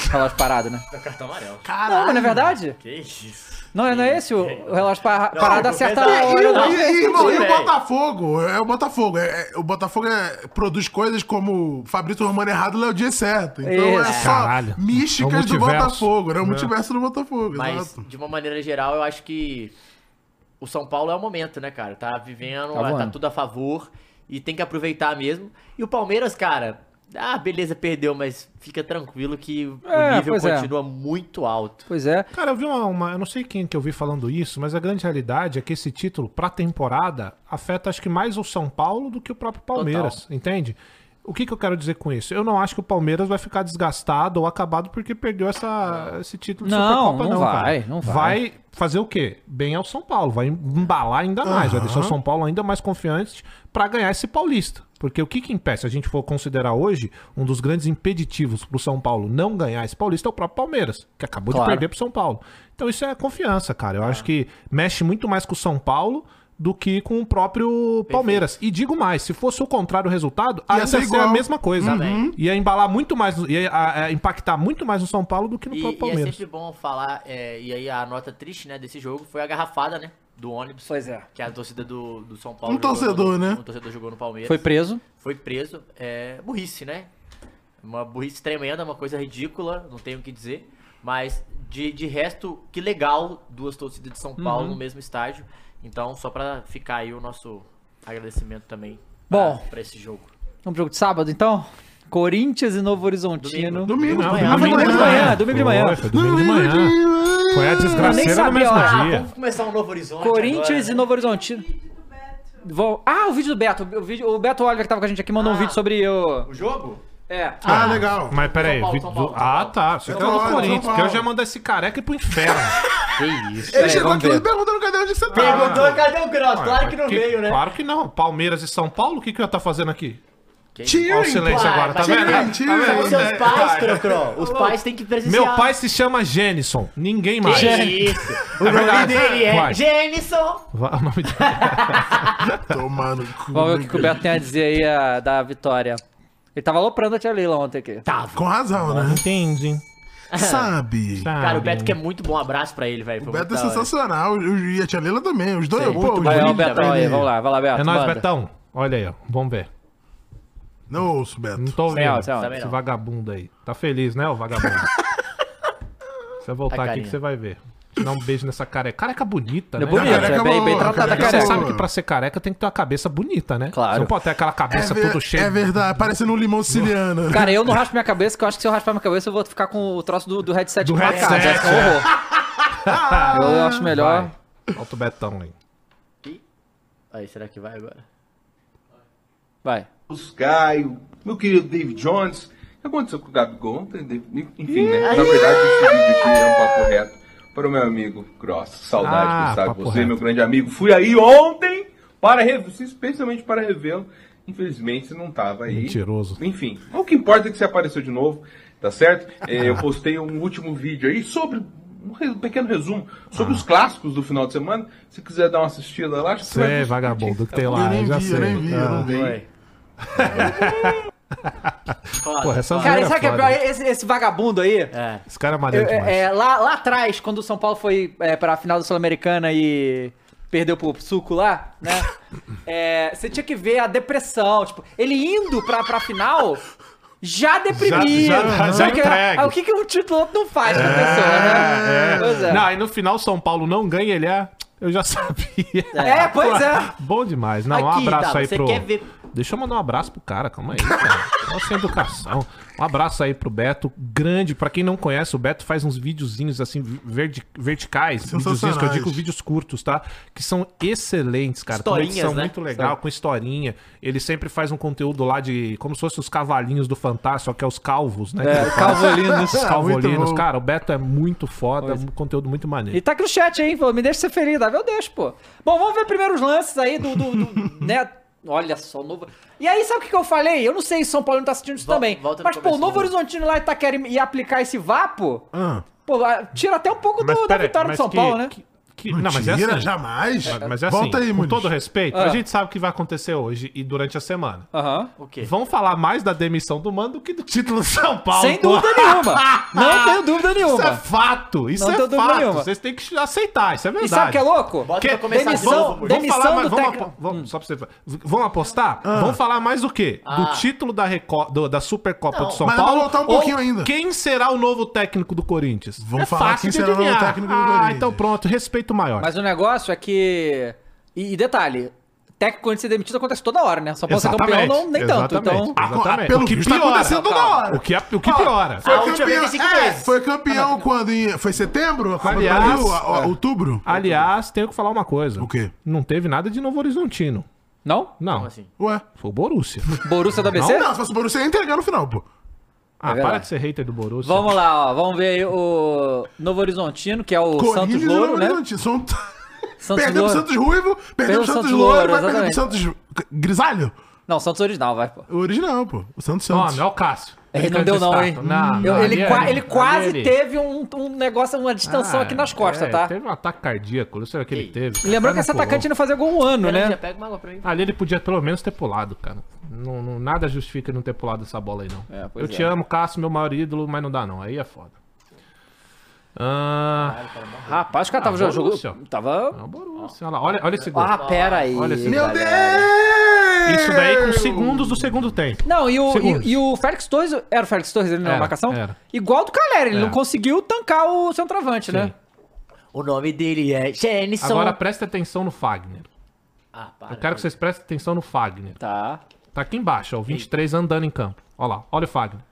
Relógio parado, né? É cartão amarelo. Não, mas não é verdade? Que isso? Não, não é esse? O, o relógio pa- Não, parado é acerta verdade. a E, hora né? o- do e, e, irmão, e o velho. Botafogo? É o Botafogo. É, é- o Botafogo é- produz coisas como Fabrício Romano errado e Léo Dias certo. Então é Isso. só Caralho. É o místicas do multiverso. É. Botafogo, né? O multiverso do Botafogo, Mas, exato. de uma maneira geral, eu acho que o São Paulo é o momento, né, cara? Tá vivendo, Tá tá, voando. tudo a favor e tem que aproveitar mesmo. E o Palmeiras, cara, ah, beleza, perdeu, mas fica tranquilo que É, o nível pois é. continua muito alto. Pois é. Cara, eu vi uma, uma- Eu não sei quem que eu vi falando isso, mas a grande realidade é que esse título, pra temporada, afeta acho que mais o São Paulo do que o próprio Palmeiras, entende? O que, que eu quero dizer com isso? Eu não acho que o Palmeiras vai ficar desgastado ou acabado porque perdeu essa, esse título de Não, Supercopa, não não, cara. vai, não vai. Vai fazer o quê? Bem ao São Paulo, vai embalar ainda mais, vai deixar o São Paulo ainda mais confiante pra ganhar esse paulista. Porque o que que impede, se a gente for considerar hoje, um dos grandes impeditivos pro São Paulo não ganhar esse paulista é o próprio Palmeiras, que acabou Claro. de perder pro São Paulo. Então isso é confiança, cara. Eu acho que mexe muito mais com o São Paulo do que com o próprio Palmeiras. E digo mais, se fosse o contrário o resultado, Ia ainda ser ser a igual. Uhum. mesma coisa. Também. Ia embalar muito mais, ia a- a impactar muito mais no São Paulo do que no E, próprio e é Palmeiras. sempre bom falar, é, e aí a nota triste, né, desse jogo foi a garrafada, né, do ônibus. Pois é. Que a torcida do, do São Paulo. Um jogou torcedor, no- né? Um torcedor jogou no Palmeiras. Foi preso. foi preso. É burrice, né? Uma burrice tremenda, uma coisa ridícula, não tenho o que dizer. Mas, de, de resto, que legal duas torcidas de Uhum. São Paulo no mesmo estádio. Então, só pra ficar aí o nosso agradecimento também pra- Bom. pra esse jogo. Vamos pro jogo de sábado, então? Corinthians e Novo Horizontino. Domingo, Não, domingo, é domingo de amanhã. manhã, domingo de manhã. Foi, foi domingo de manhã. Foi a Eu nem desgraceira no sabia, mesmo ó. dia. Vamos começar um Novo Horizonte Corinthians agora, e né? Novo Horizontino. Vão- Ah, o vídeo do Beto. O, vídeo... o Beto Oliver que tava com a gente aqui mandou um Ah. vídeo sobre o. O jogo? É. Ah, legal. Mas peraí, São Paulo, vi- São Paulo, do- São Paulo. ah tá, você São tá do Paulo, São Corinthians, Paulo. que eu já mando esse careca ir pro inferno. Que isso. Ele chegou aqui e perguntando cadê onde você tá. tava. Perguntou, cadê o Gross? Claro que não Porque- veio, né? Claro que não, Palmeiras e São Paulo, o que que eu ia estar fazendo aqui? Olha o Cheering, silêncio Vai, agora, tá vai, vendo? vai. Tá Mentira, vendo? São os seus né? pais, Crocro. Os pais têm que presenciar. Meu pai se chama Jenison, ninguém mais. Que isso. O nome verdade. dele é Vai. Jenison. Vai, o nome dele- Tomando cu. Vamos ver o que que o Beto tem a dizer aí ah, da vitória. Ele tava aloprando a Tia Leila ontem aqui. Com razão, né? Entende? Sabe. Tá, Tá, Cara, o Beto que é muito bom. Um abraço pra ele, velho. O Beto é sensacional. o- o- E a Tia Leila também. Os dois. Sim. pô, Muito os bom. Vai, ó, dois- Olha, Beto, aí, vamos lá, vai lá, Beto. É nóis, manda. Betão. Olha aí, ó. Vamos ver. Não ouço, Não Beto. tô Sem vendo. áudio, sem áudio. Esse vagabundo aí. Tá feliz, né, o vagabundo? Você vai A Tá voltar aqui carinha. que você vai ver. Te Dá um beijo nessa careca. Careca bonita, É né? bonito, cara? é bem, bem boa, tratada a careca Você careca. sabe boa. que pra ser careca tem que ter uma cabeça bonita, né? Claro. Você não pode ter aquela É, cabeça ver- toda cheia. é verdade, parecendo um limão siciliano. Cara, eu não raspo minha cabeça, que eu acho que se eu raspar minha cabeça, eu vou ficar com o troço do, do headset Do pra cá, headset, vai ficar um é. horror. Eu acho melhor. Vai. Solta o Betão aí. Aí, será que vai agora? Vai. Os Caio, meu querido David Jones. O que aconteceu com o Gabigol ontem? David? Enfim, né? Na verdade, esse vídeo aqui é um papo reto para o meu amigo Gross. Saudade, Ah, Gustavo. papo Você, reto. meu grande amigo. Fui aí ontem, para rev- especialmente para revê-lo. Infelizmente, você não estava aí. Mentiroso. Enfim, o que importa é que você apareceu de novo, tá certo? É, Ah. eu postei um último vídeo aí sobre... Um re- um pequeno resumo sobre Ah. os clássicos do final de semana. Se quiser dar uma assistida lá, acho que você vai Você, curtir, é vagabundo, que tá tem bom? lá. eu nem já vi, sei. eu nem vi, eu Ah. não vi. Vai. foda. Porra, essa foda. zoeira Cara, e sabe o que é foda. pior? Esse, esse vagabundo aí. É. Esse cara é eu- maneiro demais. é, é, lá, lá atrás, quando o São Paulo foi é, pra final da Sul-Americana e perdeu pro suco lá, né? É, você tinha que ver a depressão. Tipo, ele indo pra, pra final. Já deprimido. já- já Sabe que- entregue. É, ah, o que, que um título não faz pra pessoa, né? Pois é. Não, aí no final São Paulo não ganha, ele é. Eu já sabia. É, pois é. Bom demais. Não, um Aqui, abraço Dava, aí você pro. quer ver- Deixa eu mandar um abraço pro cara, calma aí, cara. Ó, sem educação. Um abraço aí pro Beto, grande. Pra quem não conhece, o Beto faz uns videozinhos assim, verdi- verticais. Videozinhos que eu Sensacionais. digo vídeos curtos, tá? Que são excelentes, cara. Com Historinhas, edição né? muito legal, com historinha. Ele sempre faz um conteúdo lá de. Como se fosse os cavalinhos do Fantástico, só que é os calvos, né? Que ele fala. Calvolinos. Os Ah, muito calvolinos, bom. cara, o Beto é muito foda, é um conteúdo muito maneiro. E tá aqui no chat, hein? Falou, me deixa ser feliz, Davi. Eu deixo, pô. Bom, vamos ver primeiro os lances aí do. do, do- né? Olha só, o novo. E aí, sabe o que, que eu falei? Eu não sei se São Paulo não tá assistindo isso Vol- também. volta no Mas, pô, o começo do Novo jogo. Horizontino lá e tá querendo ir aplicar esse vapo. Ah, Pô, ah, tira até um pouco do, da peraí, vitória do mas São que- Paulo, né? que- que- não, não, mas é assim. jamais. Mas é assim, Volta aí, com Muniz. todo respeito, Ah. a gente sabe o que vai acontecer hoje e durante a semana. Aham. O quê? Vão falar mais da demissão do Mano do que do título de São Paulo. Sem dúvida nenhuma. Não tenho dúvida Isso é nenhuma. fato, isso Não é tenho dúvida fato. nenhuma. Vocês têm que aceitar, isso é verdade. E sabe o que é louco? Bota Que- pra começar de demissão- novo, Murilo. Vamos demissão falar, do Hum. mas vamos, técnico- apo- vamos, só pra você, vamos apostar? Ah. Vamos falar mais do quê? Do título da, Reco- do- da Supercopa Não, de São mas dá pra Paulo? voltar um ou pouquinho ainda. Quem será o novo técnico do Corinthians? Vamos É falar quem de será o novo adivinhar. técnico do ah, Corinthians. então pronto, respeito maior. Mas o negócio é que. E, e detalhe. Técnico quando ser demitido acontece toda hora, né? Só pode ser campeão, não, nem tanto. Então, exatamente. Ah, pelo o que visto, tá piora. acontecendo toda Calma. hora. O que, é, o que piora. Foi A última vez em campeão, cinco é, meses. foi campeão quando. em- Foi setembro? A Copa do Aliás, é. Ah. Brasil? A- a- Outubro? Aliás, tenho que falar uma coisa. O quê? Não teve nada de Novo Horizontino. não? Não. Como assim? Ué. Foi o Borussia. É Borussia do ABC? Não, se fosse o Borussia ia entregar no final, pô. Ah, verdade. para de ser hater do Borussia. Vamos lá, ó. Vamos ver aí o Novo Horizontino, que é o Santos e Louro, Novo né? Horizonte, são- Santos Perdemos o Louro. Santos Ruivo, perdemos o Santos Santos Louro, Louro, vai perder o Santos Grisalho? Não, Santos original, vai, pô. O original, pô. O Santos Santos. Nome, é o Cássio. Ele não deu não, hein? Não, Eu- não, ele, ali, é qua- ali, ele ali, quase ali. teve um, um negócio, uma distensão Ah, aqui nas costas, é, tá? Teve um ataque cardíaco, não sei o que ele Que teve. cara. Lembrando Quase que esse não pulou. atacante não fazia gol um ano, Peraí, já né? pega uma água pra mim. Ali ele podia pelo menos ter pulado, cara. Não, não- nada justifica não ter pulado essa bola aí, não. É, pois Eu te é. amo, Cássio, meu maior ídolo, mas não dá, não. Aí é foda. Ah, tá Rapaz, o cara tava Ah, jogando. Borussia. Tava. é o Borussia. Olha, lá, olha, olha esse gol. Ah, pera aí. Olha esse- Meu galera. Deus! Isso daí com segundos do segundo tempo. Não, e o, Segundos. e, e o Félix Torres, era o Félix Torres ele na Era, marcação? era. Igual do Calera, ele É. não conseguiu tancar o centroavante, né? O nome dele é Jenison. Agora presta atenção no Fagner. Ah, para. Eu quero que vocês prestem atenção no Fagner. Tá. Tá aqui embaixo, ó. O 23 andando em campo. Olha lá, olha o Fagner.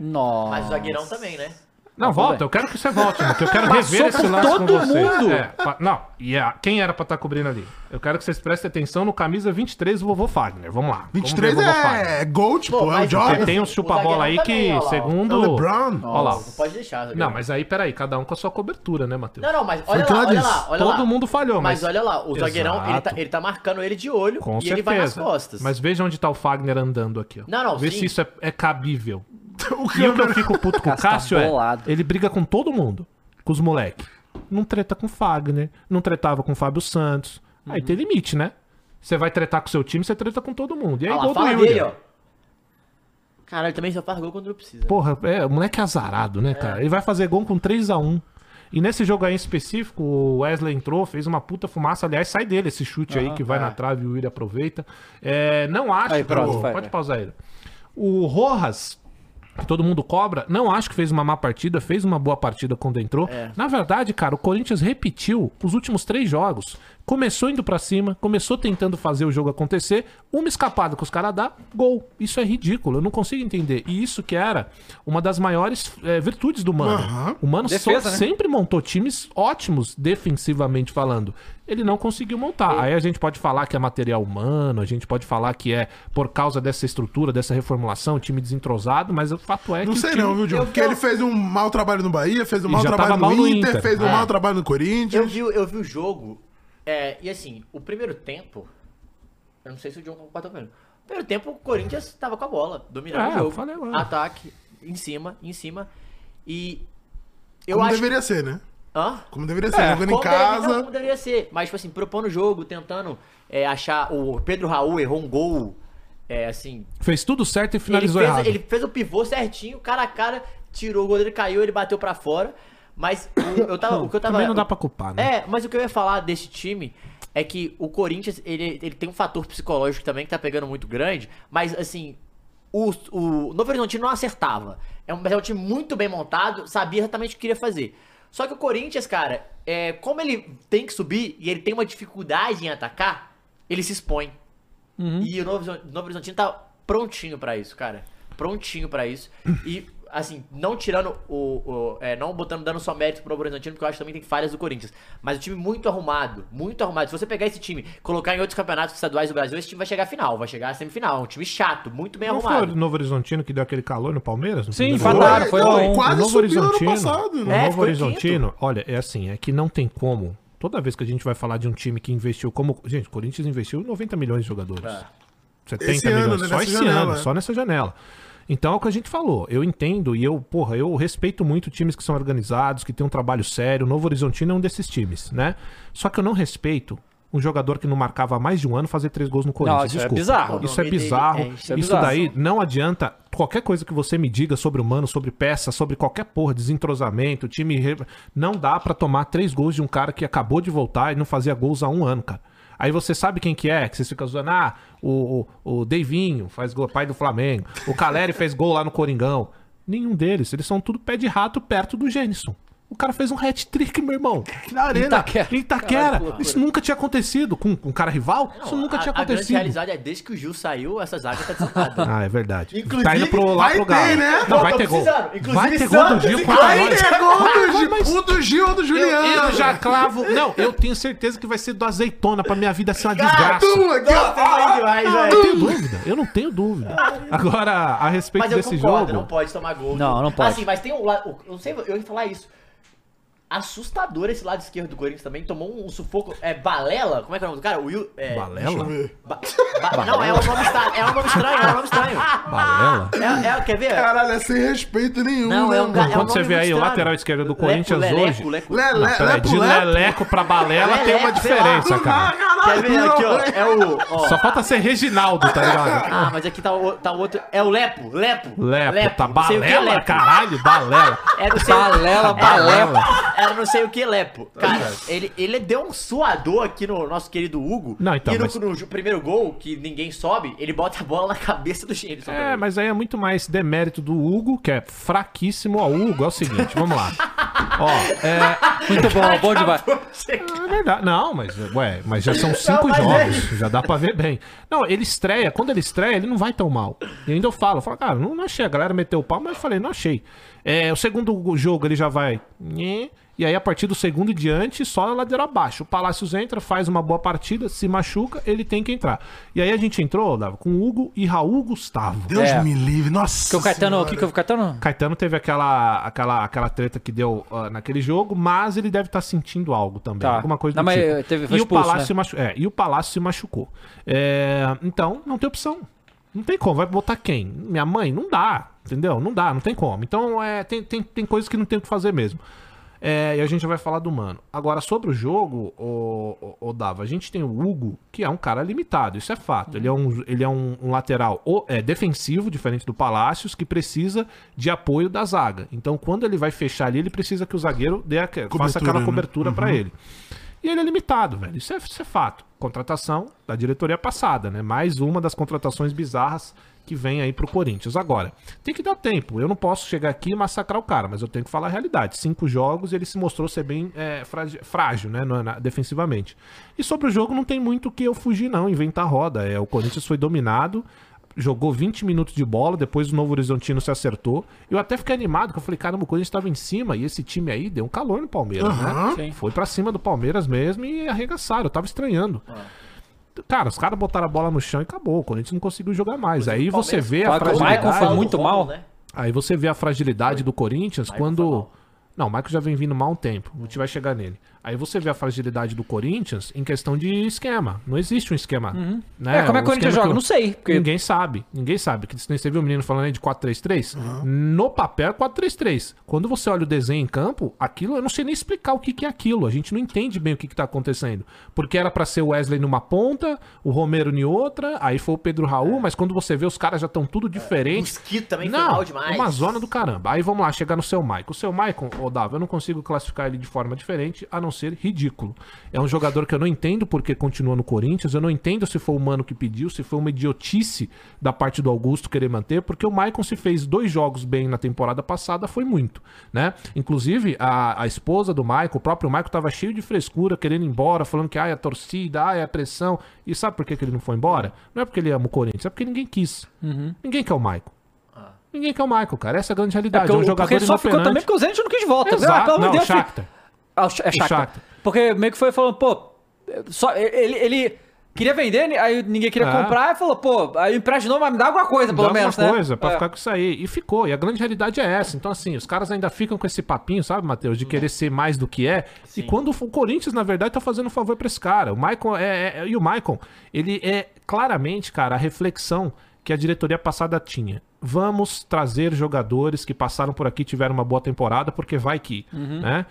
Nossa. Mas o zagueirão também, né? Não, volta, eu quero que você volte, mano, que eu quero rever esse por lance com todo vocês. mundo. É, pa- não, e a- quem era pra estar cobrindo ali? Eu quero que vocês prestem atenção no camisa 23 do vovô Fagner. Vamos lá. Vamos ver 23 o vovô Fagner. é Gold, pô. Pô, É o mas- Porque Jordan. tem um zagueirão chupa-bola aí também, que, ó lá, ó. segundo... É o LeBron. Olha lá. Não pode deixar, zagueirão. Não, mas aí, peraí, cada um com a sua cobertura, né, Matheus? Não, não, mas olha claro lá, olha isso. lá, olha lá. Todo mundo falhou, mas... Mas olha lá, o zagueirão, ele tá, Exato. ele tá marcando ele de olho Com e certeza. ele vai nas costas. Mas veja onde tá o Fagner andando aqui, ó. Não, não, Vê sim. se isso é, é cabível. O E o que câmera. eu fico puto com o Cássio tá Cássio é, bolado. ele briga com todo mundo, com os moleques. Não treta com o Fagner, não tretava com o Fábio Santos. Aí Uhum. tem limite, né? Você vai tretar com o seu time, você treta com todo mundo. E aí, Olha lá, gol do fala Yuri. dele, ó. Caralho, ele também só faz gol quando não né? precisa. Porra, é, o moleque é azarado, né, cara? Ele vai fazer gol com 3 a 1 E nesse jogo aí em específico, o Wesley entrou, fez uma puta fumaça. Aliás, sai dele esse chute aí que vai na trave e o Yuri aproveita. É, não acho. Ah, é. Aí, pronto, o- vai, pode vai. pausar ele. O Rojas, que todo mundo cobra, não acho que fez uma má partida, fez uma boa partida quando entrou. É. Na verdade, cara, o Corinthians repetiu os últimos três jogos. Começou indo pra cima, começou tentando fazer o jogo acontecer, uma escapada que os caras dá, gol. Isso é ridículo, eu não consigo entender. E isso que era uma das maiores eh, virtudes do Mano. O Mano só- Defesa, né? sempre montou times ótimos defensivamente falando. Ele não conseguiu montar. Aí a gente pode falar que é material humano, a gente pode falar que é por causa dessa estrutura, dessa reformulação, time desentrosado, mas o fato é Não que. o sei time- não, viu, Diogo? Porque ele fez um mau trabalho no Bahia, fez um E mau já trabalho tava no mal no Inter, Inter. fez um É. mau trabalho no Eu Corinthians. vi, o- eu vi o jogo, é, e assim, o primeiro tempo. Eu não sei se o John concorda comigo. O primeiro tempo, o Corinthians tava com a bola, dominando É, o jogo. eu falei agora. Ataque, em cima, em cima. E. Eu Como acho. É. deveria ser, né? Hã? Como deveria É. ser, jogando em Como deveria- não, casa. como deveria ser. Mas, tipo assim, propondo o jogo, tentando é, achar. O Pedro Raul errou um gol é, assim, Fez tudo certo e ele finalizou fez, errado. ele fez o pivô certinho, cara a cara, tirou, o goleiro caiu, ele bateu pra fora. Mas o, eu tava, o que eu tava. Também não dá pra culpar, né? É, mas o que eu ia falar desse time é que o Corinthians, ele, ele tem um fator psicológico também que tá pegando muito grande, mas assim, o, o Novo Horizontino não acertava. É um, mas é um time muito bem montado, sabia exatamente o que queria fazer. Só que o Corinthians, cara, é, como ele tem que subir e ele tem uma dificuldade em atacar, ele se expõe. Uhum. E o Novo, Horizon- Novo Horizontino tá prontinho pra isso, cara. Prontinho pra isso. E, assim, não tirando o. o- é, não botando, dando só mérito pro Novo Horizontino, porque eu acho que também tem falhas do Corinthians. Mas o time muito arrumado, muito arrumado. Se você pegar esse time, colocar em outros campeonatos estaduais do Brasil, esse time vai chegar à final, vai chegar à semifinal. É um time chato, muito bem Não foi arrumado. o Novo Horizontino que deu aquele calor no Palmeiras? no Sim, primeiro fatal. jogo? Claro, foi então, um- um O quase Novo subiu ano Horizontino, passado, o né? É, Novo ficou em Horizontino, olha, é assim, é que não tem como. Toda vez que a gente vai falar de um time que investiu como, gente, o Corinthians investiu 90 milhões de jogadores. 70 É. Esse ano, milhões né, só nessa esse janela, ano, é. só nessa janela. Então é o que a gente falou. Eu entendo e eu, porra, eu respeito muito times que são organizados, que têm um trabalho sério. O Novo Horizontino é um desses times, né? Só que eu não respeito um jogador que não marcava há mais de um ano fazer três gols no Corinthians. isso é Desculpa. bizarro. Isso é O nome dele bizarro. é- isso isso é bizarro. daí não adianta qualquer coisa que você me diga sobre humano, sobre peça, sobre qualquer porra, desentrosamento, time. re- Não dá pra tomar três gols de um cara que acabou de voltar e não fazia gols há um ano, cara. Aí você sabe quem que é, que vocês ficam zoando, ah, o, o, o Deivinho faz gol, pai do Flamengo, o Caleri fez gol lá no Coringão. Nenhum deles, eles são tudo pé de rato perto do Gênison. O cara fez um hat-trick, meu irmão, na arena, Itaquera. em Itaquera. Isso nunca tinha acontecido com, com um cara rival, isso Não, nunca a- tinha A grande acontecido. realidade é desde que o Gil saiu, essa zaga tá desmontada. Ah, é verdade. Inclusive, tá indo pro, lá vai pro ter, Galo. né? Não, Não, vai tô ter gol. precisando. Inclusive, vai ter gol do Santos Gil e contra Galo. nós. É gol do Gil- Mas- o do Gil ou do Eu, eu Juliano. já clavo. Não, eu tenho certeza que vai ser do azeitona pra minha vida ser uma desgraça. Tu aqui, ó. é demais, Eu velho. não tenho dúvida, eu não tenho dúvida. Agora, a respeito Mas eu desse concordo, não jogo. pode tomar gol. Não, não pode. Assim, mas tem um lado. Eu não sei, eu ia falar isso. Assustador esse lado esquerdo do Corinthians também. Tomou um sufoco. É Balela? Como é que é o nome do cara? Will. É, Balela? Ba- Ba- não, é um nome estranho. É um nome estranho, é um nome estranho. Balela? É, é- quer ver? Caralho, é sem respeito nenhum. né, Não, é um cara. cara. Quando você vê aí o lateral esquerdo do Corinthians hoje. Não, É, Lelé, Ah, peraí, lepo, de lepo. leleco pra balela tem uma Leleco, sei lá, diferença, cara. Quer ver aqui, ó? É o. ó. Só falta ser Reginaldo, tá ligado? Ah, mas aqui tá o, tá o outro. É o Lepo, Lepo. Lepo, tá não sei o que é balela, Lepo. caralho, balela. É não sei o- Balela, é, balela. Era não sei o que Lepo. Cara, ele, ele deu um suador aqui no nosso querido Hugo. Não, então, E no, mas- no ju- primeiro gol, que ninguém sobe, ele bota a bola na cabeça do Gênesis. É, mas aí é muito mais demérito do Hugo, que é fraquíssimo. Ó, o Hugo é o seguinte, vamos lá. Ó, é, Muito bom, bom demais. Tá é verdade. Não, mas, ué, mas já são cinco mas jogos, já dá pra ver bem. Não, ele estreia, quando ele estreia, ele não vai tão mal. E ainda eu falo, eu falo, cara, não, não achei, a galera meteu o pau, mas eu falei, não achei. É, o segundo jogo ele já vai. nhê, E aí, a partir do segundo em diante, só a ladeira abaixo. O Palácios entra, faz uma boa partida, se machuca, ele tem que entrar. E aí a gente entrou, Dava, com Hugo e Raul Gustavo. Deus É. me livre, nossa. Que o Caetano, Senhora. que que o Caetano? Caetano teve aquela, aquela, aquela treta que deu ah, naquele jogo, mas ele deve estar sentindo algo também. Tá. Alguma coisa Não, do mas tipo. teve- foi e, o expulso, Palácio né? se machu- é, e o Palácio se machucou. É, então, não tem opção. Não tem como. Vai botar quem? Minha mãe? Não dá. Entendeu? Não dá, não tem como. Então, é, tem, tem, tem coisas que não tem o que fazer mesmo. É, e a gente já vai falar do Mano. Agora, sobre o jogo, o, Dava, a gente tem o Hugo, que é um cara limitado, isso é fato. Ele é um, ele é um, um lateral o- é, defensivo, diferente do Palácios, que precisa de apoio da zaga. Então, quando ele vai fechar ali, ele precisa que o zagueiro dê aque- faça Cobertura, aquela né? cobertura pra ele. E ele é limitado, velho. Isso é, isso é fato. Contratação da diretoria passada, né? Mais uma das contratações bizarras que vem aí pro Corinthians. Agora, tem que dar tempo. Eu não posso chegar aqui e massacrar o cara, mas eu tenho que falar a realidade. Cinco jogos e ele se mostrou ser bem é, fragi- frágil, né? na- na- defensivamente. E sobre o jogo, não tem muito o que eu fugir, não. Inventar roda. É, o Corinthians foi dominado jogou 20 minutos de bola, depois o Novo Horizontino se acertou. Eu até fiquei animado, que eu falei, caramba, o Corinthians estava em cima e esse time aí deu um calor no Palmeiras, né? Foi pra cima do Palmeiras mesmo e arregaçaram, eu tava estranhando. Cara, os caras botaram a bola no chão e acabou. O Corinthians não conseguiu jogar mais. Aí você vê a Fala que o Maicon fragilidade. foi muito mal. né? Aí você vê a fragilidade do Corinthians quando. foi mal. Não, o Michael já vem vindo mal há um tempo. A gente vai chegar nele. Aí você vê a fragilidade do Corinthians em questão de esquema. Não existe um esquema. né? É, como é que o Um esquema Corinthians joga? eu- Não sei. Porque... Ninguém sabe, ninguém sabe. Que Você viu o menino falando aí de 4-3-3? Uhum. No papel é 4-3-3. Quando você olha o desenho em campo, aquilo eu não sei nem explicar o que, que é aquilo. A gente não entende bem o que, que tá acontecendo. Porque era pra ser o Wesley numa ponta, o Romero em outra, aí foi o Pedro É. Raul, mas quando você vê, os caras já estão tudo diferente. Mosquito também foi não, mal demais. Uma zona do caramba. Aí vamos lá, chegar no seu Maicon. O seu Maicon, ô Dava, eu não consigo classificar ele de forma diferente, a não ser ridículo. É um jogador que eu não entendo porque continua no Corinthians, eu não entendo se foi o Mano que pediu, se foi uma idiotice da parte do Augusto querer manter, porque o Maicon se fez dois jogos bem na temporada passada, foi muito, né? Inclusive, a, a esposa do Maicon, o próprio Maicon tava cheio de frescura, querendo ir embora, falando que, ai, a torcida, ai, a pressão. E sabe por que, que ele não foi embora? Não é porque ele ama o Corinthians, é porque ninguém quis. Ninguém quer o Maicon. Ninguém quer o Michael, cara. Essa é a grande É realidade. porque, É, o- um porque jogador ele só ficou também inoperante. porque o Zenit não quis de volta. Ah, Exato. pelo amor Não, de Deus, fica- Shakhtar. Ah, o Sh- é Shakhtar. Shakhtar. Porque meio que foi falando, pô, só, ele, ele queria vender, né? aí ninguém queria É. comprar, e falou, pô, aí empresta de novo, mas me dá alguma coisa, pelo Dá menos, alguma né? coisa pra É. ficar com isso aí. E ficou. E a grande realidade é essa. Então, assim, os caras ainda ficam com esse papinho, sabe, Matheus? De querer ser mais do que é. E quando o Corinthians, na verdade, tá fazendo um favor pra esse cara. O Michael é, é- E o Michael, ele é claramente, cara, a reflexão que a diretoria passada tinha. Vamos trazer jogadores que passaram por aqui, tiveram uma boa temporada, porque vai que, Uhum. né?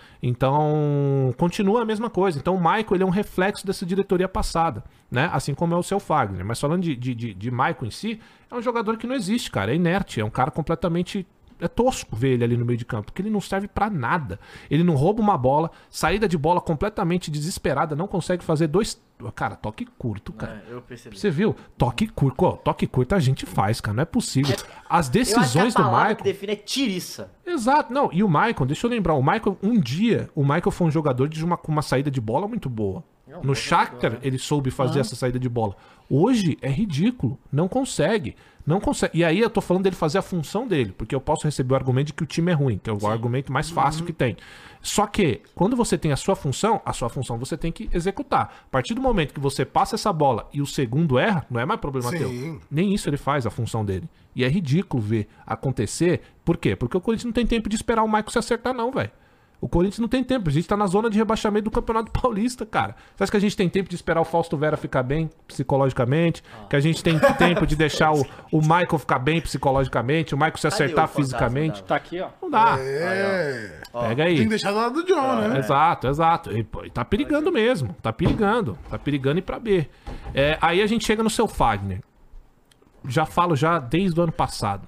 Então, continua a mesma coisa. Então, o Michael, ele é um reflexo dessa diretoria passada, né? Assim como é o seu Fagner. Mas falando de, de, de, de Michael em si, é um jogador que não existe, cara. É inerte, é um cara completamente... É tosco ver ele ali no meio de campo, porque ele não serve pra nada. Ele não rouba uma bola, saída de bola completamente desesperada, não consegue fazer dois... Cara, toque curto, cara. É, eu percebi. Você viu? Toque curto. ó, Toque curto a gente faz, cara. Não é possível. As Eu acho que decisões a do palavra Michael. que define é tiriça. Exato. Não, e o Michael, deixa eu lembrar. O Michael, um dia, o Michael foi um jogador de uma, com uma saída de bola muito boa. né? No Shakhtar, ele soube fazer essa saída de bola. Hoje é ridículo. Não consegue. Não consegue. E aí eu tô falando dele fazer a função dele, porque eu posso receber o argumento de que o time é ruim, que é o argumento mais fácil que tem. Só que, quando você tem a sua função, a sua função você tem que executar. A partir do momento que você passa essa bola e o segundo erra, não é mais problema Sim. teu. Nem isso ele faz, a função dele. E é ridículo ver acontecer. Por quê? Porque o Corinthians não tem tempo de esperar o Michael se acertar, não, velho. O Corinthians não tem tempo. A gente tá na zona de rebaixamento do Campeonato Paulista, cara. Você acha que a gente tem tempo de esperar o Fausto Vera ficar bem psicologicamente? Ah. Que a gente tem tempo de deixar o, o Michael ficar bem psicologicamente? O Michael se acertar o fantasma, fisicamente? Tá aqui, ó. Não dá. É. Pega aí. Tem que deixar do lado do John, né? Exato, exato. E, pô, e tá perigando mesmo. Tá perigando. Tá perigando ir pra B. É, aí a gente chega no seu Fagner. Já falo já desde o ano passado.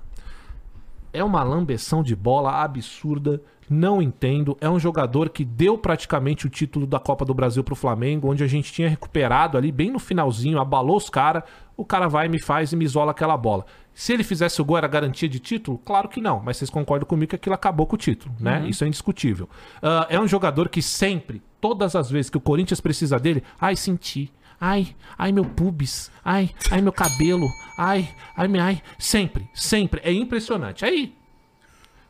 É uma lambeção de bola absurda. Não entendo. É um jogador que deu praticamente o título da Copa do Brasil pro Flamengo, onde a gente tinha recuperado ali bem no finalzinho, abalou os caras. O cara vai, me faz e me isola aquela bola. Se ele fizesse o gol, era garantia de título? Claro que não, mas vocês concordam comigo que aquilo acabou com o título, né? Isso é indiscutível. Ah, é um jogador que sempre, todas as vezes que o Corinthians precisa dele, ai, senti. Ai, ai meu pubis, ai, ai meu cabelo, ai, ai, minha, ai, sempre, sempre, é impressionante. Aí,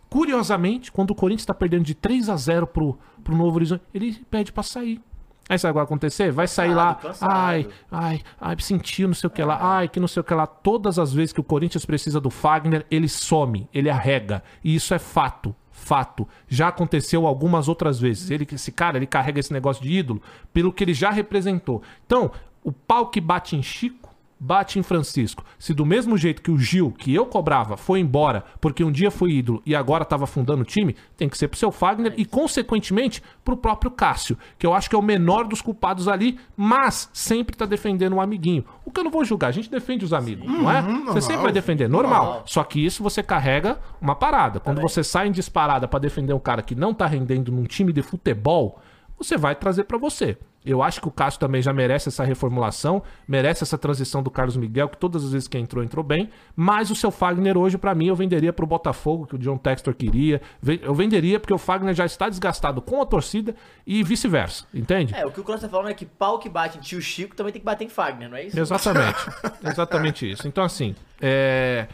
Curiosamente, quando o Corinthians tá perdendo de 3 a 0 pro, pro Novo Horizonte, ele pede pra sair. Aí sabe o que vai acontecer? Vai sair lá, cansado. ai, ai, ai, sentiu não sei o que lá, ai, que não sei o que lá. Todas as vezes que o Corinthians precisa do Fagner, ele some, ele arrega. E isso é fato, fato. Já aconteceu algumas outras vezes. Ele, esse cara, ele carrega esse negócio de ídolo pelo que ele já representou. Então, o pau que bate em Chico, bate em Francisco. Se do mesmo jeito que o Gil, que eu cobrava, foi embora porque um dia foi ídolo e agora tava afundando o time, tem que ser pro seu Fagner e, consequentemente, pro próprio Cássio, que eu acho que é o menor dos culpados ali, mas sempre tá defendendo o amiguinho. O que eu não vou julgar, a gente defende os amigos, não é? você sempre vai defender, normal. Só que isso você carrega uma parada. Quando você sai em disparada pra defender um cara que não tá rendendo num time de futebol, você vai trazer pra você. Eu acho que o Cássio também já merece essa reformulação, merece essa transição do Carlos Miguel, que todas as vezes que entrou, entrou bem. Mas o seu Fagner hoje, pra mim, eu venderia pro Botafogo, que o John Textor queria. Ve- Eu venderia porque o Fagner já está desgastado com a torcida e vice-versa, entende? É, o que o Cross tá falando é que pau que bate em tio Chico também tem que bater em Fagner, não é isso? Exatamente. Exatamente isso. Então, assim, é...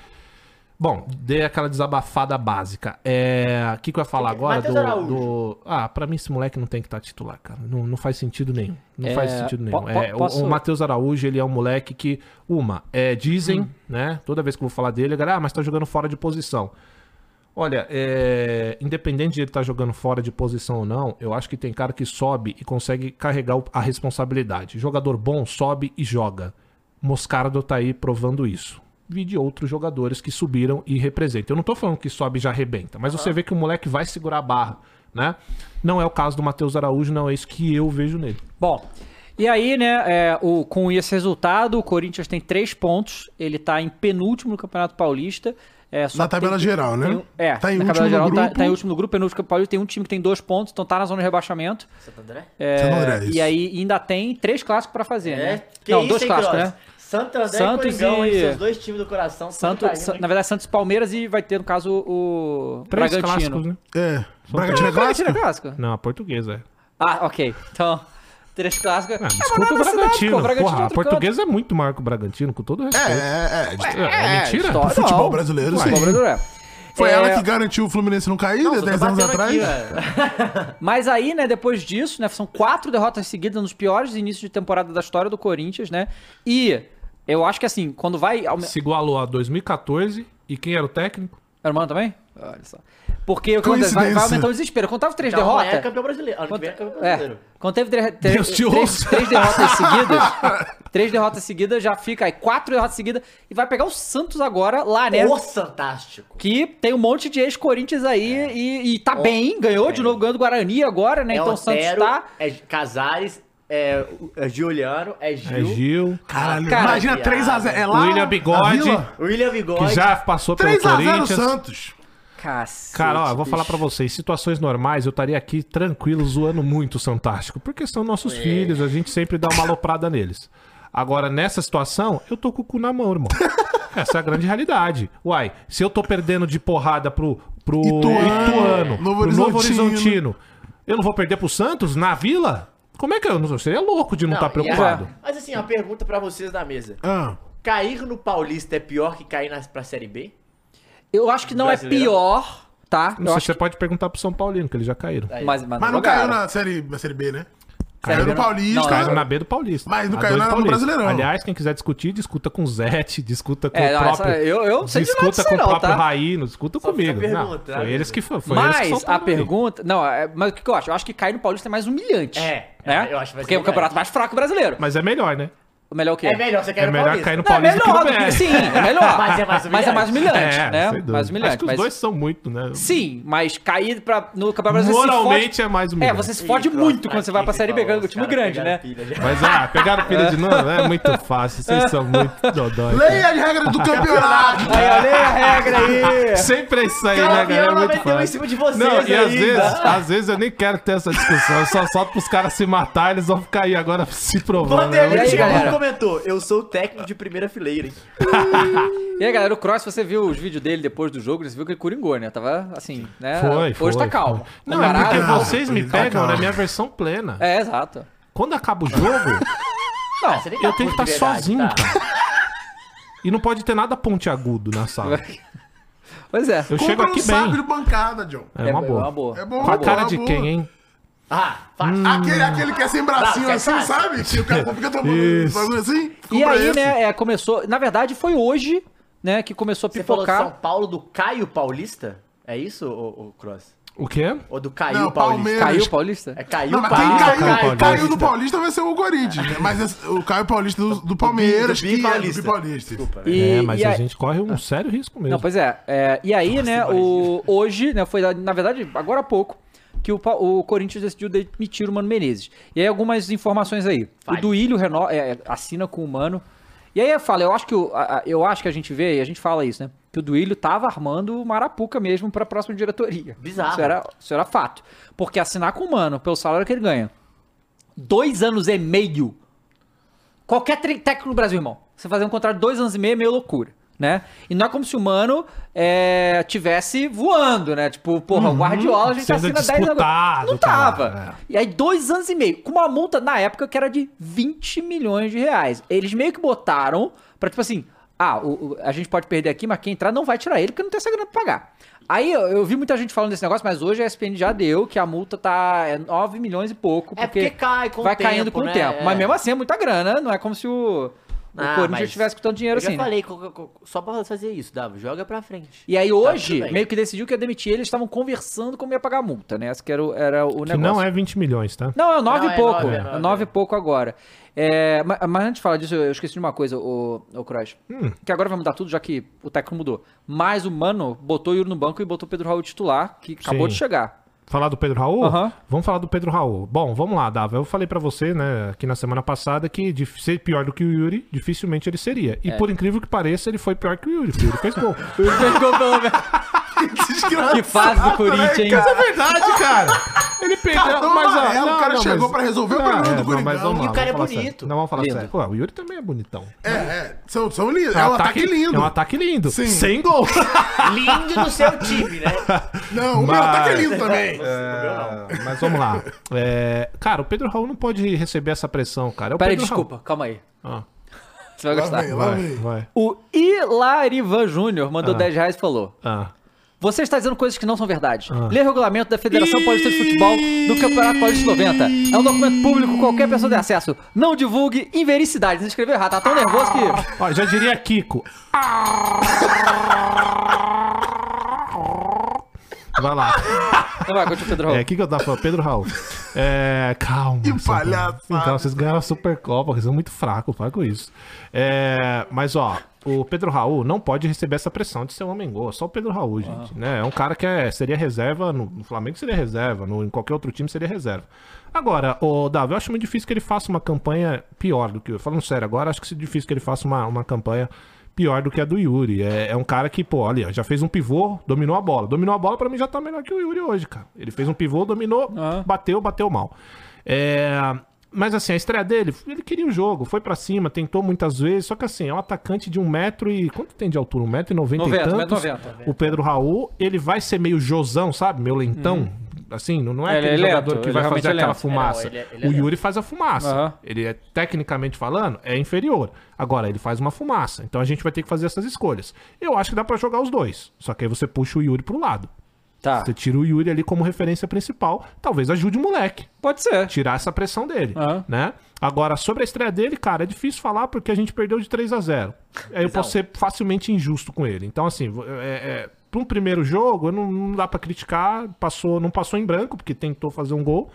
Bom, dei aquela desabafada básica. É... O que, que eu ia falar agora? Matheus Do, Araújo. do- Ah, pra mim esse moleque não tem que estar titular, cara. Não, não faz sentido nenhum. Não É, faz sentido nenhum. po- po- É, o- posso- O Matheus Araújo, ele é um moleque que... Hum. Uma, é, dizem, né? Toda vez que eu vou falar dele, a galera, ah, mas tá jogando fora de posição. Olha, é, independente de ele estar jogando fora de posição ou não, eu acho que tem cara que sobe e consegue carregar o- a responsabilidade. Jogador bom sobe e joga. Moscardo tá aí provando isso. Vi de outros jogadores que subiram e representam. Eu não tô falando que sobe e já arrebenta, mas Ah. você vê que o moleque vai segurar a barra, né? Não é o caso do Matheus Araújo, não é isso que eu vejo nele. Bom, e aí, né, é, o, com esse resultado, o Corinthians tem três pontos, ele tá em penúltimo no Campeonato Paulista. É, só Na que tem- tabela geral, né? tem um- é, Tá em na último tabela no geral tá, grupo. tá em último no grupo, penúltimo no Campeonato Paulista, tem um time que tem dois pontos, então tá na zona de rebaixamento. Santo André? É, Santo André, e isso. aí ainda tem três clássicos pra fazer, É, né? Não, dois hein, clássicos, Cross? né? Santo André Santos e Coringão, hein? e- Seus dois times do coração. Santo, Santo Sa- na verdade, Santos e Palmeiras e vai ter, no caso, o Três Bragantino. clássicos, né? É. Bragantino é Ah, Bragantino é clássico? clássico? Não, a portuguesa, é. Ah, ok. Então, três clássicos. É, Ah, mas desculpa lá o na cidade, pô, Bragantino. Porra, é a outro canto. portuguesa é muito maior que o Bragantino, com todo respeito. É, é, é. De- É, é mentira? história- Pro futebol não. brasileiro, Pro sim. futebol brasileiro, é. Foi É, ela que garantiu o Fluminense não cair Não, né, só tô 10 anos batendo aqui, atrás. velho. Mas aí, né, depois disso, né, são quatro derrotas seguidas nos piores inícios de temporada da história do Corinthians, né? E eu acho que assim, quando vai... aume- Se igualou a 2014 e quem era o técnico? Era o Mano também? Olha só. Porque o que acontece? Vai, vai Coincidência. aumentando o desespero. Quando tava três Então, amanhã é derrotas... campeão brasileiro. Ano que Quando, vem é campeão é, brasileiro. quando teve tre- tre- Deus te três, ouça. três derrotas seguidas, três derrotas seguidas já fica aí, quatro derrotas seguidas e vai pegar o Santos agora lá, né? O Santástico. Que tem um monte de ex-Corinthians aí e, e tá bem, ganhou de novo, ganhou do Guarani agora, né? é então o Santos Otero, tá. é Casares, é, é Giuliano, é É Gil, Gil. Caralho, Cara, imagina viado. 3x0. É lá. William na Bigode, Vila? William Vigor. que já passou pelo 3x0 Corinthians. Santos. Cacete, Cara, ó, vou bicho. falar pra vocês, situações normais, eu estaria aqui tranquilo, zoando muito o Santástico, porque são nossos É. filhos, a gente sempre dá uma aloprada neles. Agora, nessa situação, eu tô com o cu na mão, irmão. Essa é a grande realidade. Uai, se eu tô perdendo de porrada pro, pro Ituano, Ituano, Novo pro Novo Horizontino. Horizontino, eu não vou perder pro Santos na Vila? Como é que eu não Seria louco de não é. estar preocupado. Mas assim, a pergunta pra vocês da mesa. Ah, Cair no Paulista é pior que cair na, pra Série B? Eu acho que não é Brasileiro. pior, tá? eu Não sei, é acho você pode perguntar pro São Paulino, que eles já caíram. que... é Mas, mas mas não jogaram. caiu na série, na série B, né? Série Caiu B no não- Paulista. Caiu Tá na B do Paulista. Mas não A caiu dois na- no Paulista. Brasileirão. Aliás, quem quiser discutir, discuta com o Zete, discuta com É, o não, próprio. essa- eu- eu não sei de nada discuta disso com não, o próprio tá? Raí, não discuta comigo. fica né? Não, perguntando, foi eles que foi, foi eles que Mas a soltaram aí. pergunta. Não, é- mas o que que eu acho? Eu acho que cair no Paulista é mais humilhante. É, né? eu acho que vai ser Porque é o humilhante. campeonato mais fraco brasileiro. Mas é melhor, né? O melhor é o quê? É melhor você cair É no melhor Paulista. cair no Não, é Paulista melhor que do no que BR. sim, é melhor. Mas é mais Mas é mais humilhante, né? sem dúvida. Mais Acho humilhante. que os Mas... dois são muito, né? Sim, mas cair pra, no Campeonato Brasileiro. se Moralmente fode- é mais É, humilhante. você se fode Ih, muito Cross, quando você vai pra aqui, Série B, Paulo, ganhando o os time caras grande, pegaram né? pilha já. Mas ah, pegaram pilha de novo? É muito fácil, vocês são muito É. dodói. Leia as regras do campeonato. Aí, olha a regra aí. Sempre é isso aí, né, Campeão galera? É muito 91 fácil. em cima de vocês Não, e às ainda. vezes, às vezes eu nem quero ter essa discussão. Eu só solto pros caras se matar, eles vão ficar aí agora se provando. né? Vanderlei E aí, Timbu galera? comentou, eu sou o técnico de primeira fileira, hein? E aí, galera, o Cross, você viu os vídeos dele depois do jogo, você viu que ele coringou, né? Tava assim, né? Foi, Hoje foi. tá calmo. foi. O Não, é porque Marada- calmo. vocês me Tá pegam calmo. na minha versão plena. É, exato. Quando acaba o jogo, Não, você nem tá eu tenho que puto estar de verdade, sozinho, tá? cara. E não pode ter nada pontiagudo na sala. Pois é. Eu chego Compra um aqui saco de bem. bancada, John. É uma É uma boa. boa. É bom, Com a cara de boa. quem, hein? Ah, faz. Hum. Aquele, aquele que é sem bracinho Não, assim, você sabe? Que o cara fica tomando Isso. bagulho assim. E Compra aí, esse. né, é, começou. Na verdade, foi hoje, né, que começou a Você falou um de pipocar. São Paulo do Caio Paulista? É isso, ô, ô, Cross? O quê? Ou do Caio Não, Paulista? Palmeiras. Caiu o Paulista? É Caio Não, mas quem Paulista. caiu, Caio caiu Paulista. do Paulista vai ser o Corinthians. né? Mas esse- o Caio Paulista do, do Palmeiras, do que Bi é do Paulista. Bi Paulista. Desculpa, velho. E, é, mas e a aí- gente corre um sério risco mesmo. Não, pois é. é, e aí, né, o, hoje, né, foi na verdade agora há pouco, que o, Pa- o Corinthians decidiu demitir o Mano Menezes. E aí algumas informações aí. O Duílio reno- é, assina com o Mano. E aí eu falo, eu acho que o- a- a- eu acho que a gente vê, e a gente fala isso, né? Que o Duílio tava armando o Marapuca mesmo pra próxima diretoria. Bizarro. Isso era, isso era fato. Porque assinar com o Mano, pelo salário que ele ganha, dois anos e meio Qualquer tre- técnico no Brasil, irmão. Você fazer um contrato de dois anos e meio é meio loucura, né? E não é como se o Mano é, tivesse voando, né? Tipo, porra, o Guardiola a gente Uhum. sendo assina 10 anos. disputado, tá, é. Não tava. cara, E aí, dois anos e meio, com uma multa na época que era de 20 milhões de reais. Eles meio que botaram pra, tipo assim, ah, o- o- a gente pode perder aqui, mas quem entrar não vai tirar ele, porque não tem essa grana pra pagar. Aí eu, eu vi muita gente falando desse negócio, mas hoje a ESPN já deu que a multa tá é 9 milhões e pouco. É porque cai com o Vai tempo, caindo com o né? tempo. É. Mas mesmo assim é muita grana, não é como se o, Ah, o Corinthians mas- estivesse escutando dinheiro Eu assim. já né? falei, co- co- co- só pra fazer isso, Dava, joga pra frente. E aí hoje, tudo bem. meio que decidiu que ia demitir ele, eles estavam conversando como ia pagar a multa, né? Esse que era o, era o Que negócio. não é 20 milhões, tá? Não, é o 9 Não, e é pouco. nove, é É nove, 9 é. e pouco agora. É, ma- mas, antes de falar disso, eu esqueci de uma coisa, o, o Cross. Que agora vai mudar tudo, já que o técnico mudou. Mas o Mano botou o Yuri no banco e botou o Pedro Raul titular, que acabou Sim. de chegar. Falar do Pedro Raul? Aham. Vamos falar do Pedro Raul. Bom, vamos lá, Dava. Eu falei pra você, né, aqui na semana passada, que de ser pior do que o Yuri, dificilmente ele seria. E por incrível que pareça, ele foi pior que o Yuri. porque O Yuri fez gol. Pegou pelo menos. Que fase do Corinthians, hein? é verdade, cara. Ele perdeu, Cartão mas ó, amarelo, o cara chegou pra resolver o problema do não, Coringão. mas vamos E o lá, cara é vamos falar bonito. sério. Não, vamos falar Lindo. sério. Pô, o Yuri também é bonitão. É, é. São, são lindos. É um ataque, lindo. É um ataque lindo. Sim. Sem gol. Lindo no seu time, né? Não, o meu Mas- ataque é lindo também. É, mas vamos lá. É, cara, o Pedro Raul não pode receber essa pressão, cara. É o Peraí, Pedro desculpa, calma aí. Ah. Você vai Lá gostar. vem, lá Raul. Vai, vem. vai. O Hilarivan Júnior mandou 10 reais e falou: Ah. Você está dizendo coisas que não são verdade. Lê o regulamento da Federação Paulista de Futebol do Campeonato Paulista 90. É um documento público, qualquer pessoa tem acesso. Não divulgue invericidades. Você escreveu errado, tá tão nervoso que. Ó, já diria Kiko. Vai lá. Não vai, continua, Pedro. É, o que, que eu tava falando? Pedro Raul. É, calma. Que seu cara. palhaçada. Então, vocês ganharam a Supercopa, vocês são muito fracos, para com isso. É, mas, ó, o Pedro Raul não pode receber essa pressão de ser um homem gol. É Só o Pedro Raul, gente. Né? É um cara que é- seria reserva, no, no Flamengo seria reserva, no, em qualquer outro time seria reserva. Agora, o Davi, eu acho muito difícil que ele faça uma campanha pior do que. Falando sério, agora acho que é difícil que ele faça uma, uma campanha pior do que a do Yuri. É, é um cara que, pô, olha, já fez um pivô, dominou a bola. Dominou a bola, pra mim já tá melhor que o Yuri hoje, cara. Ele fez um pivô, dominou, bateu, bateu mal. É, Mas assim, a estreia dele, ele queria o jogo, foi pra cima, tentou muitas vezes, só que assim, é um atacante de um metro e... Quanto tem de altura? Um metro e noventa e 90, tantos? 1,90. O Pedro Raul, ele vai ser meio josão, sabe? Meio lentão. Assim, não, não é Ele aquele é lento, jogador que ele vai realmente fazer é aquela lento. fumaça. É, não, ele é- ele é o Yuri faz a fumaça. Aham. Ele é, tecnicamente falando, é inferior. Agora, ele faz uma fumaça. Então a gente vai ter que fazer essas escolhas. Eu acho que dá pra jogar os dois. Só que aí você puxa o Yuri pro lado. Tá. Você tira o Yuri ali como referência principal. Talvez ajude o moleque Pode ser. tirar essa pressão dele, Aham. né? Agora, sobre a estreia dele, cara, é difícil falar porque a gente perdeu de 3 a 0 Aí eu posso ser facilmente injusto com ele. Então, assim, vo- é, é, pra um primeiro jogo, eu não, não dá pra criticar, passou, não passou em branco, porque tentou fazer um gol.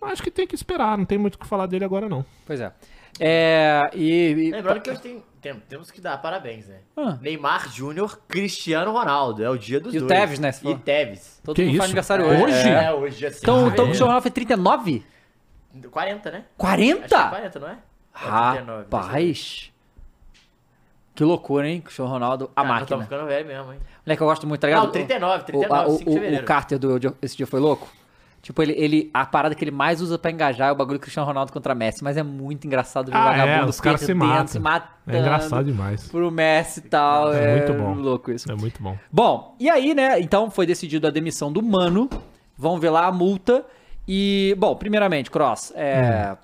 Mas acho que tem que esperar, não tem muito o que falar dele agora, não. Pois é. É. E. e- Lembrando que hoje tem, tem- temos que dar parabéns, né? Ah. Neymar Júnior, Cristiano Ronaldo. É o dia dos E o dois. Tevez, né, você E falou? Tevez. Todo Que mundo isso? faz aniversário hoje. Hoje? É. É, hoje assim. Então, então Ah, o é. Cristiano Ronaldo foi 39? 40, né? Acho que é 40? 40, não é? Ou 39, não sei. Rapaz. Que loucura, hein? Cristiano Ronaldo, a Ah, nós máquina. estamos ficando velho mesmo, hein? Moleque, eu gosto muito, tá ligado? Não, 39, 39, o, o, 5 de o, o fevereiro. Carter do do- Esse Dia Foi Louco? Tipo, ele, ele, a parada que ele mais usa pra engajar é o bagulho Cristiano Ronaldo contra Messi, mas é muito engraçado ver o Ah, é, vagabundo os caras se perdendo, matam. se matando É engraçado demais. Pro Messi e tal. É, É muito bom. louco isso. É muito bom. Bom, e aí, né? Então foi decidido a demissão do Mano. Vamos ver lá a multa. E, bom, primeiramente, Cross, é.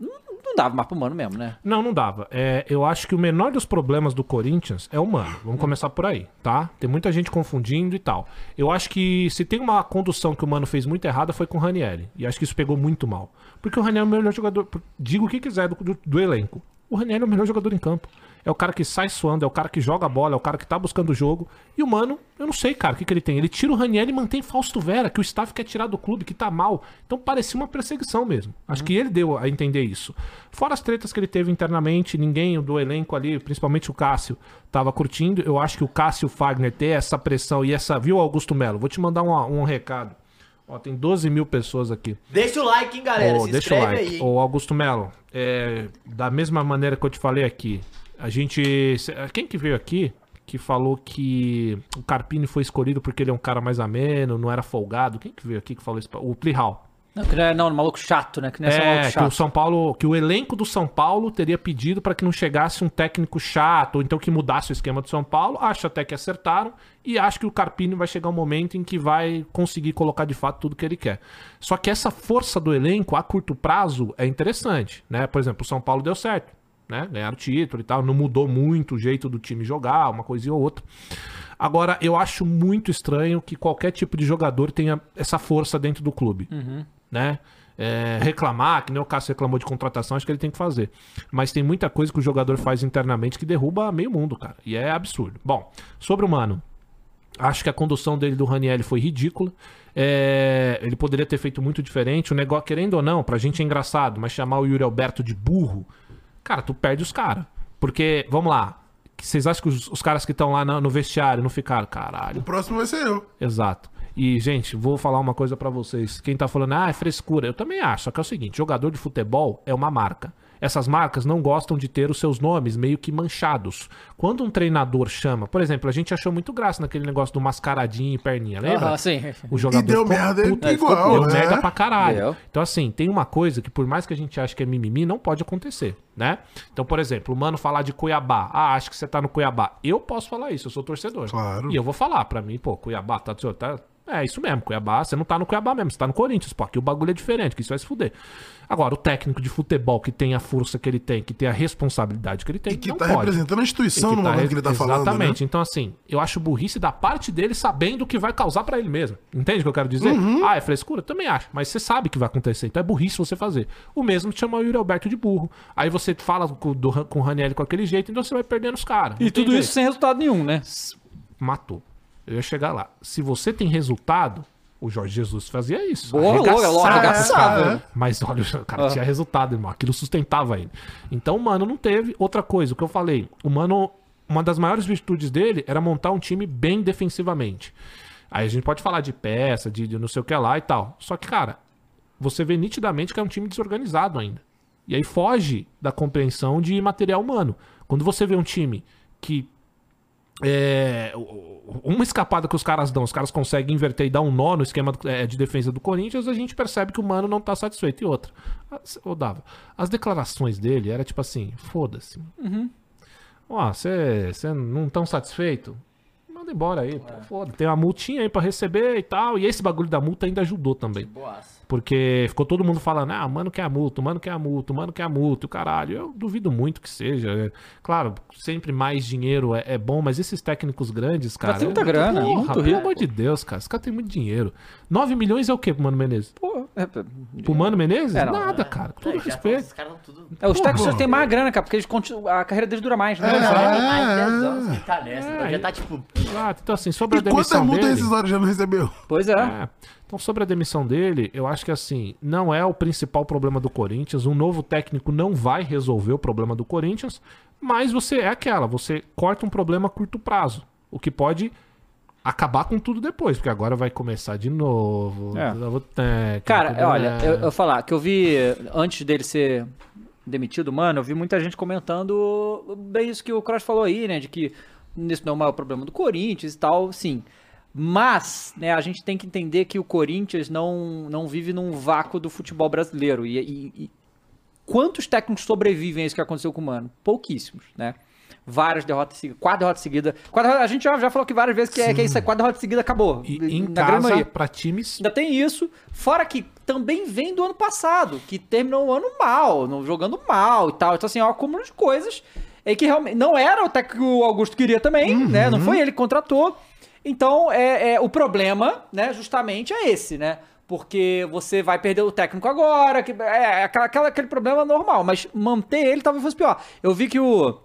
Não, não dava mais pro Mano mesmo, né? Não, não dava. É, eu acho que o menor dos problemas do Corinthians é o Mano. Vamos começar por aí, tá? Tem muita gente confundindo e tal. Eu acho que se tem uma condução que o Mano fez muito errada foi com o Ranieri. E acho que isso pegou muito mal. Porque o Ranieri é o melhor jogador. Digo o que quiser do, do- do elenco. O Ranieri é o melhor jogador em campo. É o cara que sai suando, é o cara que joga a bola, é o cara que tá buscando o jogo. E o Mano, eu não sei, cara, o que, que ele tem. Ele tira o Ranieri e mantém Fausto Vera, que o staff quer tirar do clube, que tá mal. Então parecia uma perseguição mesmo. Acho que ele deu a entender isso. Fora as tretas que ele teve internamente, ninguém do elenco ali, principalmente o Cássio, tava curtindo. Eu acho que o Cássio Fagner ter essa pressão e essa. Viu, Augusto Melo? Vou te mandar um, um recado. Ó, tem 12 mil pessoas aqui. Deixa o like, hein, galera. Ô, Se deixa o inscreve like. aí. hein? Ô, Augusto Melo, é, da mesma maneira que eu te falei aqui, a gente. cê- Quem que veio aqui que falou que o Carpini foi escolhido porque ele é um cara mais ameno, não era folgado? Quem que veio aqui que falou isso? pra- O Plihal. Não, que não é não, um maluco chato, né? Que não é, só um É, maluco que o chato. São Paulo, que o elenco do São Paulo teria pedido para que não chegasse um técnico chato, ou então que mudasse o esquema do São Paulo. Acho até que acertaram e acho que o Carpini vai chegar um momento em que vai conseguir colocar de fato tudo que ele quer. Só que essa força do elenco a curto prazo é interessante, né? Por exemplo, o São Paulo deu certo, né? Ganharam título e tal, não mudou muito o jeito do time jogar, uma coisinha ou outra. Agora, eu acho muito estranho que qualquer tipo de jogador tenha essa força dentro do clube né? é, reclamar, que nem o Cássio reclamou de contratação, acho que ele tem que fazer. Mas tem muita coisa que o jogador faz internamente que derruba meio mundo, cara. E é absurdo. Bom, sobre o Mano. Acho que a condução dele do Raniel foi ridícula. É, ele poderia ter feito muito diferente. O negócio, querendo ou não, pra gente é engraçado, mas chamar o Yuri Alberto de burro, cara, tu perde os caras. Porque, vamos lá, que vocês acham que os, os caras que estão lá na- no vestiário não ficaram? Caralho. O próximo vai ser eu. Exato. E, gente, vou falar uma coisa pra vocês. Quem tá falando, ah, é frescura. Eu também acho. Só que é o seguinte: jogador de futebol é uma marca. Essas marcas não gostam de ter os seus nomes meio que manchados. Quando um treinador chama, por exemplo, a gente achou muito graça naquele negócio do mascaradinho e perninha, lembra? Aham, sim. O jogador E deu ficou merda puto, igual, ficou puto, Deu né? merda pra caralho. Deu. Então, assim, tem uma coisa que, por mais que a gente ache que é mimimi, não pode acontecer, né? Então, por exemplo, o mano falar de Cuiabá. Ah, acho que você tá no Cuiabá. Eu posso falar isso, eu sou torcedor. Claro. E eu vou falar pra mim, pô, Cuiabá, tá, do seu- tá. É isso mesmo, Cuiabá, você não tá no Cuiabá mesmo, você tá no Corinthians, pô, aqui o bagulho é diferente, que isso vai se fuder. Agora, o técnico de futebol que tem a força que ele tem, que tem a responsabilidade que ele tem, E que não tá pode. representando a E instituição no momento re- que ele tá falando. né? Exatamente. Então, assim, eu acho burrice da parte dele sabendo o que vai causar pra ele mesmo. Entende o que eu quero dizer? Uhum. Ah, é frescura? Também acho. Mas você sabe que vai acontecer. Então é burrice você fazer. O mesmo te chama o Yuri Alberto de burro. Aí você fala com, do, Ran- com o Raniel com aquele jeito, então você vai perdendo os caras. Não E tem tudo jeito. isso sem resultado nenhum, né? matou. Eu ia chegar lá. Se você tem resultado, o Jorge Jesus fazia isso. Boa, louca, Arregaçava. louca, arregaçava. Ah. Mas olha, o cara tinha resultado, irmão. Aquilo sustentava ele. Então, o mano, não teve. Outra coisa, o que eu falei. O mano, uma das maiores virtudes dele era montar um time bem defensivamente. Aí a gente pode falar de peça, de, de não sei o que lá e tal. Só que, cara, você vê nitidamente que é um time desorganizado ainda. E aí foge da compreensão de material humano. Quando você vê um time que é, o- o- uma escapada que os caras dão, os caras conseguem inverter e dar um nó no esquema do- é, de defesa do Corinthians, a gente percebe que o mano não tá satisfeito. E outra, as, ô, Dava, as declarações dele era tipo assim: foda-se. Ó, você não tão satisfeito? Manda embora aí, pô, foda. Tem uma multinha aí pra receber e tal. E esse bagulho da multa ainda ajudou também. Porque ficou todo mundo falando, ah, mano que é a multa, mano que é a multa, mano que é a multa, o caralho. Eu duvido muito que seja. É, Claro, sempre mais dinheiro é, é bom, mas esses técnicos grandes, cara. tem muita eu- grana, porra, muito pelo rico. amor de Deus, cara. Esse cara tem muito dinheiro. 9 milhões é o quê pro Mano Menezes? Pô, é, Pro Mano Menezes? É, não, Nada, cara. Com todo É, já tá- respeito. Esses caras estão tudo. é, os Pô, técnicos pô. têm mais grana, cara, porque eles continuam, a carreira deles dura mais, né? É, Há 10 anos que tá nessa. então já tá tipo. Exato. Então, assim, sobre a E quantas demissão multas dele... esses horas já não recebeu? Pois é. É. Então, sobre a demissão dele, eu acho que assim, não é o principal problema do Corinthians. Um novo técnico não vai resolver o problema do Corinthians, mas você é aquela, você corta um problema a curto prazo, o que pode acabar com tudo depois, porque agora vai começar de novo. É. novo técnico, né? Cara, olha, eu, eu falar que eu vi antes dele ser demitido, mano, eu vi muita gente comentando bem isso que o Cross falou aí, né, de que isso não é o maior problema do Corinthians e tal, sim. Mas, né, a gente tem que entender que o Corinthians não, não vive num vácuo do futebol brasileiro. E, e- e quantos técnicos sobrevivem a isso que aconteceu com o Mano? Pouquíssimos, né? Várias derrotas seguidas, quatro derrotas seguidas. Quatro, derrotas- a gente já, já falou que várias vezes que é, que é isso, aí, quatro derrotas seguidas acabou. E em na grande casa, maioria. pra times. Ainda tem isso. Fora que também vem do ano passado, que terminou o ano mal, não- jogando mal e tal. Então, assim, é um acúmulo de coisas. E que realmente não era o técnico que o Augusto queria também, né? Não foi ele que contratou. Então, é, é, o problema, né, justamente é esse, né? Porque você vai perder o técnico agora, que é aquela, aquela- aquele problema normal, mas manter ele talvez fosse pior. Eu vi que o.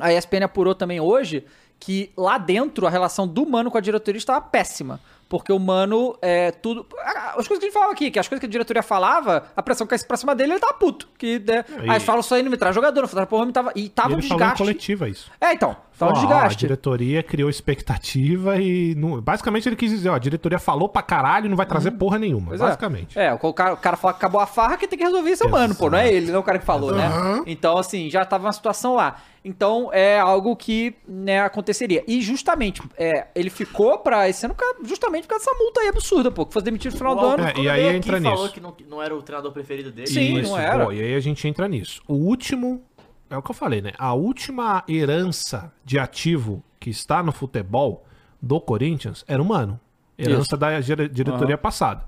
A ESPN apurou também hoje que lá dentro a relação do Mano com a diretoria estava péssima. Porque o Mano, é, tudo. ah, As coisas que a gente falava aqui, que as coisas que a diretoria falava, a pressão que caísse pra cima dele, ele tava puto. Que, né, E- aí falam só ele me traz jogador, não traz porra, me tava. E E tava um ele falou em desgaste. coletiva isso. É, então, tava um Ó, desgaste. A diretoria criou expectativa e. não- Basicamente ele quis dizer, ó, a diretoria falou pra caralho e não vai trazer porra nenhuma. Pois é. basicamente. É, o cara, o cara fala que acabou a farra, que tem que resolver isso é o mano, pô. Não é ele, não é o cara que falou, né? Então, assim, já tava uma situação lá. Então, é algo que né, aconteceria. E justamente, é, ele ficou pra esse ano por causa- justamente por causa dessa multa aí absurda, pô, que fosse demitido no final do ano. É, Quando e aí veio entra aqui, falou nisso. que não, não era o treinador preferido dele. Sim. não era. pô, e aí a gente entra nisso. O último, é o que eu falei, né? A última herança de ativo que está no futebol do Corinthians era o Mano. Herança da gera- diretoria passada.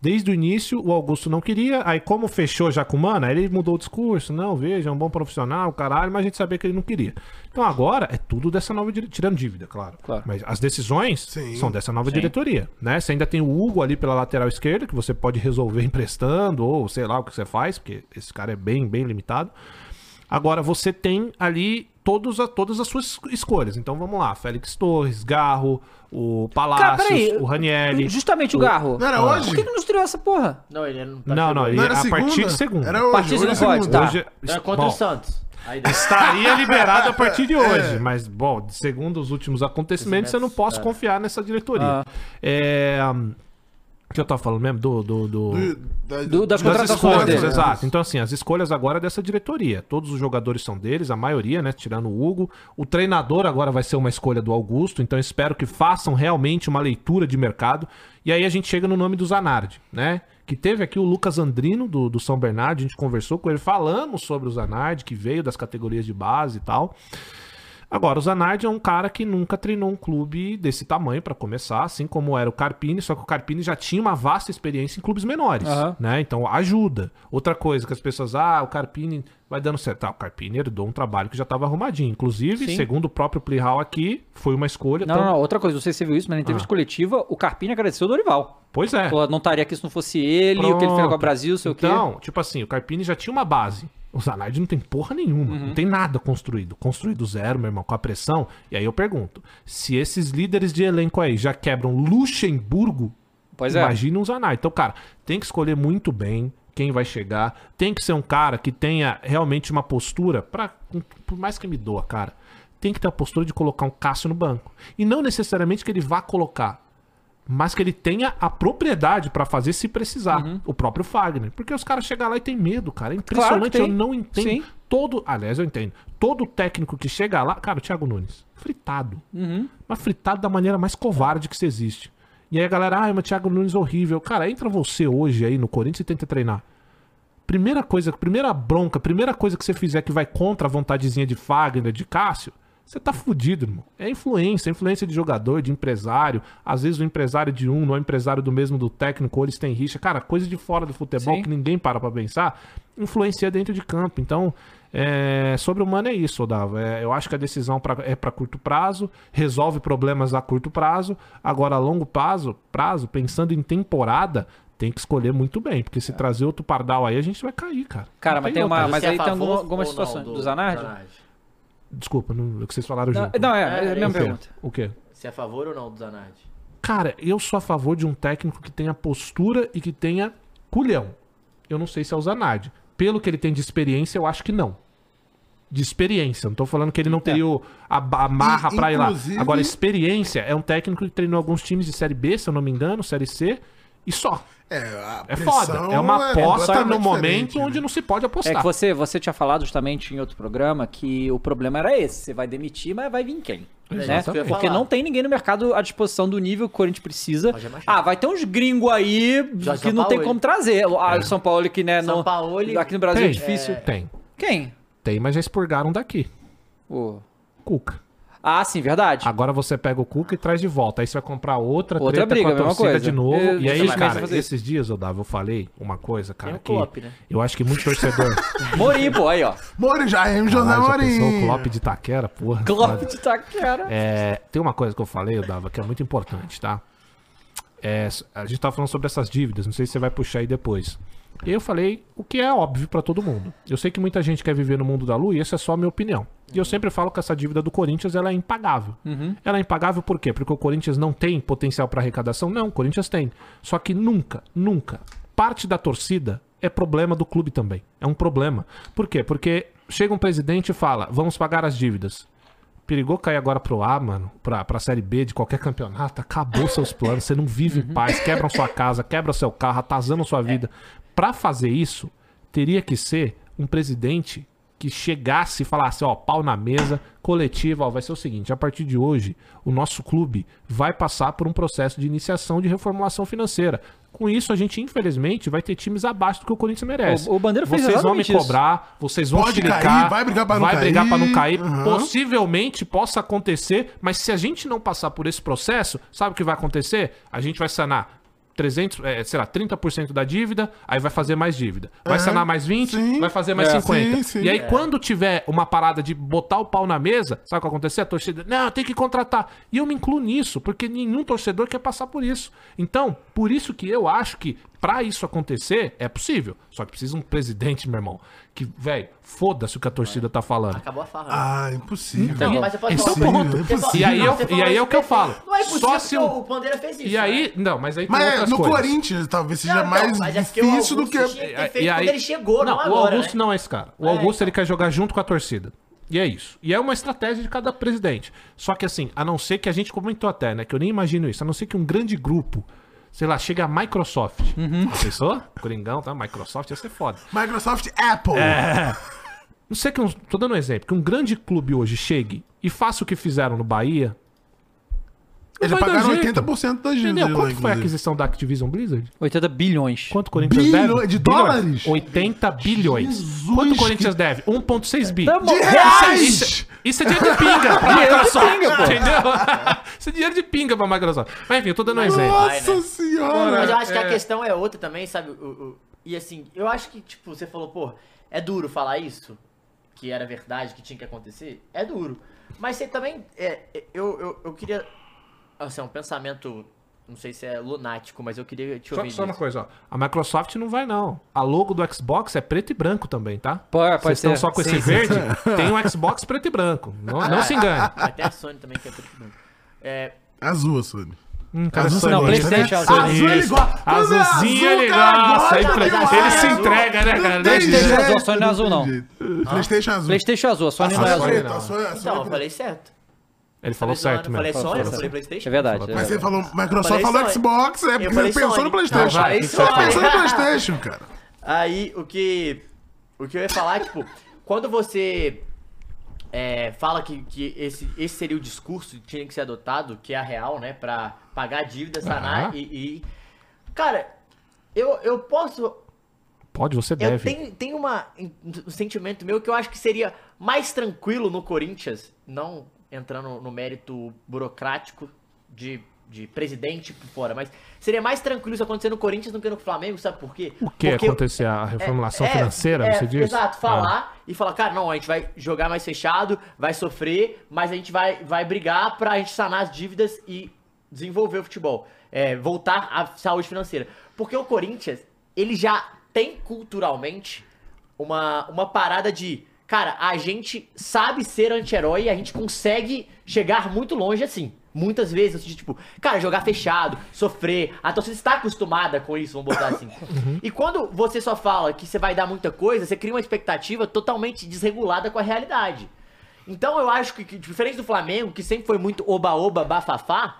Desde o início, o Augusto não queria. Aí, como fechou já com o Mano, aí ele mudou o discurso. Não, veja, é um bom profissional, caralho, mas a gente sabia que ele não queria. Então agora é tudo dessa nova diretoria. Tirando dívida, claro. Claro. Mas as decisões Sim. são dessa nova diretoria. Né? Você ainda tem o Hugo ali pela lateral esquerda, que você pode resolver emprestando, ou sei lá o que você faz, porque esse cara é bem, bem limitado. Agora você tem ali todos a, todas as suas escolhas. Então vamos lá, Félix Torres, Garro, o Cara, Palácios, peraí. o Ranieri. Justamente o Garro. Não era Por hoje? que, que não estreou essa porra? Não, ele não tá Não, não, ele, Não era a segunda? partir de segunda. Era hoje. partir de hoje é segunda, segunda. tá. Hoje, Era contra bom, o Santos. Aí deu. estaria liberado a partir de hoje, mas, bom, segundo os últimos acontecimentos, eu não posso confiar nessa diretoria. É, hum, O que eu tava falando mesmo? Do- do- do... Do- da- né? Do- das das contratações escolhas, dele. exato. Então, assim, as escolhas agora é dessa diretoria. Todos os jogadores são deles, a maioria, né? Tirando o Hugo. O treinador agora vai ser uma escolha do Augusto, então espero que façam realmente uma leitura de mercado. E aí a gente chega no nome do Zanardi, né? Que teve aqui o Lucas Andrino, do, do São Bernardo, a gente conversou com ele, falamos sobre o Zanardi, que veio das categorias de base e tal. Agora, o Zanardi é um cara que nunca treinou um clube desse tamanho pra começar, assim como era o Carpini, só que o Carpini já tinha uma vasta experiência em clubes menores, Aham. né? Então, ajuda. Outra coisa que as pessoas, ah, o Carpini vai dando certo. Tá, o Carpini herdou um trabalho que já estava arrumadinho. Inclusive, Sim. segundo o próprio Plihal aqui, foi uma escolha. Não, então- não, não, outra coisa, não sei se você viu isso, mas na entrevista coletiva, o Carpini agradeceu o Dorival. Pois Ah. é. Falou, não estaria aqui se não fosse ele, o que ele fez com o Pronto. Brasil, sei o quê. Então, tipo assim, o Carpini já tinha uma base. O Zanardi não tem porra nenhuma, Uhum. não tem nada construído. Construído zero, meu irmão, com a pressão. E aí eu pergunto, se esses líderes de elenco aí já quebram Luxemburgo, Pois é. imagina um Zanardi. Então, cara, tem que escolher muito bem quem vai chegar. Tem que ser um cara que tenha realmente uma postura, pra, um, por mais que me doa, cara, tem que ter a postura de colocar um Cássio no banco. E não necessariamente que ele vá colocar mas que ele tenha a propriedade pra fazer se precisar. Uhum. O próprio Fagner. Porque os caras chegam lá e tem medo, cara. É impressionante, tem. eu não entendo. Sim. Todo, aliás, eu entendo. Todo técnico que chega lá, cara, o Thiago Nunes, fritado. Mas fritado da maneira mais covarde que você existe. E aí a galera, ah, mas Thiago Nunes é horrível. Cara, entra você hoje aí no Corinthians e tenta treinar. Primeira coisa, primeira bronca, primeira coisa que você fizer que vai contra a vontadezinha de Fagner, de Cássio, você tá fudido, irmão. É influência, é influência de jogador, de empresário. Às vezes o empresário de um não é empresário do mesmo do técnico, ou eles têm rixa. Cara, coisa de fora do futebol Sim. que ninguém para pra pensar, influencia dentro de campo. Então, é, sobre o Mano é isso, Dava. eu acho que a decisão pra- é pra curto prazo, resolve problemas a curto prazo. Agora, a longo prazo, prazo pensando em temporada, tem que escolher muito bem, porque se trazer outro pardal aí, a gente vai cair, cara. É. Cara, Não mas tem outra. uma- Você Ah, mas é a aí tem favor alguma- ou algumas não situações. Do Zanardi? Desculpa, não, o que vocês falaram Não, junto. não, é, é a É, mesma o quê? pergunta. O quê? Você é a favor ou não do Zanardi? Cara, eu sou a favor de um técnico que tenha postura e que tenha culhão. Eu não sei se é o Zanardi. Pelo que ele tem de experiência, eu acho que não. De experiência. Eu Não tô falando que ele não teria o- a, ba- a marra E, pra ir lá. É. inclusive- Agora, experiência é um técnico que treinou alguns times de Série B, se eu não me engano, Série C, e só. É, a É foda. pressão É uma aposta completamente no momento diferente, onde né? não se pode apostar. É que você, você tinha falado justamente em outro programa que o problema era esse. Você vai demitir, mas vai vir quem? Né? isso que eu ia Porque falar. não tem ninguém no mercado à disposição do nível que o Corinthians precisa. Roger Machado. Ah, vai ter uns gringos aí Jorge que não tem Sampaoli. como trazer. Ah, o São Paulo que né, não. Sampaoli. Aqui no Brasil tem, é difícil. Tem. Quem? Tem, mas já expurgaram daqui. O- Cuca. Ah, sim, verdade. Agora você pega o Cuca e traz de volta. Aí você vai comprar outra, Outra outra briga, com a mesma torcida coisa. de novo. Eu- e aí, justamente cara, fazer isso. É um esses dias, Odavo, eu falei uma coisa, cara, Tem o que Klopp, né? eu acho que muito torcedor... Mori, pô, aí, ó. Mori já, é José Caralho, já pensou o Mourinho. Klopp de Taquera, porra. Klopp de Taquera. É, tem uma coisa que eu falei, Odavo, que é muito importante, tá? É, a gente tava falando sobre essas dívidas, não sei se você vai puxar aí depois. Eu falei o que é óbvio pra todo mundo. Eu sei que muita gente quer viver no mundo da lua e essa é só a minha opinião. E eu sempre falo que essa dívida do Corinthians ela é impagável. Ela é impagável por quê? Porque o Corinthians não tem potencial pra arrecadação? Não, o Corinthians tem. Só que nunca, nunca. Parte da torcida é problema do clube também. É um problema. Por quê? Porque chega um presidente e fala: vamos pagar as dívidas. Perigou cair agora pro A, mano, pra, pra Série B de qualquer campeonato, acabou seus planos, você não vive Uhum. em paz, quebram sua casa, quebra seu carro, atazando sua vida. Pra fazer isso, teria que ser um presidente que chegasse e falasse, ó, pau na mesa, coletiva, ó, vai ser o seguinte, a partir de hoje, o nosso clube vai passar por um processo de iniciação de reformulação financeira. Com isso, a gente, infelizmente, vai ter times abaixo do que o Corinthians merece. O- o Bandeira fez Vocês vão me exatamente isso. cobrar, vocês vão Pode xingar, cair, vai brigar pra não vai brigar pra não cair. cair, Aham. possivelmente possa acontecer, mas se a gente não passar por esse processo, sabe o que vai acontecer? A gente vai sanar 300, é, sei lá, 30% da dívida, aí vai fazer mais dívida. Vai sanar mais 20, É, sim. vai fazer mais É. 50. Sim, sim. E aí, quando tiver uma parada de botar o pau na mesa, sabe o que vai acontecer? A torcida, não, tem que contratar. E eu me incluo nisso, porque nenhum torcedor quer passar por isso. Então, por isso que eu acho que pra isso acontecer, é possível. Só que precisa um presidente, meu irmão, que, velho, foda-se o que a torcida tá falando. Acabou a farra. né? Ah, impossível. Então, mas você pode Então falar- pronto. É possível. E aí, eu- Você e falou aí é o isso que eu falo. Não é possível, Só se porque o- o Bandeira fez isso. E né? aí, não, mas aí tem Mas é, outras no coisas. Corinthians talvez Não, seja então, mais mas é porque o difícil do Augusto que. tinha- ter feito quando ele chegou, não O agora, Augusto né? então. não é esse cara. O Augusto ele quer jogar junto com a torcida. E é isso. E é uma estratégia de cada presidente. Só que assim, a não ser que a gente comentou até, né? Que eu nem imagino isso. A não ser que um grande grupo, sei lá, chega a Microsoft. Uhum. Pensou? Coringão, tá? Microsoft ia ser foda. Microsoft Apple. É. Não sei que um. Tô dando um exemplo. Que um grande clube hoje chegue e faça o que fizeram no Bahia. não Eles vai dar pagaram jeito. 80% das dívidas. Entendeu? lá, Quanto foi a inclusive. aquisição da Activision Blizzard? 80 bilhões. Quanto o Corinthians Bilho- deve? de dólares? 80 bilhões. Jesus, Quanto o Corinthians deve? 1,6 bi. Tá bom. De Isso, reais! isso, isso é dinheiro de pinga pra Dinheiro de Microsoft. pinga, pô. entendeu? isso é dinheiro de pinga pra Microsoft. Mas enfim, eu tô dando um exemplo. Nossa senhora! Mas eu acho que a questão é outra também, sabe? O- o- e assim, eu acho que, tipo, você falou, pô, é duro falar isso, que era verdade, que tinha que acontecer. É duro. Mas você também. é, é, eu, eu, eu queria. Assim, é um pensamento. Não sei se é lunático, mas eu queria te Só, ouvir. só uma disso. coisa, ó. A Microsoft não vai, não. A logo do Xbox é preto e branco também, tá? Pô, pode Vocês estão ser. só com Sim, esse sim. verde? Tem um Xbox preto e branco. Não, não se engane. Até a Sony também quer preto e branco. É, Azul, Sony. Hum, cara, Azul, isso é não, lindo, né? PlayStation, Isso é azul. lindo. Azul ele gosta. Quando é Azulzinho azul, ele cara, gosta. gosta Ele, demais. ele se Azul. entrega, né, cara? Não tem Deixa- jeito. azul, jeito, Sony não é azul, não. tem jeito. Playstation é azul. Playstation azul, a Sony não é Azul azul. preto, a Sony- a Sony- é então, eu falei certo. Ele falou certo Eu falei mesmo. Sony, eu Falou falei certo. PlayStation. É verdade. é Mas verdade. você falou Microsoft, falei falou Sony. Xbox, é porque falei você pensou Sony. no Playstation. Não, vai, você é isso aí. pensou no Playstation, cara. Aí, o que. O que eu ia falar, tipo, quando você é, fala que, que esse, esse seria o discurso que tinha que ser adotado, que é a real, né? Pra pagar a dívida, sanar Ah. e, e- Cara, eu, eu posso. Pode, você Eu deve. tenho, tenho uma, um sentimento meu que eu acho que seria mais tranquilo no Corinthians, não entrando no mérito burocrático de, de presidente por fora, mas seria mais tranquilo isso acontecer no Corinthians do que no Flamengo, sabe por quê? O que Porque acontecer? A reformulação é, financeira, é, você diz? Ah. Exato, falar e falar, cara, não, a gente vai jogar mais fechado, vai sofrer, mas a gente vai, vai brigar pra gente sanar as dívidas e desenvolver o futebol. É, voltar à saúde financeira. Porque o Corinthians, ele já tem culturalmente uma, uma parada de. Cara, a gente sabe ser anti-herói e a gente consegue chegar muito longe assim. Muitas vezes, assim, de, tipo, cara, jogar fechado, sofrer. A torcida está acostumada com isso, vamos botar assim. E quando você só fala que você vai dar muita coisa, você cria uma expectativa totalmente desregulada com a realidade. Então eu acho que, que diferente do Flamengo, que sempre foi muito oba-oba, bafafá,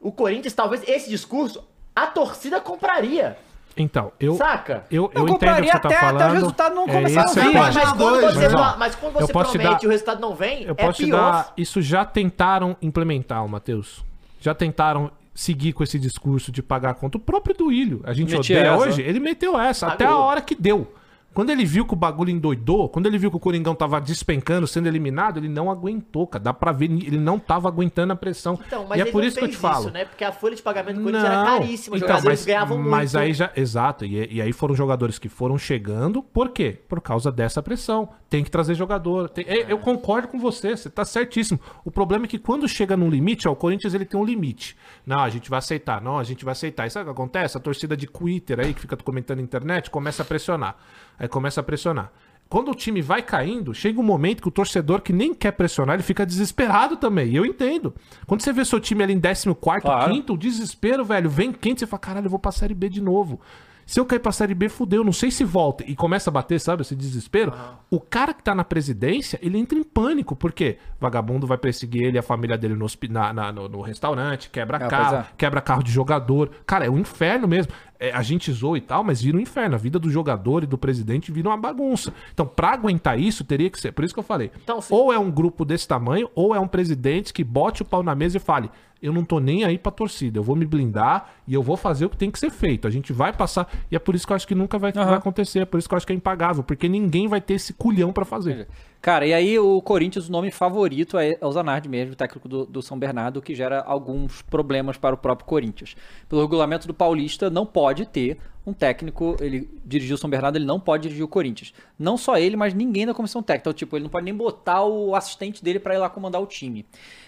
o Corinthians, talvez esse discurso, a torcida compraria. Então, eu. Saca? Eu, Eu eu entendo o que compraria você tá até- até o falando. resultado não começar a esse vir. o Mas, ponto. mas quando dois, você, mas, ó, fa- mas quando eu você posso te promete dar- e o resultado não vem, Eu é posso te pior. dar. Isso já tentaram implementar, o Matheus. Já tentaram seguir com esse discurso de pagar a conta. O próprio Duílio, a gente Metia odeia essa. hoje, ele meteu essa, até a Pagou. hora que deu. Quando ele viu que o bagulho endoidou, quando ele viu que o Coringão tava despencando, sendo eliminado, ele não aguentou, cara. Dá pra ver, ele não tava aguentando a pressão. Então, mas e é ele por não isso que eu te fez falo. Isso, né? Porque a folha de pagamento do Corinthians era caríssima, os Então, jogadores mas, ganhavam muito. Mas aí já. Exato. E, e aí foram jogadores que foram chegando. Por quê? Por causa dessa pressão. Tem que trazer jogador. tem- é, Eu concordo com você, você tá certíssimo. O problema é que quando chega num limite, ó, o Corinthians ele tem um limite. Não, a gente vai aceitar, não, a gente vai aceitar. E sabe o que acontece? A torcida de Twitter aí, que fica comentando na internet, começa a pressionar. Aí começa a pressionar. Quando o time vai caindo, chega um momento que o torcedor que nem quer pressionar, ele fica desesperado também. E eu entendo. Quando você vê seu time ali em 14 quarto, Claro. quinto, o desespero, velho, vem quente, você fala, caralho, eu vou pra Série B de novo. Se eu cair pra Série B, fudeu, não sei se volta. E começa a bater, sabe, esse desespero. O cara que tá na presidência, ele entra em pânico, porque vagabundo vai perseguir ele e a família dele no, hospi- na- na- no- no restaurante, quebra Ah, carro, pois é. quebra carro de jogador. Cara, é um inferno mesmo. É, a gente zoa e tal, mas vira um inferno. A vida do jogador e do presidente vira uma bagunça. Então, pra aguentar isso, teria que ser. Por isso que eu falei. Então, sim. ou é um grupo desse tamanho, ou é um presidente que bote o pau na mesa e fale: eu não tô nem aí pra torcida, eu vou me blindar e eu vou fazer o que tem que ser feito. A gente vai passar. E é por isso que eu acho que nunca vai, vai acontecer. É por isso que eu acho que é impagável, porque ninguém vai ter esse culhão pra fazer. Cara, e aí o Corinthians, o nome favorito é é o Zanardi mesmo, o técnico do, do São Bernardo, que gera alguns problemas para o próprio Corinthians. Pelo regulamento do Paulista, não pode ter um técnico, ele dirigiu o São Bernardo, ele não pode dirigir o Corinthians. Não só ele, mas ninguém da comissão técnica. Então, tipo, ele não pode nem botar o assistente dele para ir lá comandar o time.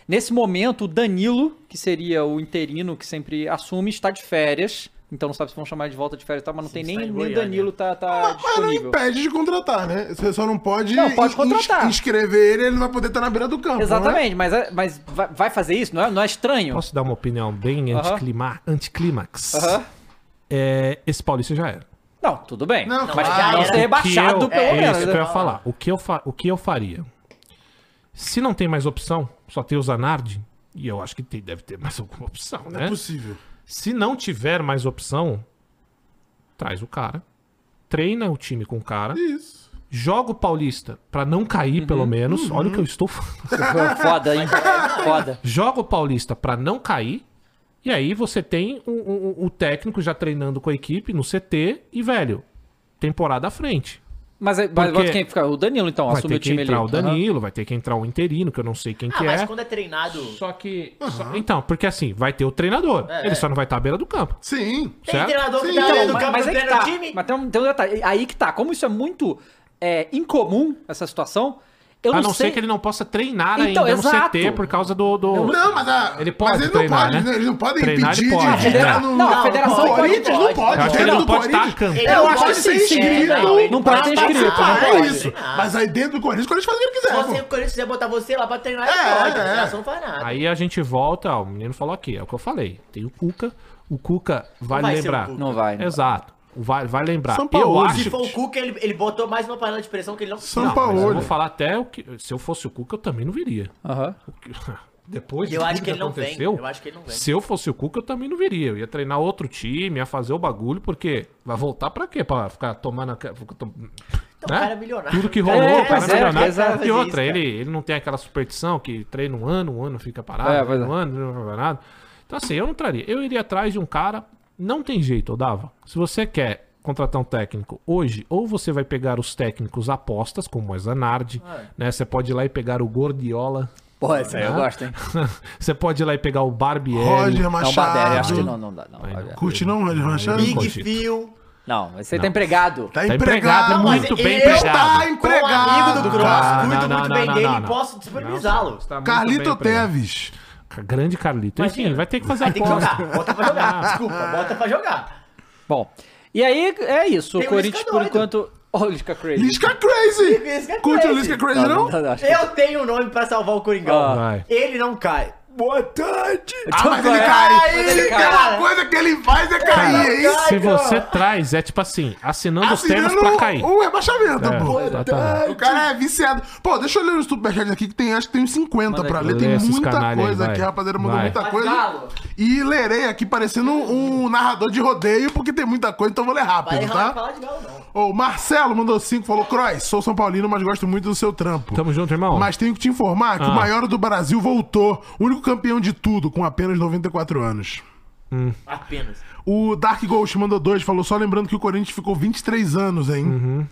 Nesse momento, o Danilo, que seria o interino que sempre assume, está de férias. Então não sabe se vão chamar de volta de férias, e tal, mas não tem está nem, em nem Goiânia. Danilo tá, tá Ah, Mas não disponível. impede de contratar, né? Você só não pode, Não, pode in- contratar. ins- inscrever ele, ele vai poder estar na beira do campo. Exatamente, mas, é- mas vai- vai fazer isso? Não é, não é estranho? Posso dar uma opinião bem Aham. anticlima- anticlímax? Aham. É, esse Paulista já era. Não, tudo bem. Não, mas claro. não O ser que É, que É rebaixado, eu- pelo é menos. isso que né? eu ia falar. O que eu, fa- o que eu faria? Se não tem mais opção, só tem o Zanardi, e eu acho que tem- deve ter mais alguma opção, Não é? Não né? é possível. Se não tiver mais opção, traz o cara, treina o time com o cara, Isso. joga o Paulista pra não cair, Uhum. pelo menos. Olha o que eu estou falando. Foda, hein? Foda. joga o Paulista pra não cair. E aí você tem o um, um- o técnico já treinando com a equipe no CT e, velho, temporada à frente. Mas, aí- mas Porque- bota quem fica? O Danilo, então, Vai assume ter o que time ali. entrar o Aham. Danilo, vai ter que entrar o interino, que eu não sei quem Ah, que mas é. quando é treinado. Só que. só- Então, porque assim, vai ter o treinador. ele só não vai estar à beira do campo. Sim. É, Tem Certo? treinador que Sim, tá então, dentro do Mas- campo mas não aí que treina o tá. time. Mas tem um, tem um detalhe. Aí que tá. Como isso é muito é, incomum, essa situação, eu a não, não sei... ser que ele não possa treinar Então, ainda no exato. CT por causa do. do- Não, mas a, Ele pode mas ele treinar, não pode, né? né? Eles não podem Treinar, impedir ele de pode. né? entrar Não, no. não, a federação no pode, Corinthians pode. não pode. Eu acho que ele Dentro do não pode estar Corinthians- acampando. Ele Eu não acho que ele pode tem ser inscrito. inscrito, não, ele não pra pode ser inscrito, participar, não pode. É isso. Não. Mas aí dentro do Corinthians, o Corinthians faz o que ele Se quiser. pô. você, o Corinthians quiser botar você lá pra treinar, É, ele pode. é. A federação não faz nada. Aí a gente volta, ó, o menino falou aqui, é o que eu falei. Tem o Cuca. O Cuca vale vai ser lembrar. o Cuca. Não vai. né? Não. Exato. Vai, vai lembrar. São Paulo, eu Se acho. for o Cuca, ele, ele botou mais uma panela de pressão que ele não São Não, mas eu Paulo. vou falar até o que. Se eu fosse o Cuca, eu também não viria. Aham. Depois Eu de acho tudo que ele não vem. aconteceu, Eu acho que ele não vem. Se eu fosse o Cuca, eu também não viria. Eu ia treinar outro time, ia fazer o bagulho, porque vai voltar pra quê? Pra ficar tomando. a ca- ficar tom- né? Então, o cara é milionário. Tudo que rolou, É, o cara pois é é, milionário. exato, e fazer isso, outra, cara. ele, ele não tem aquela superstição que treina um ano, um ano fica parado, É, pois treina um é. ano, não vai nada. Então, assim, eu não traria. Eu iria atrás de um cara. Não tem jeito, Odava. Se você quer contratar um técnico hoje, ou você vai pegar os técnicos apostas, como o Zanardi, É. né? Você pode ir lá e pegar o Gordiola. Porra, isso aí eu Ah. gosto, hein? você pode ir lá e pegar o Barbieri. Roger Não, Badéria, acho que Machado. não, não dá. Não, Curte não, Roger Machado? Big- Big Cochito. Phil. não esse aí tá empregado. Tá Tá empregado. empregado, Não, mas muito bem eu- empregado. Tá Com o amigo do empregado, Cross, cara. cuido Não, não, muito não, bem não, dele não, e não. posso disponibilizá-lo. Está muito Carlito bem Tá empregado. Teves. Grande Carlito. Enfim, vai ter que fazer Aí tem que aposta. jogar. Bota pra jogar. Desculpa, bota pra jogar. Bom, e aí é isso. um Tem o o Corinthians, Lisca por doido. enquanto... Ó, o Lisca Crazy. Lisca Crazy. Lisca Curte o Crazy. Lisca Crazy, não? acho que- Eu tenho um nome pra salvar o Coringão. Vai. Ele não cai. Boa tarde. Ah, mas ele Ai, cai. ele Ele cai. cai. A coisa que ele faz é Cara, cair, hein? se Ai, cara. você traz, é tipo assim, assinando os termos Assinando pra cair. o rebaixamento, É, pô. exatamente. O cara é viciado. Pô, deixa eu ler os superchats aqui que tem, acho que tem uns 50 pra ler. Tem Lê esses muita canalha aí, coisa vai. aqui, rapaziada. Mandou Vai. muita Vai, coisa. Galo. E lerei aqui parecendo um narrador de rodeio, porque tem muita coisa, então eu vou ler Vai rápido, errar tá? falar de galo, não. Ô, Marcelo mandou cinco, falou: Crois, sou São Paulino, mas gosto muito do seu trampo. Tamo junto, irmão. Mas tenho que te informar que Ah. o maior do Brasil voltou, o único campeão de tudo, com apenas 94 anos. Apenas. O Dark Ghost mandou dois, falou só lembrando que o Corinthians ficou 23 anos, hein?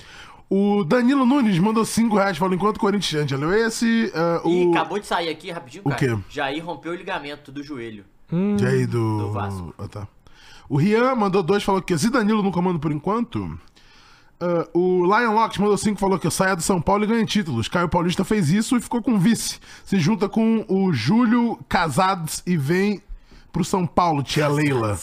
O Danilo Nunes mandou 5 reais, falou enquanto o Corinthians já leu esse. ah, Ih, o. acabou de sair aqui rapidinho, o cara. quê? Jair rompeu o ligamento do joelho. E aí, do. Do Vasco. Ah, tá. O Rian mandou dois, falou que se Danilo no comando por enquanto. Ah, o Lion Locks mandou 5 falou que eu saia do São Paulo e ganhei títulos. Caio Paulista fez isso e ficou com vice. Se junta com o Júlio Casados e vem pro São Paulo, tia Leila.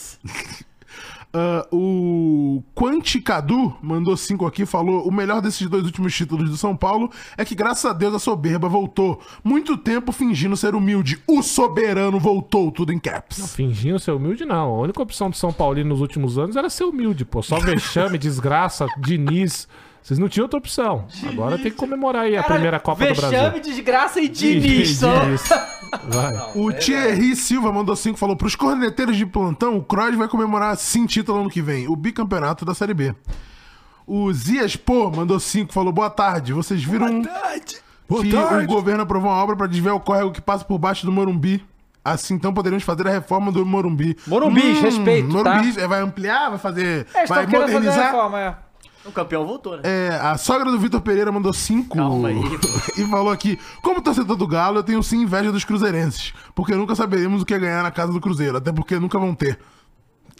Ah, o Quanticadu mandou cinco aqui, falou: o melhor desses dois últimos títulos do São Paulo é que, graças a Deus, a soberba voltou. Muito tempo fingindo ser humilde. O soberano voltou, tudo em caps. Fingindo ser humilde, não. A única opção do São Paulino nos últimos anos era ser humilde, pô. Só vexame, desgraça, Diniz. Vocês não tinham outra opção. Agora tem que comemorar aí a primeira Copa do Vexame, Brasil. desgraça e Diniz. só- Diniz. Vai. O Thierry Silva mandou cinco, falou: pros corneteiros de plantão, o Kroos vai comemorar sim título ano que vem, o bicampeonato da Série B. O Zias Pô mandou cinco, falou: boa tarde, vocês viram. Boa que tarde. o governo aprovou uma obra pra desviar o córrego que passa por baixo do Morumbi. Assim, então poderíamos fazer a reforma do Morumbi. Hum, Morumbis, respeito, tá? Morumbi, é, vai ampliar, vai fazer, É, eles vai estão querendo fazer a modernizar. reforma, é. O campeão voltou, né? É, a sogra do Vitor Pereira mandou cinco Calma aí, e falou aqui: Como torcedor do Galo, eu tenho sim inveja dos cruzeirenses, porque nunca saberemos o que é ganhar na casa do Cruzeiro, até porque nunca vão ter.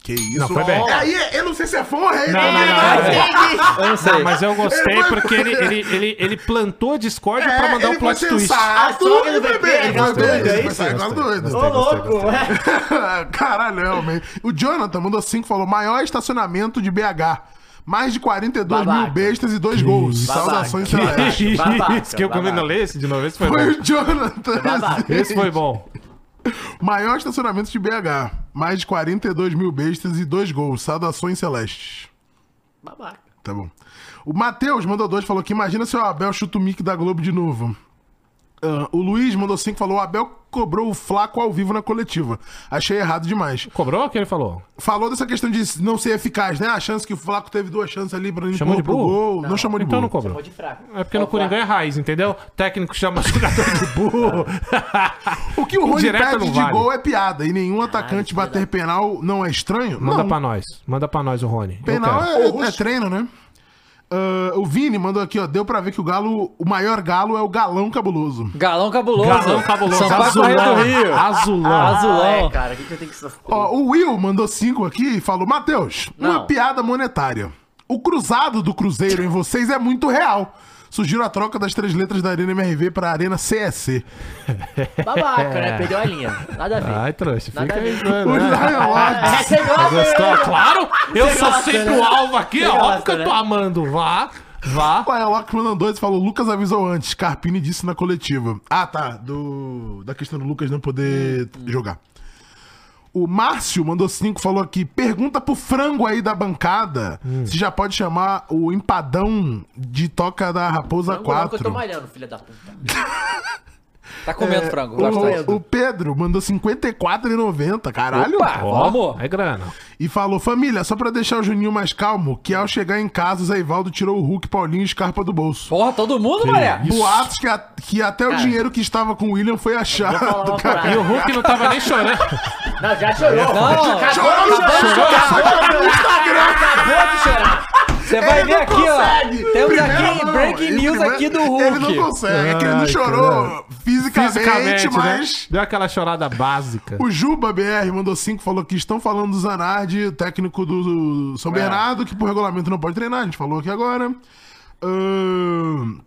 Que isso, Não, foi bem. ó. Aí, eu não sei se é fã ou hater. Não, não, né? não, não, não. Eu não sei. Não, mas eu gostei porque ele, ele, ele, ele plantou a discórdia É, pra mandar ele um plot foi twist. sensato, A sogra ele do foi VP, bem, ele foi gostou, bem, é ele foi isso? sair, agora doido. Ô, louco! é. Caralho, homem. O Jonathan mandou 5 falou: maior estacionamento de BH. Mais de 42 mil Babaca. bestas e dois gols. Babaca. Saudações, Celeste. Que Babaca, isso que eu babaca. comendo ler esse de novo, esse foi Foi bom. o Jonathan. assim. Babaca. Esse foi bom. Maior estacionamento de BH. Mais de 42 mil bestas e dois gols. Saudações, Celeste. Babaca. Tá bom. O Matheus mandou dois, falou que imagina se o Abel chuta o mic da Globo de novo. Ah, o Luiz mandou cinco, falou: o Abel cobrou o Flaco ao vivo na coletiva. Achei errado demais. Cobrou o que ele falou? Falou dessa questão de não ser eficaz, né? A chance que o Flaco teve duas chances ali pra ele Chamou pôr de pro burro? gol. Não, chamou de Então não burro. cobrou. Pode fraco. É porque no Coringão é raiz, entendeu? Técnico chama jogador de burro. O que o Rony Direto perde no de vale. gol é piada. E nenhum atacante bater penal não é estranho? Manda não. pra nós. Manda pra nós o Rony. Eu Penal quero. é, é treino, né? Ah, o Vini mandou aqui, ó. Deu pra ver que o galo, o maior galo é o galão cabuloso. Galão cabuloso. Galão É um cabuloso. Sampaio Azulão. Correia do Rio. Azulão. Azulão. Ah, é, cara, o que, que eu tenho que. Ó, o Will mandou cinco aqui e falou: Matheus, uma Não. piada monetária. O cruzado do Cruzeiro em vocês é muito real. Sugiro a troca das três letras da Arena MRV pra Arena CSC. Babaca, né? Perdeu a linha. Nada a ver. Ai, trouxa, fica Nada a aí. ver. O Lion Lodge. Recebeu a Gostou? É. Claro! Eu Você sou gosta, sempre né? o alvo aqui, Você ó. Óbvio gosta, que eu tô né? amando. Vá, vá. O Lion Lodge mandou dois e falou: Lucas avisou antes. Carpini disse na coletiva. Ah, tá. Do, da questão do Lucas não poder jogar. O Márcio mandou cinco, falou aqui: pergunta pro frango aí da bancada se já pode chamar o empadão de toca da Raposa Não, não, que 4. eu tô malhando, filha da puta. Tá comendo frango. É, O- vai gostar. O, Pedro mandou 54,90, caralho. Opa! Ó, Vamos. É grana. E falou, família, só pra deixar o Juninho mais calmo, que ao chegar em casa, o Zé Ivaldo tirou o Hulk, Paulinho e Scarpa do bolso. Porra, todo mundo, Maré? Boatos que, a- que até o Cara. dinheiro que estava com o William foi falar achado. uma cara. E o Hulk não tava nem chorando. Não, já chorou. Não, Chorou no Instagram, no Instagram. Acabou de chorar. você vai Ele ver não aqui, consegue. ó. Temos Primeiro aqui não. breaking Ele news primeiro- aqui do Ele não Hulk. consegue, é que ele não Ai, chorou fisicamente, Fisicamente, mas... né? Deu aquela chorada básica. O Juba BR mandou 5, falou que estão falando do Zanardi, técnico do São Bernardo, que por regulamento não pode treinar, a gente falou aqui agora. Ahn,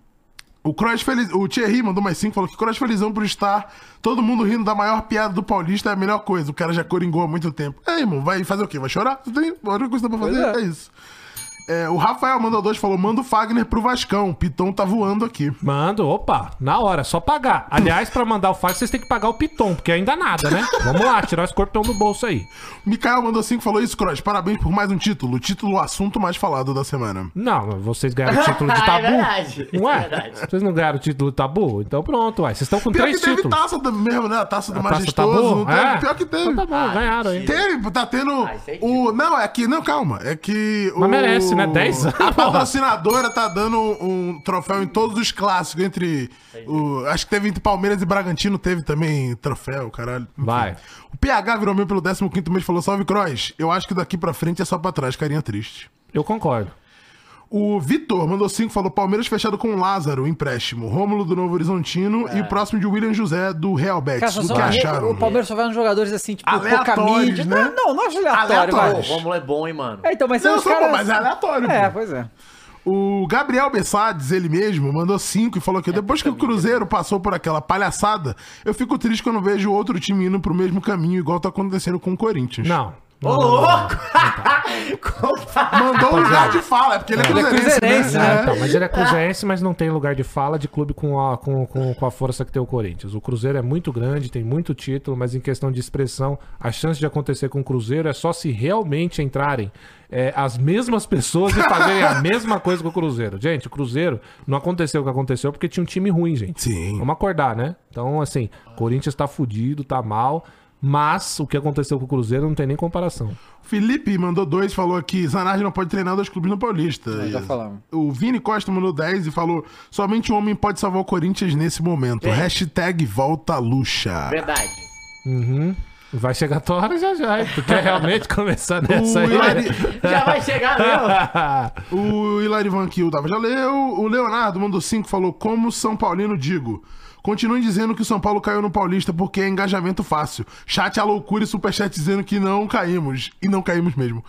o Cross Feliz... O Thierry mandou mais 5, falou que Cross Felizão por estar todo mundo rindo da maior piada do Paulista é a melhor coisa. O cara já coringou há muito tempo. É, irmão, vai fazer o quê? Vai chorar? Não tem... A única coisa que dá pra fazer é, isso. É, o Rafael mandou 2, falou, manda o Fagner pro Vascão, o Piton tá voando aqui. Mando, opa, na hora, só pagar. Aliás, pra mandar o fax, vocês têm que pagar o Piton, porque ainda nada, né? Vamos lá, tirar o escorpião do bolso aí. Mikael mandou 5, falou isso, Cross, parabéns por mais um título. O título, o assunto mais falado da semana. Não, vocês ganharam o título de Ah, é tabu. verdade, Não é? é verdade. Vocês não ganharam o título de tabu? Então pronto, ué. Vocês estão com Pior três que teve títulos. taça do, mesmo, né? A taça do A taça tá Majestoso. não teve? É. Pior que teve. Então tá bom, ganharam aí. Teve, tá tendo. isso aí o, não, é que. Não, calma. É que. Mas o- merece, né? 10 A anos. patrocinadora tá dando um troféu em todos os clássicos. Entre. O, acho que teve entre Palmeiras e Bragantino, teve também troféu, caralho. Enfim. Vai. O PH virou meu pelo 15 mês e falou: Salve, Cross. Eu acho que daqui pra frente é só pra trás, carinha triste. Eu concordo. O Vitor mandou cinco, falou Palmeiras fechado com o Lázaro, empréstimo. Rômulo do Novo Horizontino e o próximo de William José do Real Cara, Betis. só O que são- acharam? o Palmeiras só vai nos jogadores assim, tipo, pouca Aleatórios, mídia. né? Não, não, não acho aleatório, Pô, o Aleatórios. mas. Romulo é bom, hein, mano. É, então, mas são Não, os só, pô, caras. mas é aleatório, É, pô. pois é. O Gabriel Bessades, ele mesmo, mandou cinco e falou que depois que o Cruzeiro passou por aquela palhaçada, eu fico triste quando vejo outro time indo pro mesmo caminho, igual tá acontecendo com o Corinthians. Não. Ô, louco! Mandou o lugar de fala, é porque ele é cruzeirense, cruzeirense, né? né? Ah, então, mas ele é cruzeirense, mas não tem lugar de fala de clube com a, com, com, com a força que tem o Corinthians. O Cruzeiro é muito grande, tem muito título, mas em questão de expressão, a chance de acontecer com o Cruzeiro é só se realmente entrarem é, as mesmas pessoas e fazerem a mesma coisa com o Cruzeiro. Gente, o Cruzeiro não aconteceu o que aconteceu porque tinha um time ruim, gente. Sim. Vamos acordar, né? Então, assim, o Corinthians tá fudido, tá mal, mas o que aconteceu com o Cruzeiro não tem nem comparação. Felipe mandou dois, falou que Zanardi não pode treinar dois clubes no Paulista. já falamos. O Vini Costa mandou 10 e falou: somente um homem pode É. salvar o Corinthians nesse momento. Hashtag volta luxa. Verdade. Vai chegar a tua hora já já, hein? Tu quer realmente começar nessa aí? né? Hilari- Já vai chegar mesmo. O Hilary Van Kiel tava já leu. O Leonardo mandou 5 falou: Como São Paulino digo. Continuem dizendo que o São Paulo caiu no Paulista porque é engajamento fácil. Chat a loucura e superchat dizendo que não caímos. E não caímos mesmo.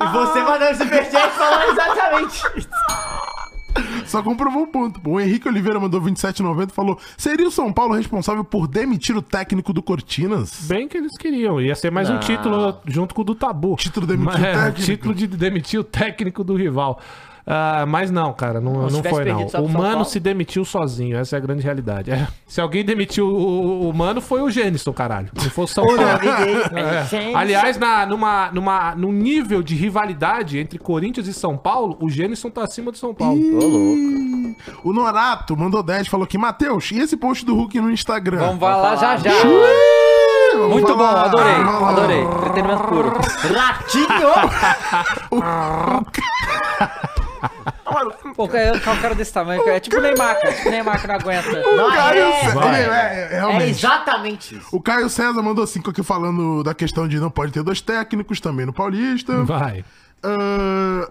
E você mandando superchat falando exatamente isso. Só comprovou um ponto. O Henrique Oliveira mandou 27,90 e falou: Seria o São Paulo responsável por demitir o técnico do Cortinas? Bem que eles queriam. Ia ser mais um título junto com o do Tabu. Título de demitir o Mas- é, técnico. Título de demitir o técnico do rival. Ah, mas não, cara, não, não tivesse foi não. perdido só pro O São Mano Paulo. se demitiu sozinho, essa é a grande realidade. É. Se alguém demitiu o, o- o Mano, foi o Gênison, caralho. Não foi o São Paulo. É. Gente. Aliás, na, numa, numa, num nível de rivalidade entre Corinthians e São Paulo, o Gênison tá acima do São Paulo. O Norato mandou 10 falou que, Matheus, e esse post do Hulk no Instagram? Vamos vai lá já já. Vamos Muito bom, falar. adorei. Vamos lá. Adorei. Entretenimento puro. Ratinho! Pô, cara, eu o cara desse tamanho. cara. É tipo Neymar, cara. Tipo Neymar que não aguenta. Não, Caio é, César- vai. é, é, é, é realmente. exatamente isso. O Caio César mandou cinco aqui falando da questão de não pode ter dois técnicos também no Paulista. Vai. Ah,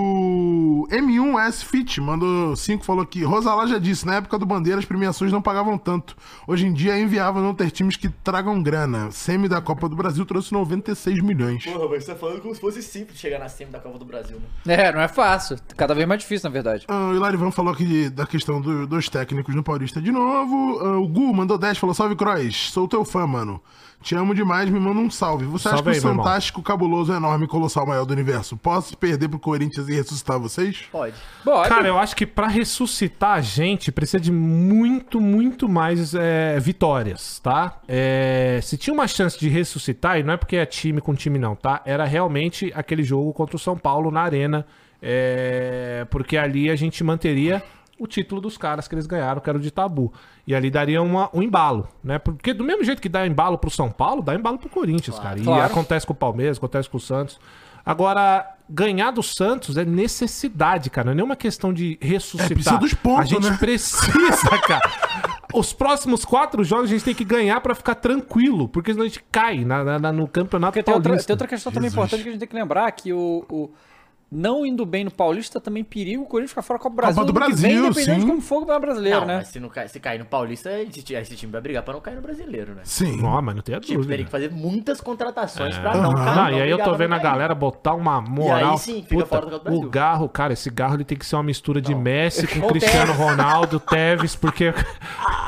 o M1S Fit mandou cinco falou que Rosalá já disse, na época do Bandeira as premiações não pagavam tanto. Hoje em dia é inviável não ter times que tragam grana. Semi da Copa do Brasil trouxe 96 milhões. Porra, mas você tá falando como se fosse simples chegar na SEMI da Copa do Brasil, né? É, não é fácil. Cada vez mais difícil, na verdade. Ah, o Hilarivan falou aqui de- da questão do- dos técnicos no Paulista de novo. Ah, o Gu mandou 10, falou: Salve Crois, sou teu fã, mano. Te amo demais, me manda um salve. Você Salve acha que aí, o meu irmão. fantástico, cabuloso, enorme, colossal maior do universo? Posso perder pro Corinthians e ressuscitar vocês? Pode. Bom, Cara, eu acho que pra ressuscitar a gente precisa de muito, muito mais é, vitórias, tá? É, se tinha uma chance de ressuscitar, e não é porque é time com time, não, tá? Era realmente aquele jogo contra o São Paulo na Arena, é, porque ali a gente manteria o título dos caras que eles ganharam, que era o de tabu. E ali daria uma- um embalo, né? Porque do mesmo jeito que dá embalo pro São Paulo, dá embalo pro Corinthians, cara. E Claro. acontece com o Palmeiras, acontece com o Santos. Agora, ganhar do Santos é necessidade, cara. Não é nenhuma questão de ressuscitar. É, precisa dos pontos, A gente né? precisa, cara. Os próximos quatro jogos a gente tem que ganhar pra ficar tranquilo, porque senão a gente cai na- na- na- no campeonato Porque tem paulista. outra, tem outra questão também importante que a gente tem que lembrar, que o, o não indo bem no Paulista também periga o Corinthians ficar fora da Copa do Brasil. Copa do ano que vem, Brasil, independente sim. de como for o Campeonato Brasileiro, É, Não, né? mas se, não cai, se cair no Paulista, esse, ti- esse time vai brigar pra não cair no brasileiro, né? Sim. Não, mas não tem a Tipo, dúvida. É. teria que fazer muitas contratações pra não cair. Não, e aí eu brigar tô pra vendo a não cair. galera botar uma moral. E aí sim, fica fora do Brasil. o garro, cara, esse garro ele tem que ser uma mistura de Messi com Ou Cristiano Tevez. Ronaldo, Tevez, porque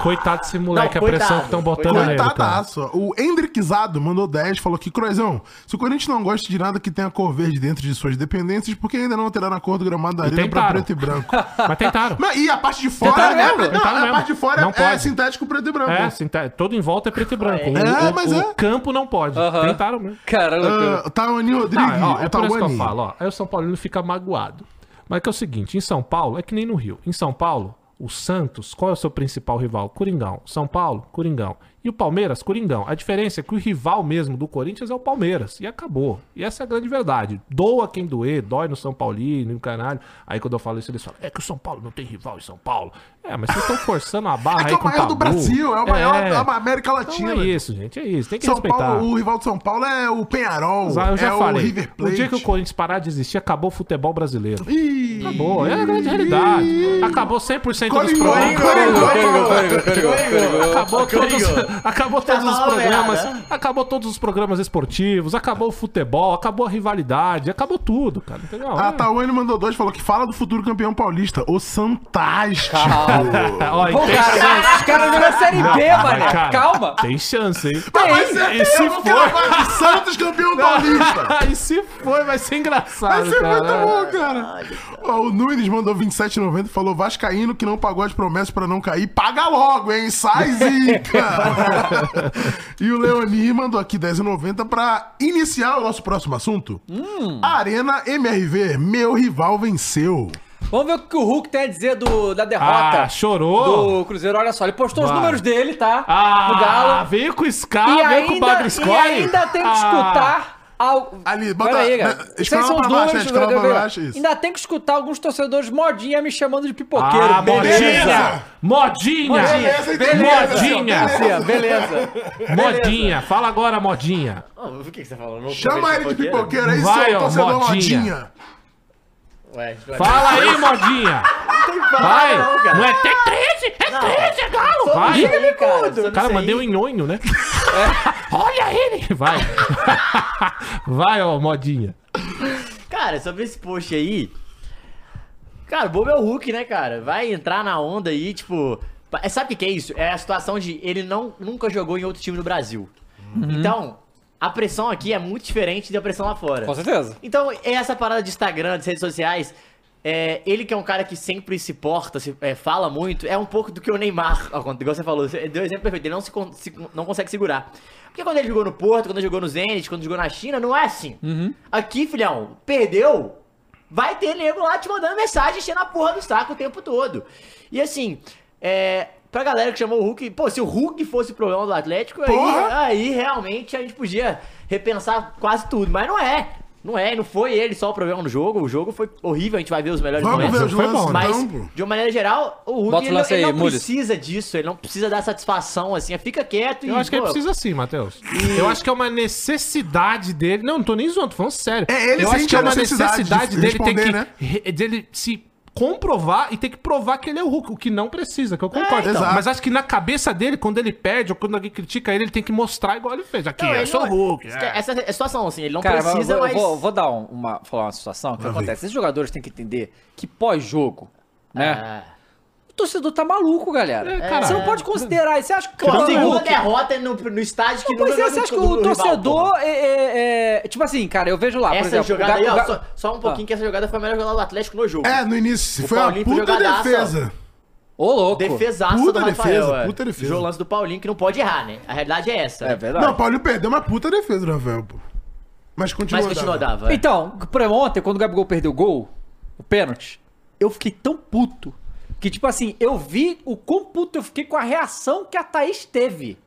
coitado desse moleque, a coitado, pressão que estão botando nele. Cara. Coitadaço. O Hendrickzado mandou 10, falou que, Croizão, se o Corinthians não gosta de nada que tenha cor verde dentro de suas dependências, por que ainda não alteraram a cor do gramado da arena pra tentaram. preto e branco? Mas tentaram. Mas, e a parte de fora. Tentaram é- mesmo, não, tentaram a mesmo. parte de fora Não é, pode. sintético preto e branco. É, assim, tá- todo em volta é preto e branco. O, É, o- mas o é. campo não pode. Aham. Tentaram mesmo. Caramba, cara. é Ah, Tawane Rodrigues, tá, Não, ó, é o por isso que eu Tawane. falo, ó. Aí o São Paulino fica magoado. Mas que é o seguinte, em São Paulo, é que nem no Rio. Em São Paulo, o Santos, qual é o seu principal rival? Coringão. São Paulo, Coringão. E o Palmeiras, Coringão. A diferença é que o rival mesmo do Corinthians é o Palmeiras. E acabou. E essa é a grande verdade. Doa quem doer, dói no São Paulino, e no caralho. Aí quando eu falo isso, eles falam, é que o São Paulo não tem rival em São Paulo. É, mas vocês estão forçando a barra É que aí é o com maior do tabu. Brasil, é o maior É. da América Então Latina. é isso, gente. É isso. Tem que São respeitar. Paulo, o rival de São Paulo é o Penharol, Mas Eu já é falei. o River O Plate. dia que o Corinthians parar de existir, acabou o futebol brasileiro. Ih, Acabou. É a grande realidade. Acabou 100% dos Coringão, programas. Coringão, Acabou todos, acabou Tá todos os mal, programas. velho. Acabou todos os programas esportivos. Acabou o futebol. Acabou a rivalidade. Acabou tudo, cara. Entendeu? A É. Tawane mandou dois, falou que fala do futuro campeão paulista. O Santástico. Ó, e Pô, tem cara, chance. os caras viram a Série B, Mas, mano. cara, Calma. Tem chance, hein? Mas Tem. é E se mesmo, cara, for... vai de Santos campeão paulista. e se for, vai ser engraçado, Vai ser muito cara. bom, cara. Ó, o Nunes mandou 27,90 e falou: Vascaíno que não pagou as promessas pra não cair, paga logo, hein? Sai, zica! e o Leoni mandou aqui 10,90 pra iniciar o nosso próximo assunto: Arena MRV, meu rival venceu. Vamos ver o que o Hulk tem a dizer do, da derrota Ah, chorou. do Cruzeiro. Olha só, ele postou os Vai. números dele, tá? Ah, do Galo. veio com o E Scar, veio com o Ah. ainda, Bagre e ainda tem que escutar Al... Ali, bota- Peraí, cara. né, Vocês escala são pra os baixo, donos né, escala do- pra baixo, isso. Ainda tem que escutar alguns torcedores modinha me chamando de pipoqueiro. Ah, beleza! modinha! Modinha! Beleza, Modinha. Assim, ó, beleza. Modinha! Fala agora, modinha! Não, o que, que você falou? Não Chama ele de pipoqueiro é aí, Vai, seu ó, torcedor modinha. modinha. Ué, Fala aí, modinha! Vai! Não é tem 13! É 13, é galo! Vai! cara. Cara, mandei um nhonho, né? Olha ele! Vai! Vai, ó, modinha! Cara, sobre esse post aí. Cara, o bobo é o Hulk, né, cara? Vai entrar na onda aí, tipo. pa- é- Sabe o que, que é isso? É a situação de ele não, nunca jogou em outro time no Brasil. Então, a pressão aqui é muito diferente da pressão lá fora. Com certeza. Então, essa parada de Instagram, de redes sociais, é, ele que é um cara que sempre se porta, se, é, fala muito, é um pouco do que o Neymar, ó, quando- igual você falou, você deu o exemplo perfeito, ele não, se, con- se- não consegue segurar. Porque quando ele jogou no Porto, quando ele jogou no Zenit, quando ele jogou na China, não é assim. Aqui, filhão, perdeu, vai ter nego lá te mandando mensagem, enchendo a porra do saco o tempo todo. E assim, é, pra galera que chamou o Hulk, pô, se o Hulk fosse o problema do Atlético, aí, ah, Porra! aí realmente a gente podia repensar quase tudo, mas não é. Não é, não foi ele só o problema no jogo, o jogo foi horrível, a gente vai ver os melhores Vamos ver os foi bom, lances, mas, então, pô. de uma maneira geral, Bota o o Hulk ele, não- lance ele aí, não Mules. precisa disso, ele não precisa dar satisfação, assim, fica quieto Eu acho que ele precisa sim, Matheus. Eu acho que é uma necessidade dele. Não, não tô nem zoando, tô falando sério. É, ele eu acho sente que é a uma necessidade de necessidade dele ter responder, que né? re- dele se comprovar e ter que provar que ele é o Hulk, o que não precisa, É, que eu concordo. então. Mas acho que na cabeça dele, quando ele perde ou quando alguém critica ele, ele tem que mostrar igual ele fez. Aqui, Não, eu ele sou o não- Hulk. Essa é. Essa é situação, assim, ele não Cara, mas precisa, eu, vou- mas... eu vou, vou dar um- uma, falar uma situação que acontece. Esses jogadores têm que entender que pós-jogo, né? Ah. O torcedor tá maluco, galera. caralho. você não pode considerar isso. Você acha que é o Uma torcedor- segunda derrota no, no estádio que Pois é, você nunca ganhou acha que do- do o rival, porra. torcedor é, é- é- Tipo assim, cara, eu vejo lá, Essa por exemplo. Ah, o jogada aí, Ga- o ó, Ga- só, só um pouquinho que essa jogada foi a melhor jogada do Atlético no jogo. É, no início, O foi uma Paulinho foi puta jogadaça, ó. defesa. Ô, louco. Defesaça Puta do Rafael, defesa, é. puta defesa. Jogou o lance do Paulinho que não pode errar, né? A realidade é essa. É verdade. Não, o Paulinho perdeu uma puta defesa do Rafael, pô. Mas continua. Mas continua, Dava. dava. é. Então, pra ontem, quando o Gabigol perdeu o gol, o pênalti, eu fiquei tão puto que, tipo assim, eu vi o quão puto eu fiquei com a reação que a Thaís teve.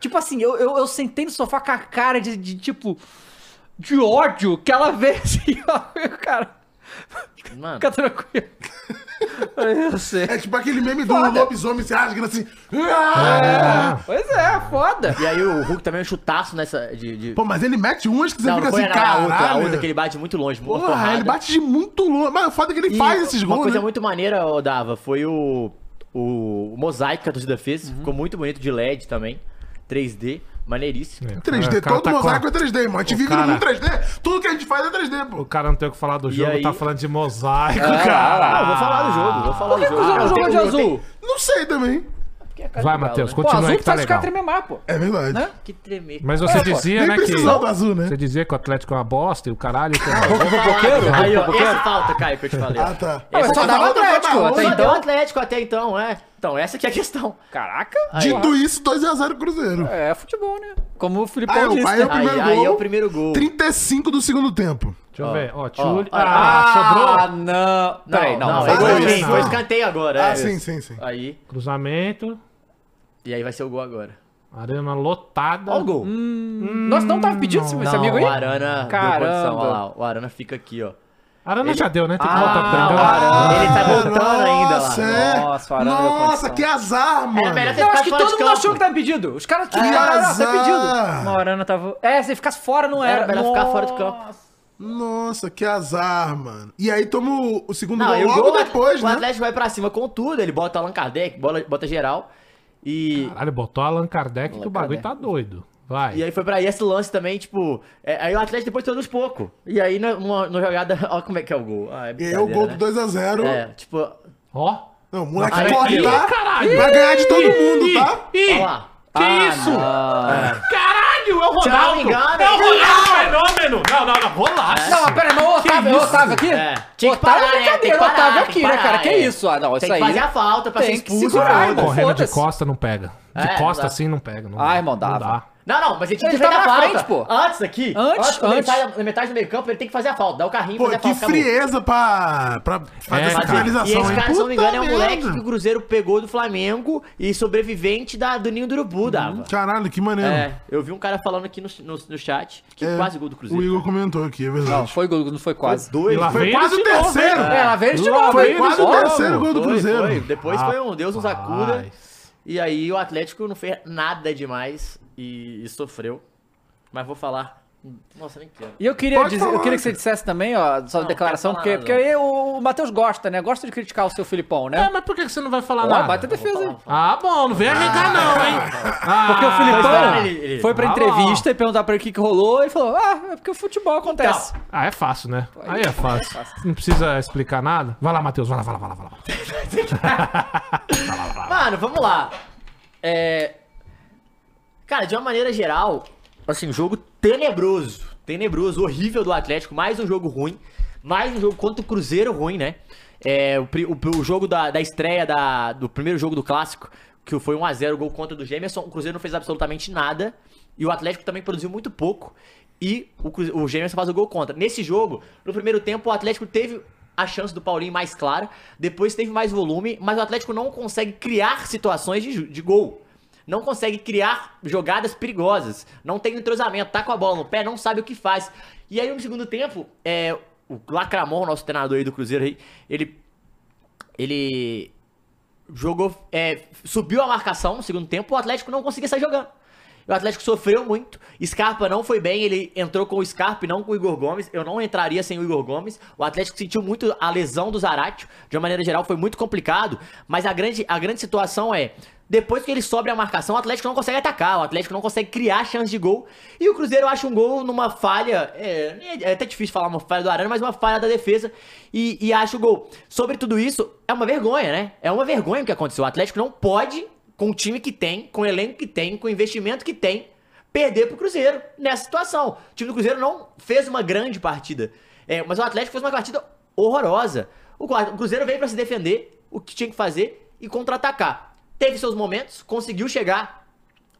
Tipo assim, eu, eu, eu sentei no sofá com a cara de, de, tipo. De ódio que ela vê assim, ó. Cara, Mano, fica tranquilo. Aí Eu sei. É tipo aquele meme do Foda. lobisomem se rasgando assim. Ah! Pois é, foda. e aí o Hulk também é um chutaço nessa... De, de- Pô, mas ele mete umas que você Não, fica não foi assim, a, a caralho. outra, a outra que ele bate muito longe. muito Porra, ele bate de muito longe. Mas o foda é que ele faz esses Uma gols, coisa né? muito maneira, ô, Dava, foi o, o, o mosaico que a torcida fez. Uhum. Ficou muito bonito de LED também. 3D, maneiríssimo. 3D, O cara todo tá com mosaico a- é 3D, mano. A gente O vive cara- num 3D, tudo que a gente faz é 3D, O pô. cara não tem o que falar do jogo, aí- tá falando de mosaico, cara. Ah, eu vou falar do jogo, vou falar do jogo. Mas eu Ah, não eu jogo tenho- de eu tenho- azul. Não sei também. Porque é cara Vai, de galo, Matheus, né? Pô, continua azul aí que que tá faz os caras legal. tremer mais, pô. É verdade. Né? Que tremer. Mas você É, pô, dizia, Nem né, que... precisava do azul, né? Você dizia que o Atlético é uma bosta e o caralho... que- é Aí, ó, essa falta, Caio, que eu te falei. é? Ah, tá. Essa Mas só falta dava outra tá foi Atlético, maluca. até Só então. deu Atlético até então, é. Então, essa que é a questão. Caraca. Dito isso, 2x0 Cruzeiro. É futebol, né? Como o Filipão Aí, disse, aí é o né? Aí- primeiro aí gol. é o primeiro gol. 35 do segundo tempo. Deixa eu ver, ó, ó, Tchuli... ó, Ah, sobrou... Ah, não. Não, Peraí, não. não, foi gol. foi, dois. escanteio, não. foi escanteio agora. Ah, é. sim, sim, sim. Aí, Cruzamento... e aí vai ser o gol agora. Arena lotada. Ó o gol. Nossa, não tava pedindo esse, esse Não, amigo aí? o Arana deu Caramba. condição, ó lá. O Arana fica aqui, ó. Arana já deu, né? Tem que voltar pro Ah, o Arana. Arana. Ele tá voltando ainda Nossa, lá. Nossa, é. o Nossa, Arana deu condição. que azar, mano. melhor ter- Eu acho que Tá todo fora mundo de campo. achou que tava pedido. Os caras Que tiraram, ah, tá azar. pedido. Não, o Arana tava... É, se ele ficasse fora, não era. Era melhor ficar fora de Nossa. campo. Nossa, que azar, mano. E aí toma o, o segundo Não, gol e o logo gol, é depois, o né? Atlético vai pra cima com tudo. Ele bota Allan Kardec, bola, bota geral. E, Caralho, botou Allan Kardec que o bagulho tá doido. Vai. e aí foi pra aí esse lance também, tipo... é, aí o Atlético depois produz pouco. E aí na numa- numa jogada... Ó como é que é o gol. Ah, é E aí o gol do brincadeira, 2x0. né? É, tipo... Ó Ó. Não, o moleque Aí, corre, aí, tá? caralho. Vai ganhar de todo mundo, Ih, tá? ih, lá. Ah, Que isso? Caralho, é o Se eu não Ronaldo. me engano, é o é Ronaldo fenômeno. Não, não, não. Relaxa. Não, mas pera, mas o Otávio, o Otávio aqui? É. Tinha que Otávio parar, né? Tem que brincadeira, o parar, Otávio tem que aqui, né, cara? parar, Que é. isso? Ah, não, isso Tem que aí... fazer a falta pra ser Tem que expulso. segurar, irmão. Correndo de Foda-se. costa não pega. De É, não costa dá. assim não pega. Não Ah, dá. irmão, Não dava. dá. Não, não, mas ele tinha que Ele fazer a tava na falta. frente, pô. Antes aqui. Antes, quando ele antes. sai na metade do meio campo, ele tem que fazer a falta. Dá o carrinho e Pô, fazer a que falta. acabou. frieza pra, pra fazer É, essa cara. E finalização, esse hein? cara, se eu não me engano, é um Puta moleque merda. que o Cruzeiro pegou do Flamengo e sobrevivente da, do Ninho do Urubu, dava. Caralho, que maneiro. É, eu vi um cara falando aqui no, no, no chat que É, quase gol do O Cruzeiro. Igor comentou aqui, é Não, verdade. foi gol, não foi quase. Dois. E lá foi vem quase o ele de novo, terceiro. hein? É, lá veio ele de Lá novo. vem hein? ele quase de o novo. terceiro gol do Foi, Cruzeiro. foi. Depois foi um Deus nos acuda. Rapaz. E aí o Atlético não fez nada demais e, e sofreu. Mas vou falar. Nossa, nem quero. E eu queria, Pode dizer, eu falar, queria que você cara. dissesse também, ó, só Não, declaração, quero porque, falar porque aí nada. o, o Matheus gosta, né? Gosta de criticar o seu Filipão, É, né? mas por que que você não vai falar Ó, nada? baita defesa aí. Ah, bom, não vem arregar não, hein? Porque Ah, o tá Filipão ele- ele- foi pra Ah, entrevista e perguntar pra ele o que, que rolou e falou: Ah, é porque o futebol acontece. Ah, é fácil, né? Aí é fácil. Não precisa explicar nada. Vai lá, Matheus, vai lá, vai lá, vai lá, vai lá. Mano, vamos lá. É. Cara, de uma maneira geral, assim, jogo tenebroso. Tenebroso, horrível do Atlético. Mais um jogo ruim. Mais um jogo contra o Cruzeiro ruim, né? É, o, pri- o- o jogo da, da estreia da- do primeiro jogo do clássico, que foi 1x0 gol contra do Gemerson. O Cruzeiro não fez absolutamente nada. E o Atlético também produziu muito pouco. E o, Cruze- o Gemerson faz o gol contra. Nesse jogo, no primeiro tempo, o Atlético teve a chance do Paulinho mais clara. Depois teve mais volume, mas o Atlético não consegue criar situações de, ju- de gol não consegue criar jogadas perigosas, não tem entrosamento, tá com a bola no pé, não sabe o que faz. E aí no segundo tempo, é, o Lacramon, nosso treinador aí do Cruzeiro aí, ele ele jogou, é, subiu a marcação no segundo tempo, o Atlético não conseguia sair jogando. O Atlético sofreu muito, Scarpa não foi bem, ele entrou com o Scarpa e não com o Igor Gomes, eu não entraria sem o Igor Gomes. O Atlético sentiu muito a lesão do Zaratio, de uma maneira geral foi muito complicado, mas a grande, a grande situação é, depois que ele sobe a marcação, o Atlético não consegue atacar, o Atlético não consegue criar chance de gol, e o Cruzeiro acha um gol numa falha, é, é até difícil falar uma falha do Arana, mas uma falha da defesa, e, e acha o gol. Sobre tudo isso, é uma vergonha, né? É uma vergonha o que aconteceu. O Atlético não pode, com o time que tem, com o elenco que tem, com o investimento que tem, perder pro Cruzeiro nessa situação. O time do Cruzeiro não fez uma grande partida, É, mas o Atlético fez uma partida horrorosa. O, Gua- o Cruzeiro veio pra se defender, o que tinha que fazer, e contra-atacar. Teve seus momentos, conseguiu chegar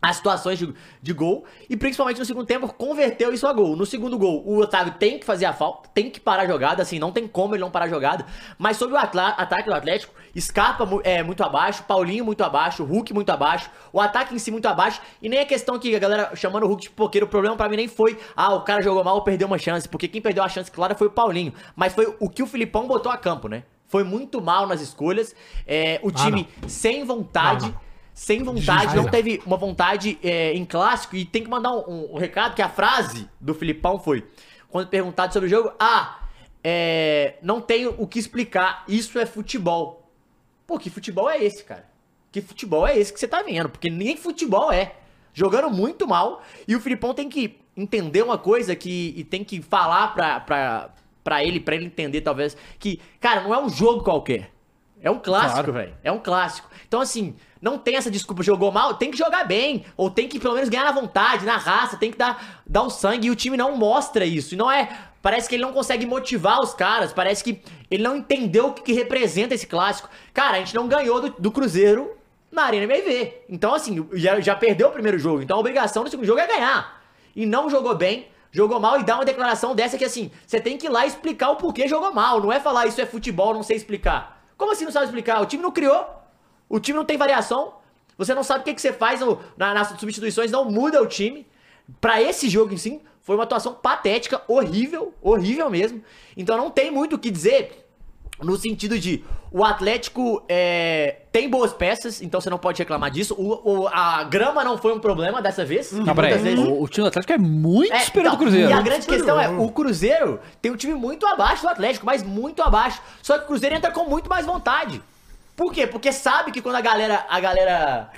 as situações de, de gol e principalmente no segundo tempo converteu isso a gol. No segundo gol, o Otávio tem que fazer a falta, tem que parar a jogada, assim, não tem como ele não parar a jogada. Mas sobre o atla- ataque do Atlético, Scarpa mu- é, muito abaixo, Paulinho muito abaixo, Hulk muito abaixo, o ataque em si muito abaixo e nem a questão que a galera chamando o Hulk de poqueiro, o problema pra mim nem foi, ah, o cara jogou mal ou perdeu uma chance, porque quem perdeu a chance clara foi o Paulinho, mas foi o que o Filipão botou a campo, né? Foi muito mal nas escolhas, é, o time sem vontade, sem vontade, não Desespero. teve teve uma vontade é, em clássico e tem que mandar um, um- um recado que a frase do Filipão foi quando perguntado sobre o jogo, ah, é, não tenho o que explicar, isso é futebol. Pô, que futebol é esse, cara? Que futebol é esse que você tá vendo? Porque nem futebol é. Jogando muito mal e o Filipão tem que entender uma coisa que e tem que falar pra, pra, pra ele, pra ele entender talvez que, cara, não é um jogo qualquer. É um clássico, velho. É um clássico. Então, assim, não tem essa desculpa, jogou mal, tem que jogar bem. Ou tem que pelo menos ganhar na vontade, na raça, tem que dar, dar o sangue. E o time não mostra isso. E não é. Parece que ele não consegue motivar os caras. Parece que ele não entendeu o que, que representa esse clássico. Cara, a gente não ganhou do, do Cruzeiro na Arena MRV. Então, assim, já, já perdeu o primeiro jogo. Então a obrigação do segundo jogo é ganhar. E não jogou bem. Jogou mal e dá uma declaração dessa que assim, você tem que ir lá explicar o porquê jogou mal. Não é falar isso é futebol, não sei explicar. Como assim não sabe explicar? O time não criou, o time não tem variação, você não sabe o que, que você faz no- na- nas substituições, não muda o time. Pra esse jogo em si, foi uma atuação patética, horrível, horrível mesmo. Então não tem muito o que dizer no sentido de o Atlético é, tem boas peças, então você não pode reclamar disso. O, o- a grama não foi um problema dessa vez. Não, peraí. muitas vezes- O, o time do Atlético é muito é, superior do então, Cruzeiro. E a grande questão é, o Cruzeiro tem um time muito abaixo do Atlético, mas muito abaixo. Só que o Cruzeiro entra com muito mais vontade. Por quê? Porque sabe que quando a galera. A galera.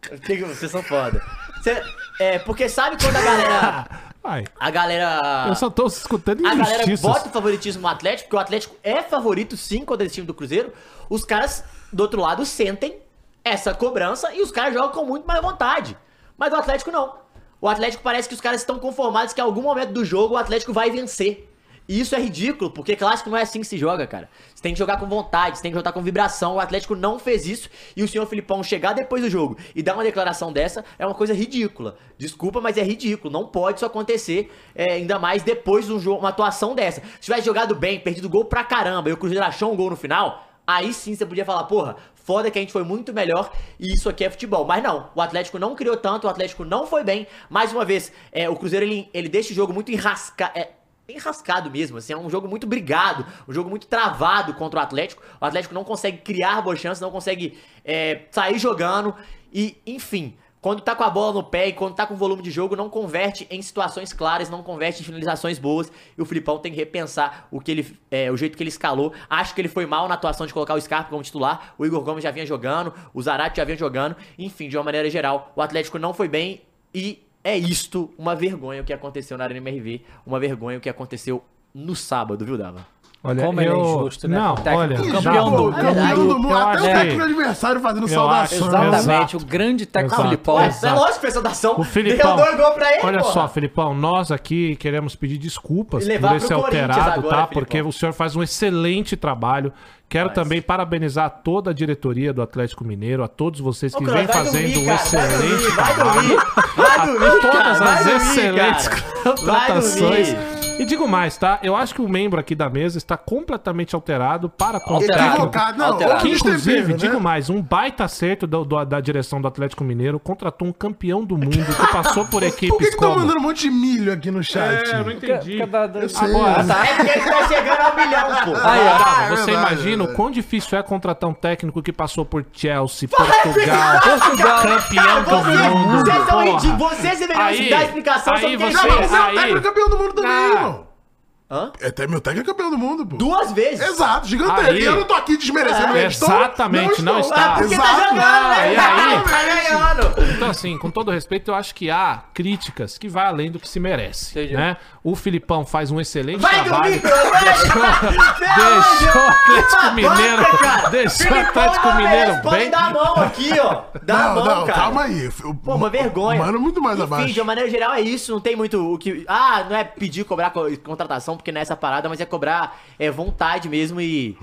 Que que- Vocês são foda. Cê- é, porque sabe quando a galera. Ah, Vai. A Ah. galera. Eu só tô escutando A galera injustiças. bota o favoritismo no Atlético, porque o Atlético é favorito sim contra esse time do Cruzeiro. Os caras do outro lado sentem essa cobrança e os caras jogam com muito mais vontade. Mas o Atlético não. O Atlético parece que os caras estão conformados que em algum momento do jogo o Atlético vai vencer. E isso é ridículo, porque clássico não é assim que se joga, cara. Você tem que jogar com vontade, você tem que jogar com vibração. O Atlético não fez isso. E o senhor Filipão chegar depois do jogo e dar uma declaração dessa é uma coisa ridícula. Desculpa, mas é ridículo. Não pode isso acontecer, é, ainda mais depois de um jogo, uma atuação dessa. Se tivesse jogado bem, perdido gol pra caramba e o Cruzeiro achou um gol no final, Aí sim você podia falar, porra, foda que a gente foi muito melhor e isso aqui é futebol. Mas não, o Atlético não criou tanto, o Atlético não foi bem. Mais uma vez, é, o Cruzeiro ele, ele deixa o jogo muito enrasca, é, enrascado mesmo, assim, é um jogo muito brigado, um jogo muito travado contra o Atlético. O Atlético não consegue criar boas chances, não consegue é, sair jogando e, enfim... Quando tá com a bola no pé e quando tá com volume de jogo, não converte em situações claras, não converte em finalizações boas. E o Filipão tem que repensar o, que ele, é, o jeito que ele escalou. Acho que ele foi mal na atuação de colocar o Scarpa como titular. O Igor Gomes já vinha jogando, o Zarate já vinha jogando. Enfim, de uma maneira geral, o Atlético não foi bem e é isto uma vergonha o que aconteceu na Arena MRV. Uma vergonha o que aconteceu no sábado, viu, Dava? Olha, Como ele é injusto, né? Não, O técnico- olha, o já- campeão do- eu campeão do mundo, eu até o achei- técnico é é adversário fazendo saudações. acho- Exatamente, Exato. o grande técnico Exato. Filipão. Ué, é exato. lógico que essa dação. O Filipão. Deu dois gols pra ele, Olha porra. só, Filipão, nós aqui queremos pedir desculpas E levar por esse pro Corinthians alterado, agora, tá? Filipão. Porque o senhor faz um excelente trabalho. Quero também parabenizar toda a diretoria do Atlético Mineiro, a todos vocês Ô, que Croy, vêm fazendo um excelente Vai trabalho. dormir, vai dormir, vai dormir, todas cara, as vai dormir, excelentes cara. contratações. Vai dormir. E digo mais, tá? Eu acho que o membro aqui da mesa está completamente alterado para com Alterado. Equivocado, não. Alterado. Que, ou inclusive, destempero, digo né? mais, um baita acerto do- do- da direção do Atlético Mineiro contratou um campeão do mundo que passou por Por que equipes que estão como... mandando um monte de milho aqui no chat? É, eu não entendi. Eu sei. Agora, É porque ele tá chegando ao milhão, pô. Aí, ó. Cara, é você verdade, é imagina o verdade. quão difícil é contratar um técnico que passou por Chelsea, Portugal, Portugal. campeão do mundo. Vocês são porra. ridículos, vocês deveriam Aí- dar explicação aí sobre quem você- Não, mas é o Aí. técnico campeão do mundo também, Ah. irmão. Hã? É até meu técnico campeão do mundo, pô. Duas vezes. Exato, gigante. Aí. É. E eu não tô aqui desmerecendo eles, estou- Exatamente, não estou. está. Ah, Ah, porque Exato. tá jogando, né? e aí? Tá ganhando. Então, assim, com todo respeito, eu acho que há críticas que vai além do que se merece. Entendi. Né? O Filipão faz um excelente Vai trabalho. dormir, Croy, vai Deixou o Atlético Mineiro. cara. Deixou o Filipão Atlético não merece, Mineiro pode bem. dar a mão aqui, ó. Dá a Não, mão, não, cara. calma aí. O- Pô, uma vergonha. Mano, muito mais Enfim, abaixo. de uma maneira geral é isso, não tem muito o que. Ah, não é pedir cobrar co- contratação, porque não é essa parada, mas é cobrar é vontade mesmo e.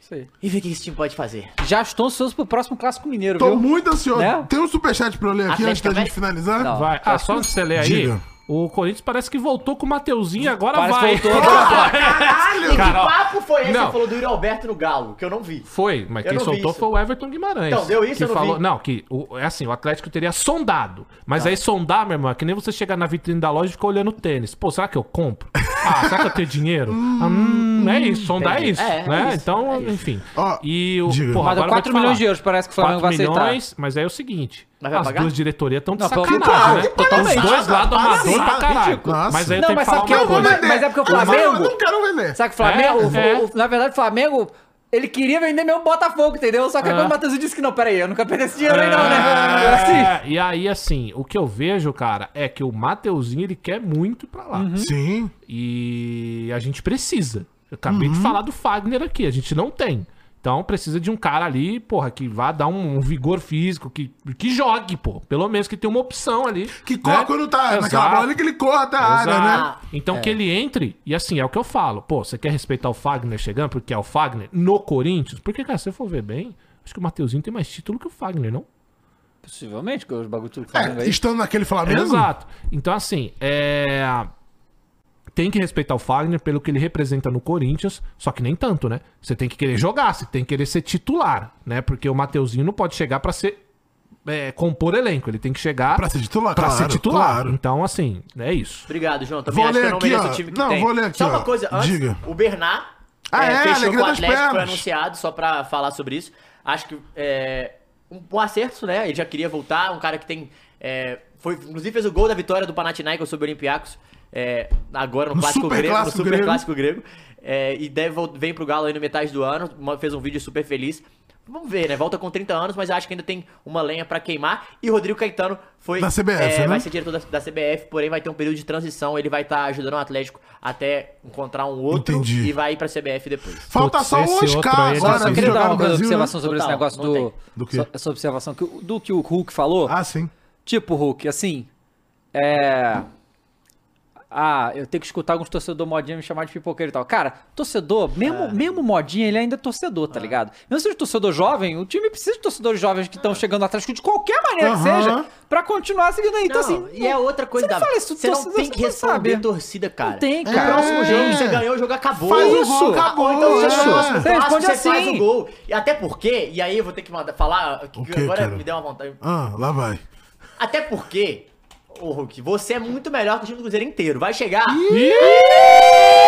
Isso aí. E ver o que esse time pode fazer. Já estou ansioso pro próximo Clássico Mineiro, Tô viu? muito ansioso. Né? Tem um superchat pra eu ler aqui Atlético antes da gente também? finalizar? Não. é Vai. Ah, só antes de você ler aí. Diga. O Corinthians parece que voltou com o Mateuzinho e agora Parece vai. que voltou agora vai. E Cara, ó, que papo foi esse não. que falou do Yuri Alberto no Galo, que eu não vi. Foi, mas Eu quem não vi soltou isso. foi o Everton Guimarães. Então, deu isso, que eu não falou, vi. Não, que o- é assim, o Atlético teria sondado. Mas aí sondar, meu irmão, é que nem você chegar na vitrine da loja e ficar olhando o tênis. Pô, será que eu compro? Ah, será que eu tenho dinheiro? Ah, hum, é isso, sondar é entendi. isso. É, é né? isso, então, é isso. enfim. Ó, e o. diga. Porra, Mas agora 4 eu vou te milhões falar. de euros parece que o Flamengo 4 vai aceitar. milhões, mas aí é o seguinte: Mas vai as pagar? duas diretorias estão de Não, pelo sacanagem, contrário, né? totalmente. Os dois lados Para, amador pra para, caralho. ridículo. Nossa. Mas aí eu Não, tenho que mas falar sabe que uma eu vou coisa. meter? Mas é porque o Ah, Mas eu Flamengo- não quero vender. Sabe que o Flamengo, É, o- o- na verdade, o Flamengo, ele queria vender meu Botafogo, entendeu? Só que quando o Matheusinho disse que não, peraí, eu nunca perdi esse dinheiro aí, não, né? Eu assim. É, e aí, assim, o que eu vejo, cara, é que o Mateuzinho ele quer muito ir pra lá. Uhum. Sim. E a gente precisa. Eu acabei de falar do Fagner aqui, a gente não tem. Então precisa de um cara ali, porra, que vá dar um, um vigor físico, que, que jogue, pô. Pelo menos que tenha uma opção ali. Que corra né? quando tá naquela Exato. bola ali que ele corra até a área, né? Ah, Então que ele entre, e assim, é o que eu falo. Pô, você quer respeitar o Fagner chegando, porque é o Fagner no Corinthians? Porque, cara, se você for ver bem, acho que o Mateuzinho tem mais título que o Fagner, não? Possivelmente, que os bagulhos do Flamengo É, aí. estando naquele Flamengo. Exato. Então, assim, é. Tem que respeitar o Fagner pelo que ele representa no Corinthians, só que nem tanto, né? Você tem que querer jogar, você tem que querer ser titular, né? Porque o Mateuzinho não pode chegar pra ser. é, compor elenco, ele tem que chegar Pra ser titular, pra claro, ser titular. claro. Então, assim, é isso. Obrigado, João. Também Vou acho que ler eu não aqui, mereço ó. o time que Não, tem. vou ler aqui, Só ó. uma coisa antes. Diga. O Bernard Ah, eh, é, fechou alegria com o das Atlético, foi pernas. anunciado, só pra falar sobre isso. Acho que é um, um acerto, né? Ele já queria voltar, um cara que tem... eh, foi, inclusive fez o gol da vitória do Panathinaikos sobre o Olympiacos. eh, agora no, No clássico grego, no superclássico super grego. clássico grego. Eh, e deve, vol- vem pro Galo aí no metade do ano. uma- fez um vídeo super feliz. Vamos ver, né? Volta com 30 anos, mas acho que ainda tem uma lenha pra queimar. E Rodrigo Caetano foi. é, Da CBF, né? Vai ser diretor da, da CBF, porém vai ter um período de transição. Ele vai estar ajudando o Atlético até encontrar um outro Entendi. e vai ir pra CBF depois. Falta Putz, só o esse outro Oscar é Olha, aí, agora só de queria dar é uma jogar no Brasil. né? observação sobre esse Total, negócio não do. Do quê? so- Essa observação que, o- do que o Hulk falou. Ah, sim. Tipo, Hulk, assim. É. Ah, eu tenho que escutar alguns torcedor modinha me chamar de pipoqueiro e tal. Cara, torcedor, mesmo, mesmo modinha, ele ainda é torcedor, tá ligado? Mesmo seja torcedor jovem, o time precisa de torcedores jovens que estão chegando atrás, de qualquer maneira que Aham. seja, pra continuar seguindo aí. então, assim. e é outra coisa você não da fala isso, Você não torcedor, tem que você não responder sabe. torcida, cara. Não tem, O cara. próximo É. jogo você ganhou, o jogo acabou. Faz o Isso. gol, acabou. Então, é. isso. Você responde você faz assim. o gol. E até porque, e aí eu vou ter que mandar, falar, ah, que O quê, agora cara? me deu uma vontade. Ah, lá vai. Até porque, ô Hulk, você é muito melhor que o time do Cruzeiro inteiro. Vai chegar.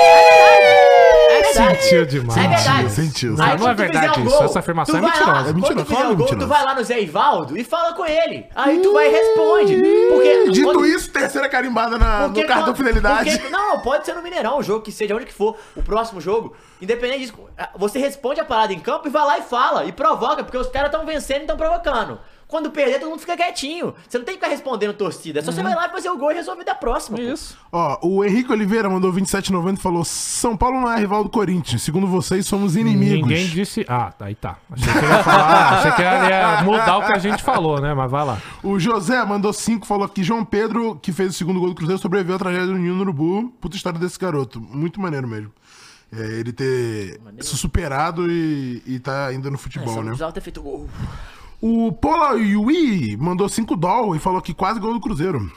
É verdade. Sentiu É demais. verdade. sentiu. Aí Não, não é quando tu fizer verdade o isso, essa afirmação tu é vai lá- mentirosa. É mentirosa, Quando tu fizer fala o gol, tu mentirosa. vai lá no Zé Ivaldo e fala com ele. Aí tu vai e responde. Porque Dito quando- isso, terceira carimbada na, porque no cartão quando- fidelidade. porque- não, pode ser no Mineirão, o jogo que seja, onde que for, o próximo jogo. Independente disso, você responde a parada em campo e vai lá e fala. E provoca, porque os caras estão vencendo e estão provocando. Quando perder, todo mundo fica quietinho. Você não tem que ficar respondendo torcida. É só você Uhum. vai lá e fazer o gol e resolver da próxima. Isso. Ó, o Henrique Oliveira mandou 2790 e falou: São Paulo não é rival do Corinthians. Segundo vocês, somos inimigos. Ninguém disse. Ah, tá, aí tá. Achei que ele ia falar. achei que ele ia mudar o que a gente falou, né? Mas vai lá. O José mandou 5, falou que João Pedro, que fez o segundo gol do Cruzeiro, sobreviveu à tragédia do Ninho no Urubu. Puta história desse garoto. Muito maneiro mesmo. É, ele ter se superado e, e tá ainda no futebol, Só não né? precisava é ter feito gol. O Paula Yui mandou 5 doll e falou que quase gol do Cruzeiro.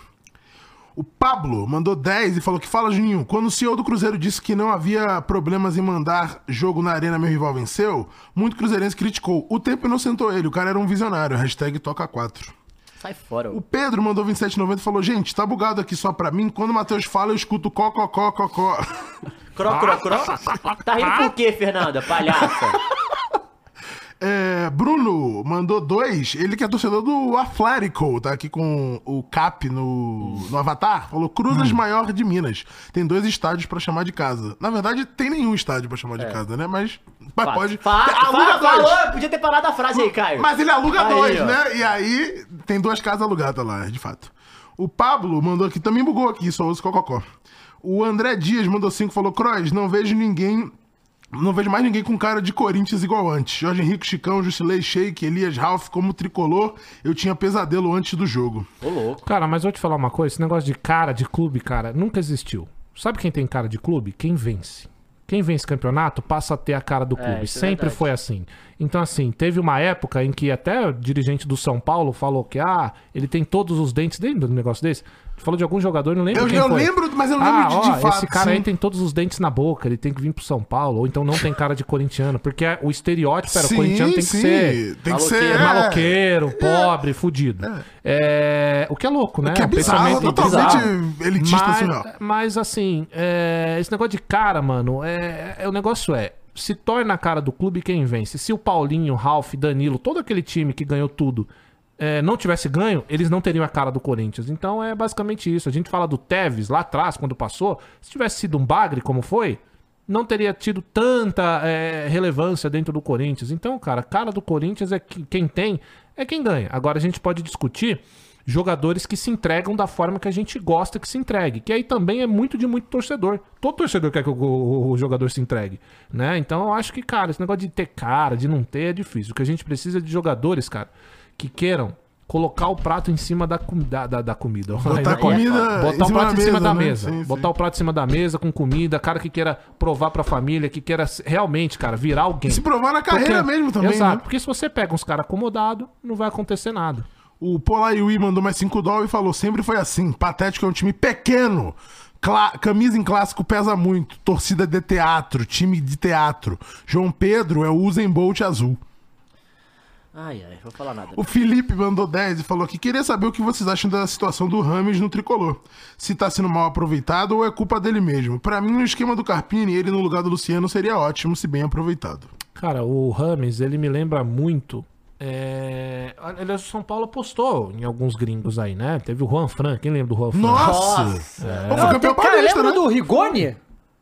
O Pablo mandou 10 e falou que fala, Juninho, quando o CEO do Cruzeiro disse que não havia problemas em mandar jogo na arena, meu rival venceu, muito cruzeirense criticou. O tempo inocentou ele, o cara era um visionário. Hashtag toca 4. Sai fora. O Pedro mandou 2790 e falou, gente, tá bugado aqui só pra mim. Quando o Matheus fala, eu escuto có, có, có, có, có. Cro, cro, cro. Tá rindo por quê, Fernanda? Palhaça. É, Bruno mandou dois. Ele que é torcedor do Aflarico, tá aqui com o Cap no, no Avatar. Falou Cruzas Maior de Minas. Tem dois estádios pra chamar de casa. Na verdade, tem nenhum estádio pra chamar de casa, né? Mas, mas pode. Fa- Tem- fa- aluga dois. falou, podia ter parado a frase aí, Caio. Mas ele aluga Aí, dois, ó. né? E aí tem duas casas alugadas lá, de fato. O Pablo mandou aqui, também bugou aqui, só uso cococó. O André Dias mandou cinco, falou: Crois, não vejo ninguém. Não vejo mais ninguém com cara de Corinthians igual antes. Jorge Henrique, Chicão, Jusilei, Sheik, Elias, Ralph, como tricolor, eu tinha pesadelo antes do jogo. Ô, louco. Cara, mas vou te falar uma coisa: esse negócio de cara de clube, cara, nunca existiu. Sabe quem tem cara de clube? Quem vence. Quem vence campeonato passa a ter a cara do clube. isso é Sempre verdade. foi assim. Então, assim, teve uma época em que até o dirigente do São Paulo falou que, ah, ele tem todos os dentes dentro do negócio desse. Falou de algum jogador, não lembro Eu, quem eu foi. lembro, mas eu não lembro Ah, de, ó, de fato. esse cara aí sim. tem todos os dentes na boca, ele tem que vir pro São Paulo, ou então não tem cara de corintiano, porque é- o estereótipo era o corintiano tem que sim, ser Tem que ser. é, maloqueiro, pobre, fudido. É, o que é louco, né? Que é Um bizarro, pensamento totalmente bizarro. elitista, mas, assim, ó. Mas assim, é, esse negócio de cara, mano, é, é- o negócio é. Se torna a cara do clube quem vence. Se o Paulinho, Ralf, Danilo, todo aquele time que ganhou tudo é, não tivesse ganho, eles não teriam a cara do Corinthians. Então é basicamente isso. A gente fala do Tevez lá atrás, quando passou. Se tivesse sido um bagre, como foi, não teria tido tanta é, relevância dentro do Corinthians. Então, cara, cara do Corinthians é que, quem tem, é quem ganha. Agora a gente pode discutir jogadores que se entregam da forma que a gente gosta que se entregue, que aí também é muito de muito torcedor. Todo torcedor quer que o, o- o jogador se entregue, né? Então eu acho que, cara, esse negócio de ter cara, de não ter é difícil. O que a gente precisa é de jogadores, cara, que queiram colocar o prato em cima da, com- da, da- da comida. Aí Botar não- comida. Botar o prato em cima da né? mesa. Sim, sim. Botar o prato em cima da mesa com comida, cara que queira provar pra família, que queira se- realmente, cara, virar alguém. E se provar na carreira mesmo também, Exato, né? porque se você pega uns caras acomodados, não vai acontecer nada. O Polaiui mandou mais 5 dólares e falou: sempre foi assim. Patético é um time pequeno. Cla- camisa em clássico pesa muito. Torcida de teatro, time de teatro. João Pedro é o Usain Bolt azul. Ai, ai, vou falar nada. O Felipe mandou 10 e falou que queria saber o que vocês acham da situação do Rames no tricolor. Se tá sendo mal aproveitado ou é culpa dele mesmo. Pra mim, no esquema do Carpini, ele no lugar do Luciano seria ótimo se bem aproveitado. Cara, o Rames, ele me lembra muito. É... Aliás, o São Paulo apostou em alguns gringos aí, né? Teve o Juan Fran, quem lembra do Juan Fran? Nossa! Pô, foi campeão Cara, paulista, lembra né? do Rigoni?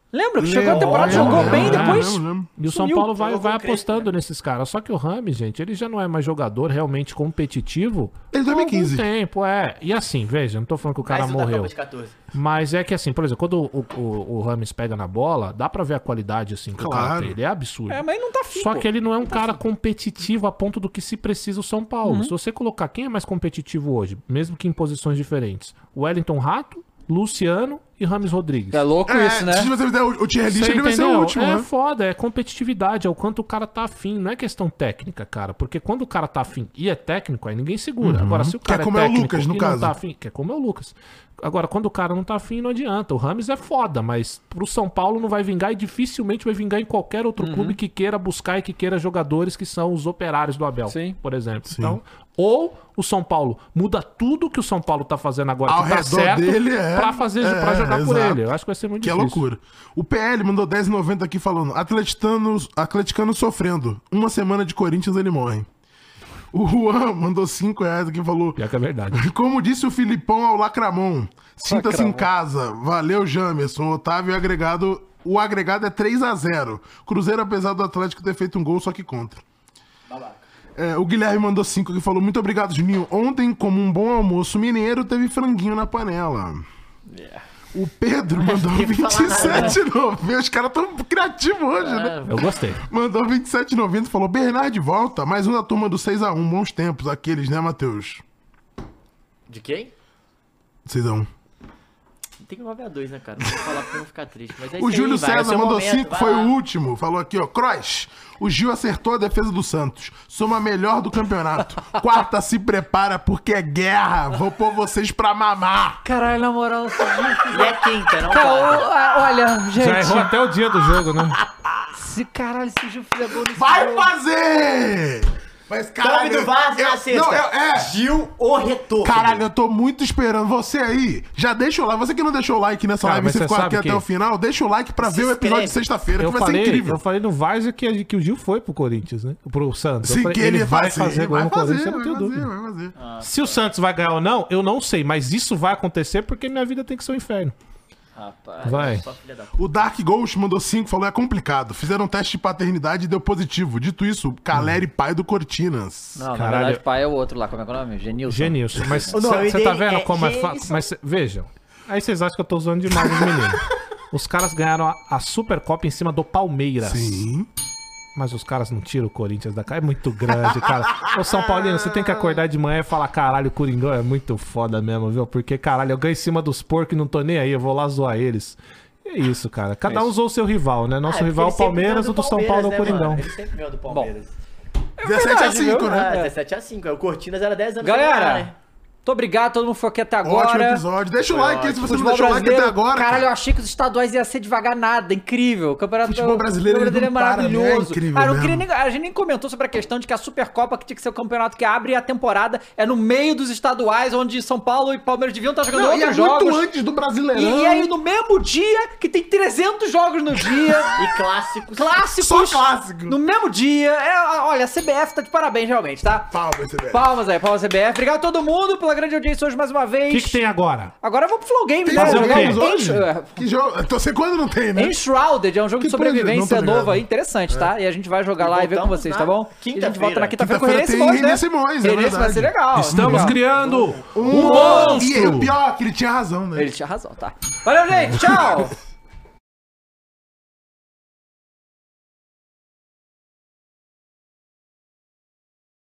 Lembra que chegou a temporada, Lembro, jogou lembro, bem, lembro, depois lembro, lembro. E o né? São Sumiu. Paulo vai, Eu vai não creio, apostando nesses caras. Só que o Rames, gente, ele já não é mais jogador realmente competitivo. Ele tá há algum 2015. tempo, é. E assim, veja, não tô falando que o cara Mais um da morreu. Copa de 14. Mas é que assim, por exemplo, quando o, o, o Rames pega na bola, dá pra ver a qualidade assim que o cara Claro. tem. Ele é absurdo. É, mas não tá Uhum. fim, Só pô. que ele não é um cara competitivo a ponto do que se precisa o São Paulo. Se você colocar quem é mais competitivo hoje, mesmo que em posições diferentes, Wellington Rato, Luciano e Rames Rodrigues. É louco É, isso, né? se você fizer o, o tier list, Você ele vai ser o entendeu? último, é né? foda, é competitividade, é o quanto o cara tá afim, não é questão técnica, cara. Porque quando o cara tá afim e é técnico, aí ninguém segura. Agora, se o Que é cara como é o técnico Lucas, no e caso. não tá afim, que é como é o Lucas. Agora, quando o cara não tá afim, não adianta. O Rames é foda, mas pro São Paulo não vai vingar e dificilmente vai vingar em qualquer outro clube que queira buscar e que queira jogadores que são os operários do Abel, Sim. por exemplo. Então, ou o São Paulo muda tudo que o São Paulo tá fazendo agora, Ao que tá redor certo, dele, é. pra, fazer, pra É, jogar por exato. ele. Eu acho que vai ser muito Que é difícil. loucura. O PL mandou 10,90 aqui falando: atleticanos, atleticanos sofrendo. Uma semana de Corinthians ele morre. O Juan mandou 5 reais aqui e falou: Pior que é verdade. Como disse o Filipão ao Lacramon, sinta-se em casa. Valeu, Jamerson. Otávio e agregado. O agregado é 3 a 0 Cruzeiro, apesar do Atlético ter feito um gol, só que contra. É, o Guilherme mandou 5 que falou: Muito obrigado, Juninho. Ontem, como um bom almoço mineiro, teve franguinho na panela. O Pedro mandou 27,90. Os caras tão criativos hoje, né? Eu gostei. Mandou 27,90 e falou: Bernard de volta, mais um da turma do 6x1. Bons tempos, aqueles, né, Matheus? De quem? 6x1. Tem que 9 a 2 né, cara? Vou falar pra não ficar triste. Mas é O isso Júlio aí, vai, é o César seu mandou momento, 5, vai foi lá. o último. Falou aqui, ó. Cross, o Gil acertou a defesa do Santos. Sou a melhor do campeonato. Quarta, se prepara porque é guerra. Vou pôr vocês pra mamar. Caralho, na moral, eu sabia. E é quinta, não Cara, quarta. ô, ah, olha, Já errou gente. até o dia do jogo, né? Esse caralho, esse Gil filha gol nesse Vai jogo. fazer! Mas Tome do Vasco eu- na sexta. Não, eu- é. Gil o retorno. Ah, Caralho, eu tô muito esperando. Você aí, já deixa o like. Você que não deixou o like nessa Cara, live, mas você você ficou sabe aqui o até quê? o final, deixa o like pra Se ver o episódio de inscreve. sexta-feira, que Eu vai falei, ser incrível. eu falei no Vaza que, que o Gil foi pro Corinthians, né? Pro Santos. Eu Sim, falei, que ele, vai fazer, gol vai no Corinthians, fazer, eu não vai tenho fazer, dúvida. vai fazer. Se o Santos vai ganhar ou não, eu não sei, mas isso vai acontecer porque minha vida tem que ser um inferno. Rapaz, Vai. só filha da p***. O Dark Ghost mandou 5, falou é complicado. Fizeram um teste de paternidade e deu positivo. Dito isso, Caleri, pai do Cortinas. Hum. Não, na Caralho. verdade, pai é o outro lá, como é que é o nome? Genilson. Genilson. Mas O nome você tá dele vendo é como é fácil? Genilson. Mas cê- vejam, aí vocês acham que eu tô zoando demais os meninos. Os caras ganharam a, a Supercopa em cima do Palmeiras. Sim. Mas os caras não tiram o Corinthians da cara. É muito grande, cara. Ô, São Paulino, você tem que acordar de manhã e falar: caralho, o Coringão é muito foda mesmo, viu? Porque, caralho, eu ganho em cima dos porcos e não tô nem aí, eu vou lá zoar eles. É isso, cara. Cada um zoou o seu rival, né? Nosso Ah, é rival é porque ele o sempre Palmeiras, ganha o do São Paulo é Palmeiras, o né, Coringão. mano? Ele sempre ganhou do Palmeiras. É 17 a 5, né? Ah, 17 a 5. O Cortinas era 10 anos sem ganhar, Galera, né? muito obrigado, todo mundo foi aqui até agora. Ótimo episódio. Deixa o like aí se você não Futebol deixou o like até brasileiro, agora. caralho, eu cara. achei que os estaduais ia ser devagar nada, incrível. O campeonato Futebol brasileiro, o futebol ele não para, brasileiro né? é É maravilhoso. incrível Ah, eu não mesmo. queria nem- a gente nem comentou sobre a questão de que a Supercopa, que tinha que ser o campeonato que abre a temporada, é no meio dos estaduais, onde São Paulo e Palmeiras deviam estar jogando Não, e é outros jogos. muito antes né? do E, Brasileirão. e aí, no mesmo dia, que tem 300 jogos no dia, E clássicos. clássicos. Só clássico. No mesmo dia. É, olha, a CBF tá de parabéns, realmente, tá? Palma esse velho. Palmas aí, palmas CBF. Obrigado a todo mundo pela grande audiência hoje mais uma O vez. que, que tem agora? Agora vamos pro Flow Game, Tem né? Fazer o jogos quê? Jogamos hoje? Ensh- Que jogo? Então, você quando não tem, né? Enshrouded é um jogo Que de sobrevivência projeto, não tô novo aí, ligado. interessante, tá? E a gente vai jogar lá e ver com voltamos vocês, na tá bom? E a gente quinta-feira. volta na quinta-feira com o Renê Quinta-feira Simões, tem Renê né? Simões, é Renê Simões vai verdade. ser legal. Estamos legal. criando um Um monstro! E o monstro! pior, é que ele tinha razão, né? Ele tinha razão, tá? Valeu, gente! Tchau!